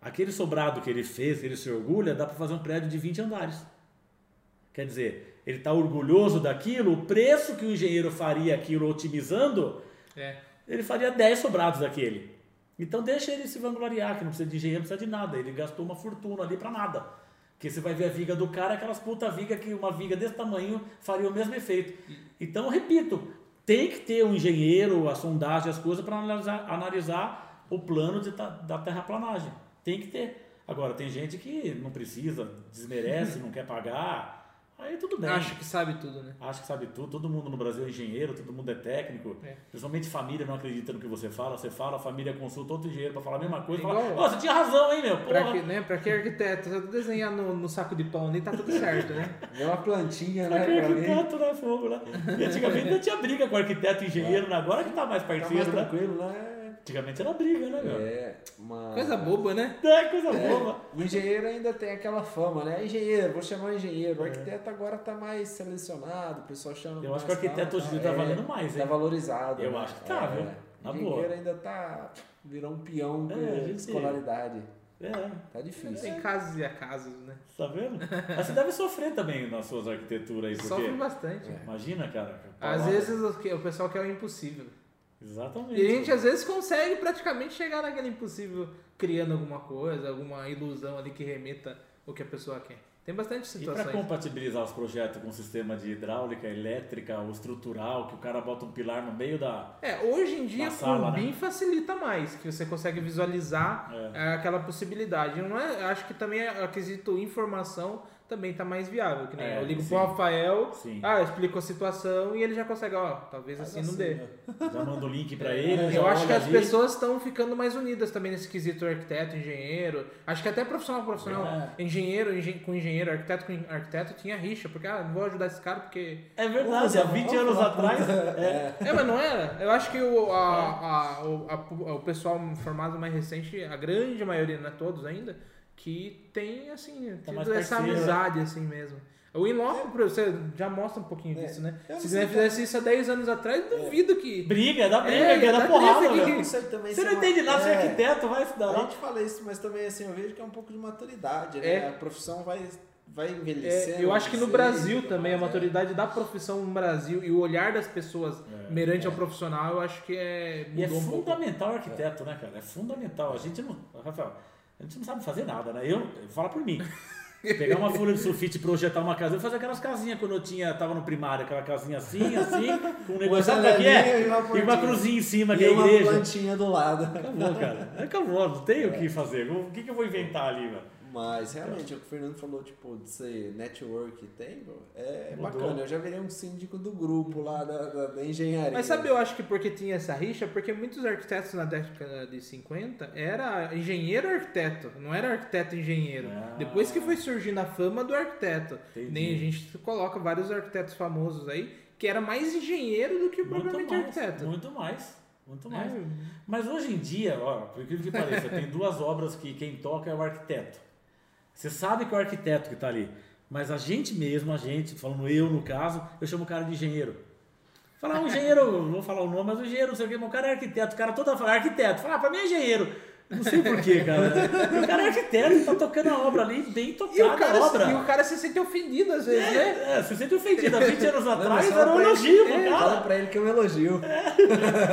S3: aquele sobrado que ele fez, que ele se orgulha, dá pra fazer um prédio de 20 andares. Quer dizer, ele tá orgulhoso daquilo, o preço que o engenheiro faria aquilo otimizando,
S1: É.
S3: ele faria 10 sobrados daquele. Então deixa ele se vangloriar, que não precisa de engenheiro, não precisa de nada. Ele gastou uma fortuna ali pra nada. Porque você vai ver a viga do cara, aquelas puta viga que uma viga desse tamanho faria o mesmo efeito. Então, eu repito, tem que ter um engenheiro, a sondagem, as coisas para analisar, analisar o plano de ta- da terraplanagem. Tem que ter. Agora, tem gente que não precisa, desmerece, não quer pagar. Aí tudo bem.
S1: Acho que sabe tudo, né?
S3: Acho que sabe tudo, todo mundo no Brasil é engenheiro, todo mundo é técnico.
S1: É.
S3: Principalmente família não acredita no que você fala, você fala, a família consulta outro engenheiro pra falar a mesma coisa.
S1: Igual-
S3: Fala, "Ó, você tinha razão, hein, meu?
S1: Pra
S3: Porra.
S1: que, né? pra que arquiteto? Só desenhar no, no saco de pão ali tá tudo certo, né?
S2: Deu uma plantinha,
S1: é
S3: Pra
S2: né?
S3: que
S2: Pra mim.
S3: arquiteto, né? Fogo, né? E antigamente não tinha briga com arquiteto e engenheiro, né? agora que tá mais
S2: Tá mais
S3: parceiro, né?
S2: tranquilo, né?
S3: Antigamente era briga, né, meu? É,
S2: É, uma...
S1: Coisa boba, né?
S3: coisa boba.
S2: O engenheiro ainda tem aquela fama, né? Engenheiro, vou chamar engenheiro. O arquiteto agora tá mais selecionado, o pessoal chama.
S3: É. Eu acho que o arquiteto hoje em dia tá valendo mais,
S2: Tá
S3: hein?
S2: valorizado.
S3: Eu
S2: né?
S3: acho que tá, viu? Na
S2: engenheiro
S3: boa.
S2: ainda tá. Virou um peão com
S3: É, a gente-
S2: escolaridade.
S3: É,
S2: Tá difícil.
S1: Tem casos e acasos, né?
S3: tá vendo? Mas você deve sofrer também nas suas arquiteturas aí,
S1: Sofre
S3: porque.
S1: bastante.
S3: Imagina, cara.
S1: Às
S3: é. palavra-
S1: vezes o que- o pessoal quer o impossível.
S3: Exatamente.
S1: E a gente às vezes consegue praticamente chegar naquele impossível criando alguma coisa, alguma ilusão ali que remeta o que a pessoa quer. Tem bastante
S3: E para
S1: situações.
S3: compatibilizar os projetos com o sistema de hidráulica, elétrica ou estrutural, que o cara bota um pilar no meio da.
S1: É, hoje em dia
S3: Na sala,
S1: o
S3: né?
S1: BIM facilita mais, que você consegue visualizar
S3: É.
S1: é, aquela possibilidade. Não é, acho que também a a quesito informação também tá mais viável, que nem
S3: É,
S1: eu ligo
S3: sim.
S1: pro Rafael,
S3: Sim.
S1: ah, eu explico a situação e ele já consegue, ó, talvez
S2: Mas
S1: assim não dê.
S2: né?
S3: Já manda o link para ele. já
S1: É. Eu acho que
S3: é. olha
S1: as
S3: ali.
S1: pessoas estão ficando mais unidas também nesse quesito arquiteto, engenheiro. Acho que até profissional com profissional.
S3: Verdade.
S1: Engenheiro engen- com engenheiro, arquiteto com arquiteto tinha rixa, porque ah, não vou ajudar esse cara porque.
S3: É verdade, há 20 anos atrás. É,
S1: É, mas não era? Eu acho que o, a- a- o, a- o pessoal formado mais recente, a grande maioria, não é todos ainda, que tem assim,
S3: Tá
S1: tido
S3: mais
S1: essa
S3: parceiro, né?
S1: amizade assim mesmo. O Inloco, pra você já mostra um pouquinho
S2: É.
S1: disso, né?
S2: Eu não
S1: Se
S2: sei
S1: você
S2: como-
S1: fizesse isso há 10 anos atrás, duvido que.
S3: briga, dá briga,
S1: É,
S3: que dá
S1: dá
S3: porrada,
S1: treta aqui.
S2: Eu
S3: velho.
S2: não sei também
S3: né? Você
S2: se
S3: não
S2: é uma-
S3: entende nada, você é
S2: É.
S3: arquiteto, vai se dar
S2: A
S3: lá.
S2: gente fala isso, mas também assim, eu vejo que é um pouco de maturidade, né?
S1: É.
S2: A profissão vai, vai
S1: É,
S2: envelhecendo.
S1: eu acho que no
S2: você-
S1: Brasil também, a
S2: É.
S1: maturidade da profissão no Brasil e o olhar das pessoas
S3: É,
S1: merante ao profissional, eu acho que é,
S3: E é
S1: mudou um pouco.
S3: fundamental o arquiteto, né, cara? É fundamental. A gente não. Rafael, a gente não sabe fazer nada, né? Eu, fala por mim. Pegar uma folha de sulfite e projetar uma casa. Eu fazia aquelas casinhas quando eu tinha, tava no primário, aquela casinha assim, assim, com um negócio. Sabe o que é?
S2: janelinha e uma
S3: E uma
S2: portinha.
S3: cruzinha em cima, que
S2: E
S3: é a
S2: uma
S3: igreja.
S2: plantinha do lado.
S3: Acabou, cara. é Acabou, não tem o que fazer. O que, que eu vou inventar ali, mano?
S2: Mas realmente, é o que o Fernando falou, tipo, de ser network e tempo, é
S3: Mudou.
S2: bacana. Eu já virei um síndico do grupo lá da, da, da engenharia.
S1: Mas sabe, eu acho que porque tinha essa rixa, porque muitos arquitetos na década de 50 era engenheiro arquiteto, não era arquiteto engenheiro.
S3: Ah.
S1: Depois que foi surgindo a fama do arquiteto,
S3: Entendi.
S1: nem a gente coloca vários arquitetos famosos aí que era mais engenheiro do que propriamente arquiteto.
S3: muito mais. Muito mais.
S1: né?
S3: Mas hoje em dia, ó, por incrível que pareça, tem duas obras que quem toca é o arquiteto. Você sabe que é o arquiteto que está ali. Mas a gente mesmo, a gente, falando eu no caso, eu chamo o cara de engenheiro. Falar um engenheiro, não vou falar o nome, mas o engenheiro, não sei o quê, mas o cara é arquiteto, o cara toda fala arquiteto. Fala, ah, pra mim é engenheiro. Não sei porquê, cara. O cara é arquiteto, tá tocando a obra ali, bem
S1: E,
S3: tocada
S1: o cara,
S3: a obra.
S1: e o cara se sente ofendido às vezes, né?
S3: É, você sente ofendido. Há 20 anos
S2: Não, mas
S3: atrás
S2: fala
S3: era um
S2: pra
S3: elogio
S2: ele,
S3: pro
S2: é, Fala
S3: cara.
S2: pra ele que é um elogio.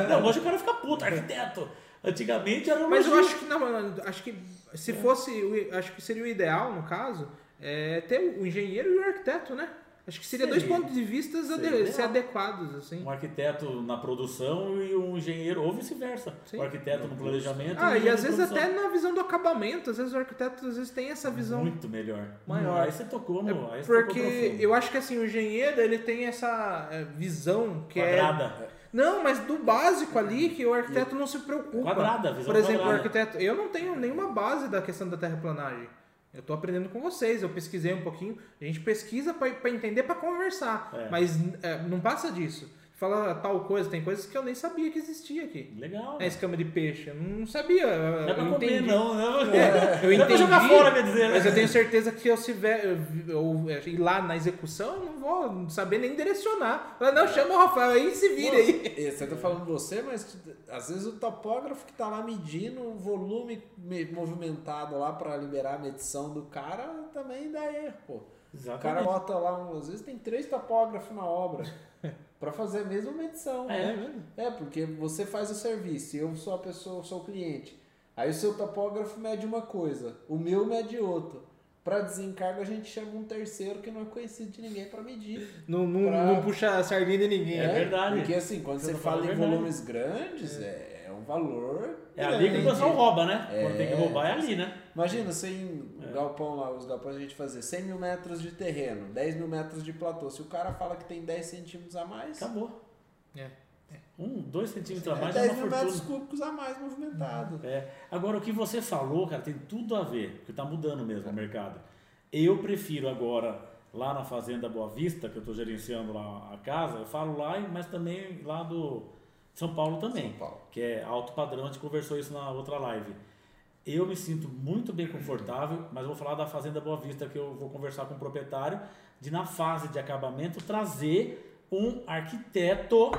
S3: Não, hoje o cara fica puto, arquiteto. Antigamente era um
S1: Mas
S3: elogio.
S1: eu acho que não, mano, acho que se fosse, o- acho que seria o ideal, no caso, é ter o engenheiro e o arquiteto, né? Acho que seria, dois
S3: Seria.
S1: pontos de vista
S3: Seria
S1: ade- se
S3: ideal.
S1: adequados, assim.
S3: Um arquiteto na produção e um engenheiro, ou vice-versa.
S1: Sim.
S3: O arquiteto no planejamento. o
S1: Ah, e
S3: engenheiro
S1: às
S3: na
S1: vezes
S3: produção.
S1: até na visão do acabamento, às vezes o arquiteto às vezes tem essa visão.
S3: Muito melhor.
S1: maior. É
S3: Aí você tocou no. aí você tocou
S1: Porque
S3: profundo.
S1: eu acho que assim, o engenheiro ele tem essa é, visão que é
S3: Quadrada.
S1: Não, mas do básico ali que o arquiteto não se preocupa.
S3: Quadrada, visão
S1: Por exemplo,
S3: quadrada.
S1: o arquiteto. Eu não tenho nenhuma base da questão da terraplanagem. Eu tô aprendendo com vocês, eu pesquisei um pouquinho. A gente pesquisa para entender, para conversar.
S3: É.
S1: Mas é, não passa disso. Fala tal coisa, tem coisas que eu nem sabia que existia aqui.
S3: Legal.
S1: É escama de peixe, eu não sabia.
S3: Não é
S1: eu
S3: pra comer,
S1: entendi.
S3: não.
S1: É,
S3: Não
S1: eu
S3: Não é pra
S1: entendi,
S3: jogar fora, quer dizer.
S1: Mas
S3: né?
S1: eu tenho certeza que eu se ver, eu, eu ir lá na execução, eu não vou saber nem direcionar. Falar,
S3: É.
S1: não, chama o Rafael aí e se vira aí.
S2: Pô, Você tá falando você, mas às vezes o topógrafo que tá lá medindo o volume me- movimentado lá pra liberar a medição do cara também dá erro, pô. O cara
S3: Exatamente.
S2: bota lá, um- às vezes tem três topógrafos na obra pra fazer a mesma medição.
S3: É.
S2: né? É, porque você faz o serviço, eu sou a pessoa, eu sou o cliente. Aí o seu topógrafo mede uma coisa, o meu mede outra. Pra desencargo a gente chama um terceiro que não é conhecido de ninguém pra medir.
S1: Não, não,
S2: Pra-
S1: não puxa a sardinha de ninguém.
S3: É
S1: né?
S3: verdade.
S2: Porque assim, quando
S3: Você
S2: você,
S3: não
S2: fala
S3: fala a
S2: em
S3: verdade.
S2: volumes grandes, é, é um valor.
S3: É ali que o
S2: grande.
S3: pessoal rouba, né? Quando tem que
S2: É.
S3: roubar é ali, né?
S2: Imagina, você em
S3: É.
S2: galpão lá, os galpões a gente fazia 100 mil metros de terreno, 10 mil metros de platô. Se o cara fala que tem 10 centímetros a mais,
S3: Acabou.
S1: É.
S3: Um, dois centímetros
S2: é
S3: a Tá mais é
S2: 10
S3: uma
S2: mil metros
S3: fortuna.
S2: cúbicos a mais movimentado.
S3: É. Agora, o que você falou, cara, tem tudo a ver, porque tá mudando mesmo o mercado. Eu prefiro agora, lá na Fazenda Boa Vista, que eu tô gerenciando lá a casa, eu falo lá, mas também lá do São Paulo também.
S2: São Paulo.
S3: que é alto padrão, a gente conversou isso na outra live. Eu me sinto muito bem confortável, mas vou falar da Fazenda Boa Vista, que eu vou conversar com o proprietário, de na fase de acabamento trazer um arquiteto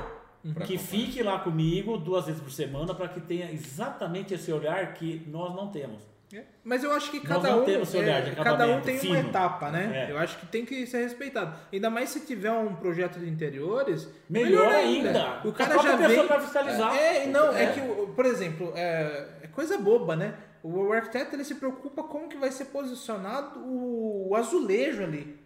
S2: Pra
S3: que
S2: acompanhar.
S3: fique lá comigo duas vezes por semana para que tenha exatamente esse olhar que nós não temos.
S1: É. Mas eu acho que
S3: Nós
S1: cada
S3: não
S1: um,
S3: temos esse olhar de
S1: é, cada um
S3: acabamento
S1: tem
S3: fino.
S1: uma etapa, né?
S3: É.
S1: Eu acho que tem que ser respeitado. Ainda mais se tiver um projeto de interiores,
S3: Melhor, ainda.
S1: O
S3: a
S1: cara
S3: própria
S1: já
S3: pessoa
S1: vem
S3: para fiscalizar.
S2: Tá?
S1: É, e não, é,
S3: É.
S1: que, o- por exemplo, é, é coisa boba, né? O, o arquiteto ele se preocupa como que vai ser posicionado o, o azulejo ali.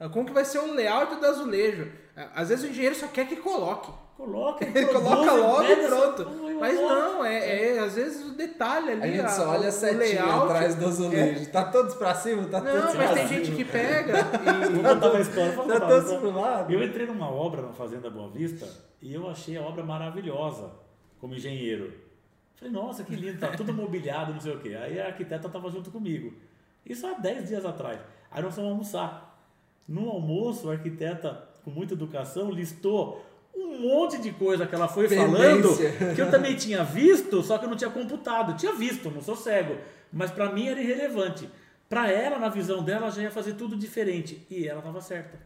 S1: É, Como que vai ser o layout do azulejo. É, Às vezes o engenheiro só quer que coloque.
S3: Coloca,
S1: Ele coloca
S3: produz, né,
S1: logo
S2: né?
S3: mede
S1: e
S3: essa-
S1: pronto.
S3: Põe
S1: Mas
S3: logo.
S1: não, é, é, às vezes o detalhe ali.
S2: A gente só olha
S1: É o
S2: a setinha
S1: layout. é-
S2: atrás do azulejo. Tá todos pra cima? Tá todos
S1: Não, mas
S2: pra
S1: tem
S2: cima.
S1: gente que né? pega
S3: Vou
S1: e.
S3: contar uma história. vou
S2: Tá
S3: contar uma
S2: todos
S3: história.
S2: pro lado?
S3: Eu entrei numa obra na Fazenda Boa Vista e eu achei a obra maravilhosa como engenheiro. Falei, nossa, que lindo, tá tudo mobiliado, não sei o quê. Aí a arquiteta estava junto comigo. Isso há 10 dias atrás. Aí nós fomos almoçar. No almoço, a arquiteta, com muita educação, listou um monte de coisa que ela foi
S2: Pendência.
S3: falando que eu também tinha visto, só que eu não tinha computado. Eu tinha visto, não sou cego. Mas para mim era irrelevante. Para ela, na visão dela, já ia fazer tudo diferente. E ela estava certa.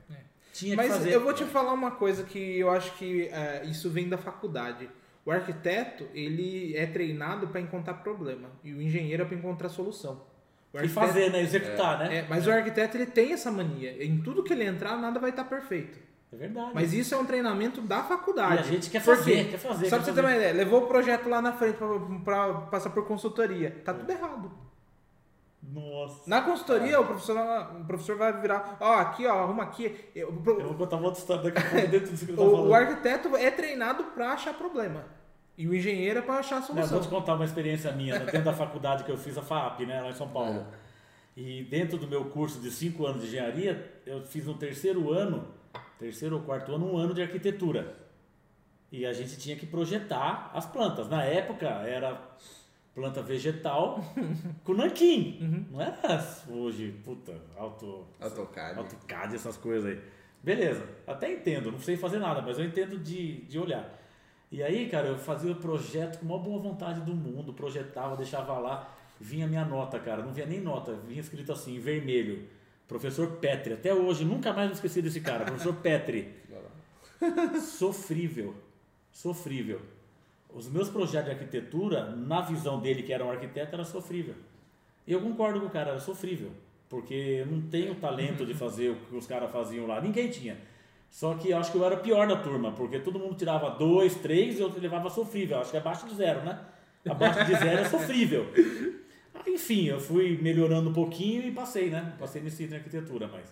S3: Tinha que
S1: Mas
S3: fazer.
S1: eu vou te falar uma coisa que eu acho que é, isso vem da faculdade. O arquiteto, ele é treinado para encontrar problema e o engenheiro é para encontrar solução. O
S3: E
S1: arquiteto-
S3: fazer, né? Executar, né?
S1: é, mas o arquiteto ele tem essa mania. Em tudo que ele entrar, nada vai estar perfeito.
S3: É verdade.
S1: Mas isso é um treinamento da faculdade.
S3: E a gente quer
S1: Por
S3: fazer,
S1: quê?
S3: quer fazer,
S1: Só
S3: quer
S1: pra você
S3: fazer.
S1: ter uma ideia, levou o projeto lá na frente pra, pra passar por consultoria. Tá tudo errado.
S3: Nossa.
S1: Na
S3: É.
S1: consultoria, o, profissional, o professor vai virar, ó, aqui, ó, arruma aqui. Eu- o pro-
S3: Eu vou contar uma outra história daqui a pouco dentro disso que eu tô
S1: O,
S3: tá falando.
S1: o arquiteto é treinado pra achar problema. E o engenheiro é pra achar a
S3: Não, eu vou
S1: solução.
S3: te contar uma experiência minha, né? dentro da faculdade que eu fiz, a FAP, né, lá em São Paulo. E dentro do meu curso de cinco anos de engenharia, eu fiz no terceiro ano, terceiro ou quarto ano, um ano de arquitetura. E a gente tinha que projetar as plantas. Na época era planta vegetal com nanquim.
S1: Uhum.
S3: Não era hoje, puta, alto.
S2: AutoCAD.
S3: AutoCAD, essas coisas aí. Beleza, até entendo, não sei fazer nada, mas eu entendo de, de olhar. E aí, cara, eu fazia o projeto com a maior boa vontade do mundo, projetava, deixava lá, vinha a minha nota, cara, não vinha nem nota, vinha escrito assim, em vermelho. Professor Petri, até hoje, nunca mais me esqueci desse cara, professor Petri. Sofrível, sofrível. Os meus projetos de arquitetura, na visão dele, que era um arquiteto, era sofrível. E eu concordo com o cara, era sofrível. Porque eu não tenho talento de fazer o que os caras faziam lá. Ninguém tinha. Só que eu acho que eu era o pior da turma, porque todo mundo tirava dois, três e eu levava sofrível. Acho que abaixo de zero, né? Abaixo de zero é sofrível. Aí, Enfim, eu fui melhorando um pouquinho e passei, né? Passei nesse item de arquitetura, mas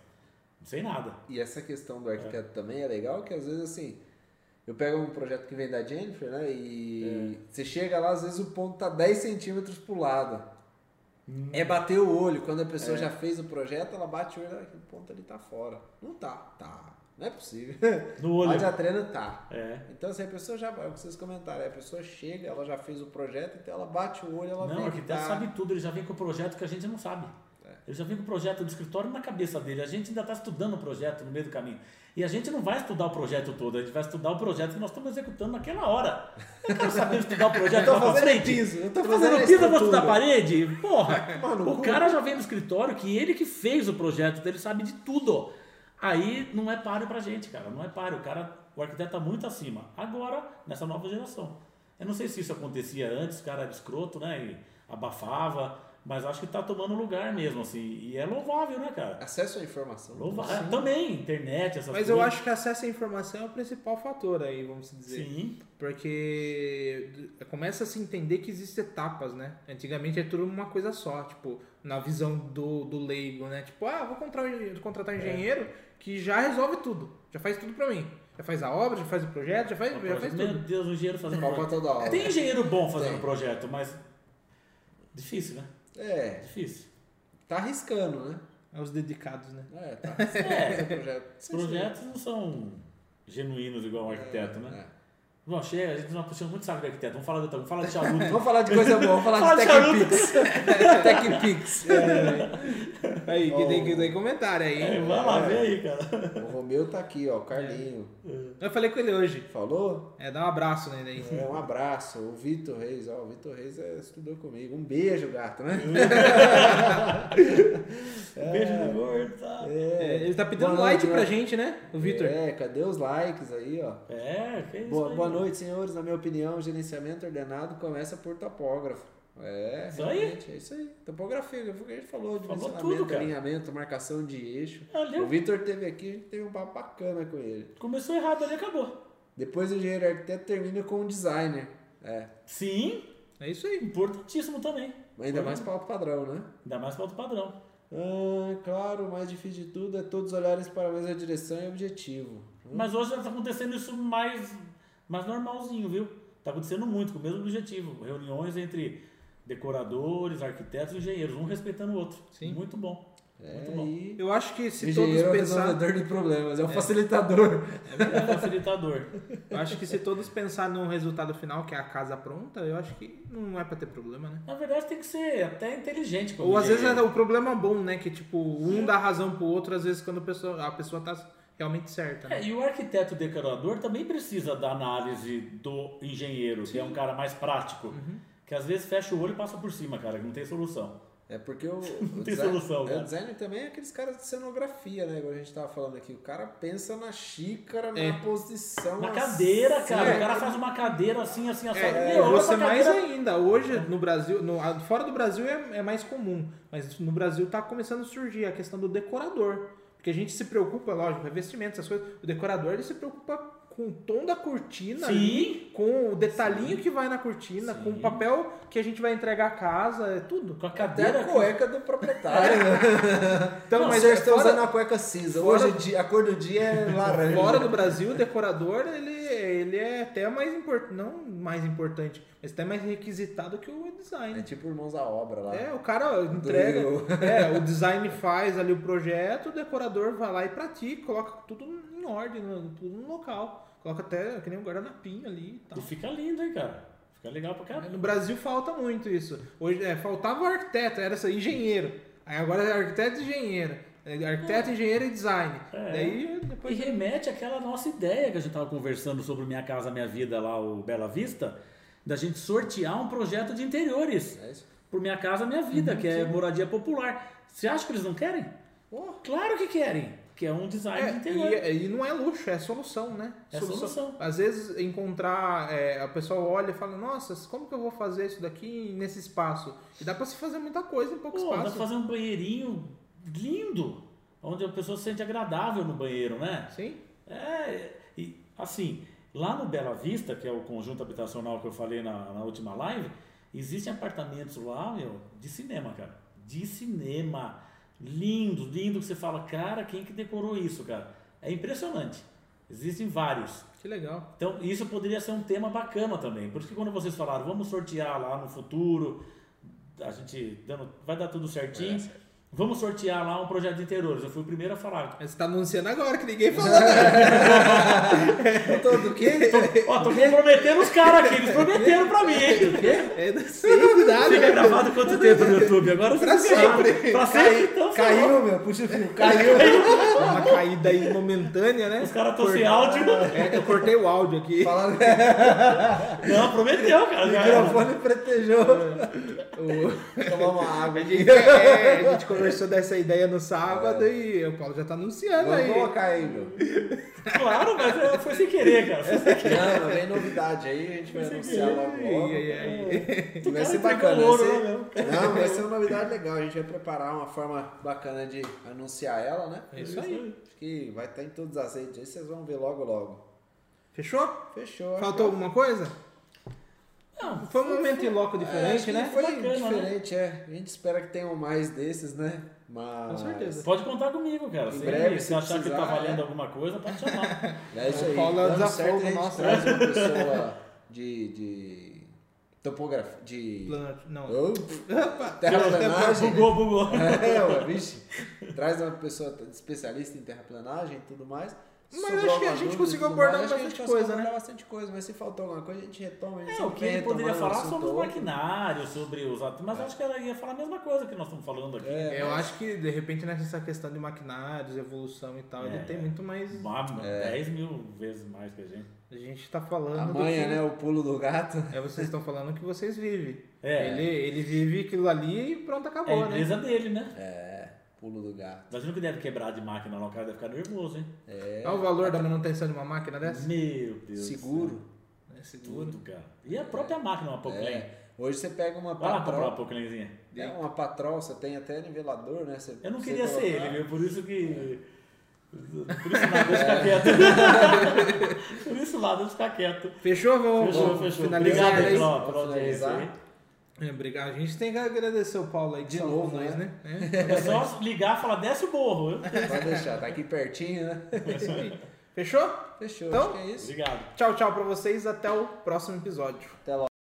S3: não sei nada.
S2: E essa questão do arquiteto também é legal, que às vezes assim, eu pego um projeto que vem da Jennifer, né? E
S3: É.
S2: você chega lá, às vezes o ponto tá 10 centímetros pro lado.
S3: Hum.
S2: É bater o olho. Quando a
S3: É.
S2: pessoa já fez o projeto, ela bate o olho, "Ah, aquele ponto ali tá fora. Não tá, tá. Não é possível.
S3: No olho.
S2: Mas a treina tá.
S3: É.
S2: Então assim, a pessoa já. É o que vocês comentaram, aí a pessoa chega, ela já fez o projeto, então ela bate o olho, ela
S3: Não,
S2: vê
S3: o
S2: que
S3: arquiteto
S2: tá. É.
S3: sabe tudo, ele já vem com o projeto que a gente não sabe. Ele já vem com o projeto do escritório na cabeça dele. A gente ainda está estudando o projeto no meio do caminho. E a gente não vai estudar o projeto todo, a gente vai estudar o projeto que nós estamos executando naquela hora. Eu quero saber estudar o
S2: Eu
S3: projeto
S2: tô
S3: lá pra
S2: fazendo
S3: frente.
S2: piso, eu tô
S3: Tá fazendo
S2: fazendo a
S3: piso, eu vou
S2: estrutura.
S3: estudar a parede? Porra!
S2: Mano,
S3: o
S2: cu.
S3: cara já vem no escritório que ele que fez o projeto, ele sabe de tudo. Aí não é páreo pra gente, cara. Não é páreo. O cara, o arquiteto tá muito acima. Agora, nessa nova geração. Eu não sei se isso acontecia antes, o cara era escroto, né? E abafava, mas acho que tá tomando lugar mesmo, assim. E é louvável, né, cara?
S2: Acesso à informação.
S3: Louvável. Também, internet, essas
S1: Mas
S3: coisas. tá
S1: eu acho que acesso à informação é o principal fator aí, vamos dizer.
S3: Sim,
S1: Porque começa a se entender que existem etapas, né? Antigamente é tudo uma coisa só, tipo, na visão do, do leigo, né? Tipo, ah, vou contratar, um-
S3: É.
S1: contratar um engenheiro que já resolve tudo, já faz tudo pra mim. Já faz a obra, já faz o projeto, já faz, é, já faz
S3: Meu
S1: tudo.
S3: Deus, o engenheiro fazendo
S2: Palpa toda hora.
S1: né?
S3: Tem engenheiro bom fazendo
S2: Tem.
S3: projeto, mas. Difícil, né?
S2: É,
S3: Difícil.
S2: tá arriscando, né?
S1: É os dedicados, né?
S2: É, tá arriscando
S3: É.
S2: esse projeto.
S3: Os projetos não são genuínos igual um arquiteto, né?
S2: É.
S3: Bom, chega, a gente não puxando muito saco de arquiteto. Vamos falar do outro, vamos falar de charuto.
S2: É. Vamos falar de coisa boa, vamos falar de
S3: Fala de
S2: TechPix. TechPix.
S1: Aí, que
S2: Ó,
S1: tem que tem comentário aí.
S3: É, vai lá, vem aí, cara.
S2: O Romeu tá aqui, ó, o Carlinho.
S1: Eu falei com ele hoje.
S2: Falou?
S1: É, dá um abraço nele aí.
S2: É, um abraço. O Vitor Reis, ó, o Vitor Reis é, estudou comigo. Um beijo, gato, né? É.
S3: Um Beijo do gordo, tá?
S1: É, Ele tá pedindo
S2: Boa
S1: like
S2: noite,
S1: pra
S2: né?
S1: gente, né? O Vitor.
S2: É, cadê os likes aí, ó?
S3: É, que isso.
S2: Boa,
S3: aí.
S2: boa noite, senhores. Na minha opinião, o gerenciamento ordenado começa por topógrafo. É,
S3: Isso aí.
S2: realmente, é isso aí. Topografia, foi o que a gente falou, dimensionamento,
S3: tudo, cara.
S2: alinhamento, marcação de eixo.
S3: Ali,
S2: O Vitor teve aqui, a gente teve um papo bacana com ele.
S3: começou errado ali, acabou.
S2: Depois o engenheiro arquiteto termina com o designer. É,
S3: Sim,
S1: É isso aí.
S3: importantíssimo também.
S2: ainda mais pauta padrão, né?
S3: Ainda mais para o padrão.
S2: Ah, claro, o mais difícil de tudo é todos olharem para a mesma direção e objetivo. Hum,
S3: Mas hoje já tá acontecendo isso mais, mais normalzinho, viu? Tá acontecendo muito, com o mesmo objetivo. Reuniões entre decoradores, arquitetos e engenheiros, um respeitando o outro.
S1: Sim.
S3: Muito bom.
S2: é
S3: muito bom.
S2: aí.
S1: Eu acho que
S2: O
S1: se todos
S2: engenheiro é o
S1: pensarem.
S2: resolvedor de problemas, é o facilitador.
S3: É um facilitador.
S1: Eu acho que se todos pensar no resultado final, que é a casa pronta, eu acho que não é pra ter problema, né?
S3: Na verdade tem que ser até inteligente. como
S1: Ou às vezes
S3: engenheiro.
S1: é o problema é bom, né? Que tipo, um dá razão pro outro, às vezes quando a pessoa, a pessoa tá realmente certa.
S3: É,
S1: Né?
S3: e o arquiteto decorador também precisa da análise do engenheiro, que é um cara mais prático.
S1: Uhum.
S3: Que às vezes fecha o olho e passa por cima, cara, que não tem solução.
S2: É porque o, o,
S3: tem
S2: design,
S3: solução,
S2: é,
S3: cara.
S2: o designer também é aqueles caras de cenografia, né? Igual a gente tava falando aqui. O cara pensa na xícara,
S1: É.
S2: na posição.
S3: Na
S2: na
S3: cadeira, cara.
S1: é,
S3: o cara faz uma cadeira assim, assim, assim.
S1: É,
S3: Meu, olha
S1: você
S3: pra
S1: mais
S3: cadeira.
S1: ainda. Hoje, no Brasil, no- a- fora do Brasil é, é mais comum, mas no Brasil tá começando a surgir a questão do decorador. Porque a gente se preocupa, lógico, revestimentos, essas coisas. O decorador ele se preocupa com o tom da cortina ali,
S3: Sim,
S1: com o detalhinho que vai na cortina, com o
S3: Sim.
S1: papel que a gente vai entregar a casa, é tudo.
S3: com a
S2: Até
S3: cadeira.
S2: a cueca do proprietário.
S1: Então,
S2: Não, é
S1: mas
S2: mas
S3: é
S2: eles estão
S1: fora-
S2: usando a cueca cinza.
S1: fora-
S2: Hoje em dia- a cor do dia é laranja.
S1: Fora do Brasil, o decorador, ele, ele é até mais importante, não mais importante, mas até mais requisitado que o
S2: É
S1: design.
S2: tipo irmãos à obra lá.
S1: É, o cara entrega,
S2: eu.
S1: é, o design faz ali o projeto, o decorador vai lá e pratica, coloca tudo em ordem, no- tudo no local. Coloca até, que nem um guardanapinho ali e tal.
S3: E fica lindo, hein, cara. Fica legal pra caramba.
S1: No Brasil falta muito isso. Hoje, é, faltava o arquiteto, era isso aí, engenheiro. Aí agora é arquiteto e engenheiro. É, Arquiteto, engenheiro e design.
S3: É.
S1: Daí
S3: E
S1: depois...
S3: remete àquela nossa ideia que a gente estava conversando sobre Minha Casa Minha Vida lá, o Bela Vista, da gente sortear um projeto de interiores
S2: É isso.
S3: por Minha Casa Minha Vida, que é moradia popular. Você acha que eles não querem?
S1: Porra.
S3: Claro que querem, que é um design de interior.
S1: É, e, e não é luxo, é solução, né?
S3: É solução.
S1: Às vezes encontrar, é, a pessoa olha e fala, nossa, como que eu vou fazer isso daqui nesse espaço? E dá pra se fazer muita coisa em pouco
S3: Pô, dá pra
S1: espaço.
S3: fazer um banheirinho lindo, onde a pessoa se sente agradável no banheiro, né?
S1: Sim?
S3: É, e assim, lá no Bela Vista, que é o conjunto habitacional que eu falei na, na última live, existem apartamentos lá, meu, de cinema, cara. De cinema. Lindo, lindo que você fala, cara, quem que decorou isso, cara? É impressionante. Existem vários.
S1: Que legal.
S3: Então, isso poderia ser um tema bacana também. Por isso que quando vocês falaram, vamos sortear lá no futuro, a gente dando, vai dar tudo certinho. Vamos sortear lá um projeto de interiores. Eu fui o primeiro a falar.
S1: Mas Você tá anunciando agora que ninguém falou né? nada.
S2: Eu tô do quê?
S3: Tô, ó, tô comprometendo os caras aqui, eles prometeram pra mim, hein?
S1: É, não sei nada.
S3: Fica gravado quanto tempo no YouTube? Agora
S1: Pra
S3: fica gravado.
S1: sempre.
S3: Pra sempre, então. ferrou.
S4: Caiu, meu, puxa o fio, caiu.
S1: Dá Uma caída aí momentânea, né?
S3: Os caras estão sem áudio.
S1: É, eu cortei o áudio aqui.
S4: Falaram
S3: Não, prometeu, cara.
S4: o
S3: já era.
S4: microfone pretejou.
S1: O-
S2: É.
S4: Tomar uma água
S1: A
S4: aqui.
S1: gente, é, a gente conversou dessa ideia no sábado e o Paulo já tá anunciando
S2: Vamos
S1: aí.
S2: colocar aí, meu.
S3: Claro, mas é, foi sem querer, cara. Foi sem querer.
S2: Não, vem novidade aí, a gente vai anunciar logo logo.
S1: Ai, ai, ai.
S3: Tu
S2: Vai
S3: cara
S2: ser
S3: entregou
S2: bacana,
S3: ouro,
S2: vai ser-
S3: né, meu?
S2: Não, vai ser uma novidade legal. A gente vai preparar uma forma bacana de anunciar ela, né?
S1: É isso aí.
S2: Acho que vai estar em todos os aceites aí, vocês vão ver logo logo.
S1: Fechou?
S2: Fechou.
S1: Faltou alguma coisa?
S3: Não,
S1: Foi um momento em loco
S2: É, acho
S1: diferente,
S2: que
S1: né?
S2: Foi
S3: Bacana, né?
S2: diferente, é. A gente espera que tenham mais desses, né? Mas...
S1: Com certeza.
S3: Pode contar comigo, cara.
S2: Em
S3: Se,
S2: breve,
S3: se
S2: se
S3: achar que tá
S2: precisar,
S3: valendo
S2: é.
S3: alguma coisa, pode chamar.
S2: É isso
S1: O
S2: aí.
S1: Paulo é o
S2: Dando
S1: desafio
S2: certo, a gente
S1: nosso,
S2: traz uma pessoa de... de... Topografia... De...
S1: Planet, não.
S2: Oh, terraplanagem.
S3: bugou, bugou.
S2: É, ué, vixe. Traz uma pessoa especialista em terraplanagem e tudo mais.
S1: Mas
S2: Sobrou
S1: acho que a
S2: uma
S1: gente
S2: dúvida e
S1: conseguiu
S2: tudo
S1: abordar
S2: mais, acho que a
S1: bastante
S2: gente conseguiu
S1: coisa, né?
S2: abordar bastante coisa, mas se faltou alguma coisa, a gente retoma. A gente
S3: É, o
S2: sempre
S3: que ele
S2: retoma
S3: poderia
S2: um
S3: falar
S2: assunto
S3: sobre os
S2: ou outro.
S3: maquinários, sobre os atos, mas acho que ela ia falar a mesma coisa que nós estamos falando aqui.
S2: É,
S1: Eu acho que, de repente, nessa questão de maquinários, evolução e tal,
S3: É.
S1: ele tem muito mais...
S3: Uma-
S2: É.
S3: 10 Ah, mil vezes mais que a gente.
S1: A gente tá falando do
S2: Amanhã,
S1: que-
S2: né? O pulo do gato.
S1: É, vocês estão falando que vocês vivem.
S3: É.
S1: Ele, ele vive aquilo ali e pronto,
S3: É a
S1: acabou, né?
S3: empresa dele, né?
S2: É, pulo do gato.
S3: Imagina que deve quebrar de máquina lá, o cara deve ficar nervoso, hein?
S2: É,
S1: Olha o valor da manutenção de uma máquina dessa.
S3: Meu Deus. do
S2: seguro.
S1: É
S3: céu.
S1: seguro.
S3: Tudo, cara. E a própria máquina, uma Poclain.
S2: É. Hoje você pega uma
S3: Vai lá comprar
S2: patroa.
S3: uma Poclainzinha.
S2: É, uma patrol, você tem até nivelador, né? Você-
S3: Eu não
S2: você
S3: queria ser
S2: colocar- É.
S3: ele, viu? Por isso que. Por isso lá, deixa eu ficar quieto. Por isso lá, deixa eu ficar quieto.
S1: Fechou? Vamos,
S3: Fechou,
S1: vamos
S3: fechou.
S1: finalizar
S3: Obrigado aí
S1: aí.
S3: pela,
S2: Vamos
S3: pela audiência
S2: né? finalizar.
S3: aí.
S1: É, Obrigado. A gente tem que agradecer o Paulo aí de
S2: Só
S1: novo,
S2: nós,
S1: né?
S3: É só ligar e falar, desce o borro.
S2: Pode deixar, tá aqui pertinho, né?
S1: É isso aí. Fechou?
S2: Fechou,
S1: Então,
S2: acho que é isso.
S3: Obrigado.
S1: Tchau, tchau pra vocês. Até o próximo episódio.
S2: Até logo.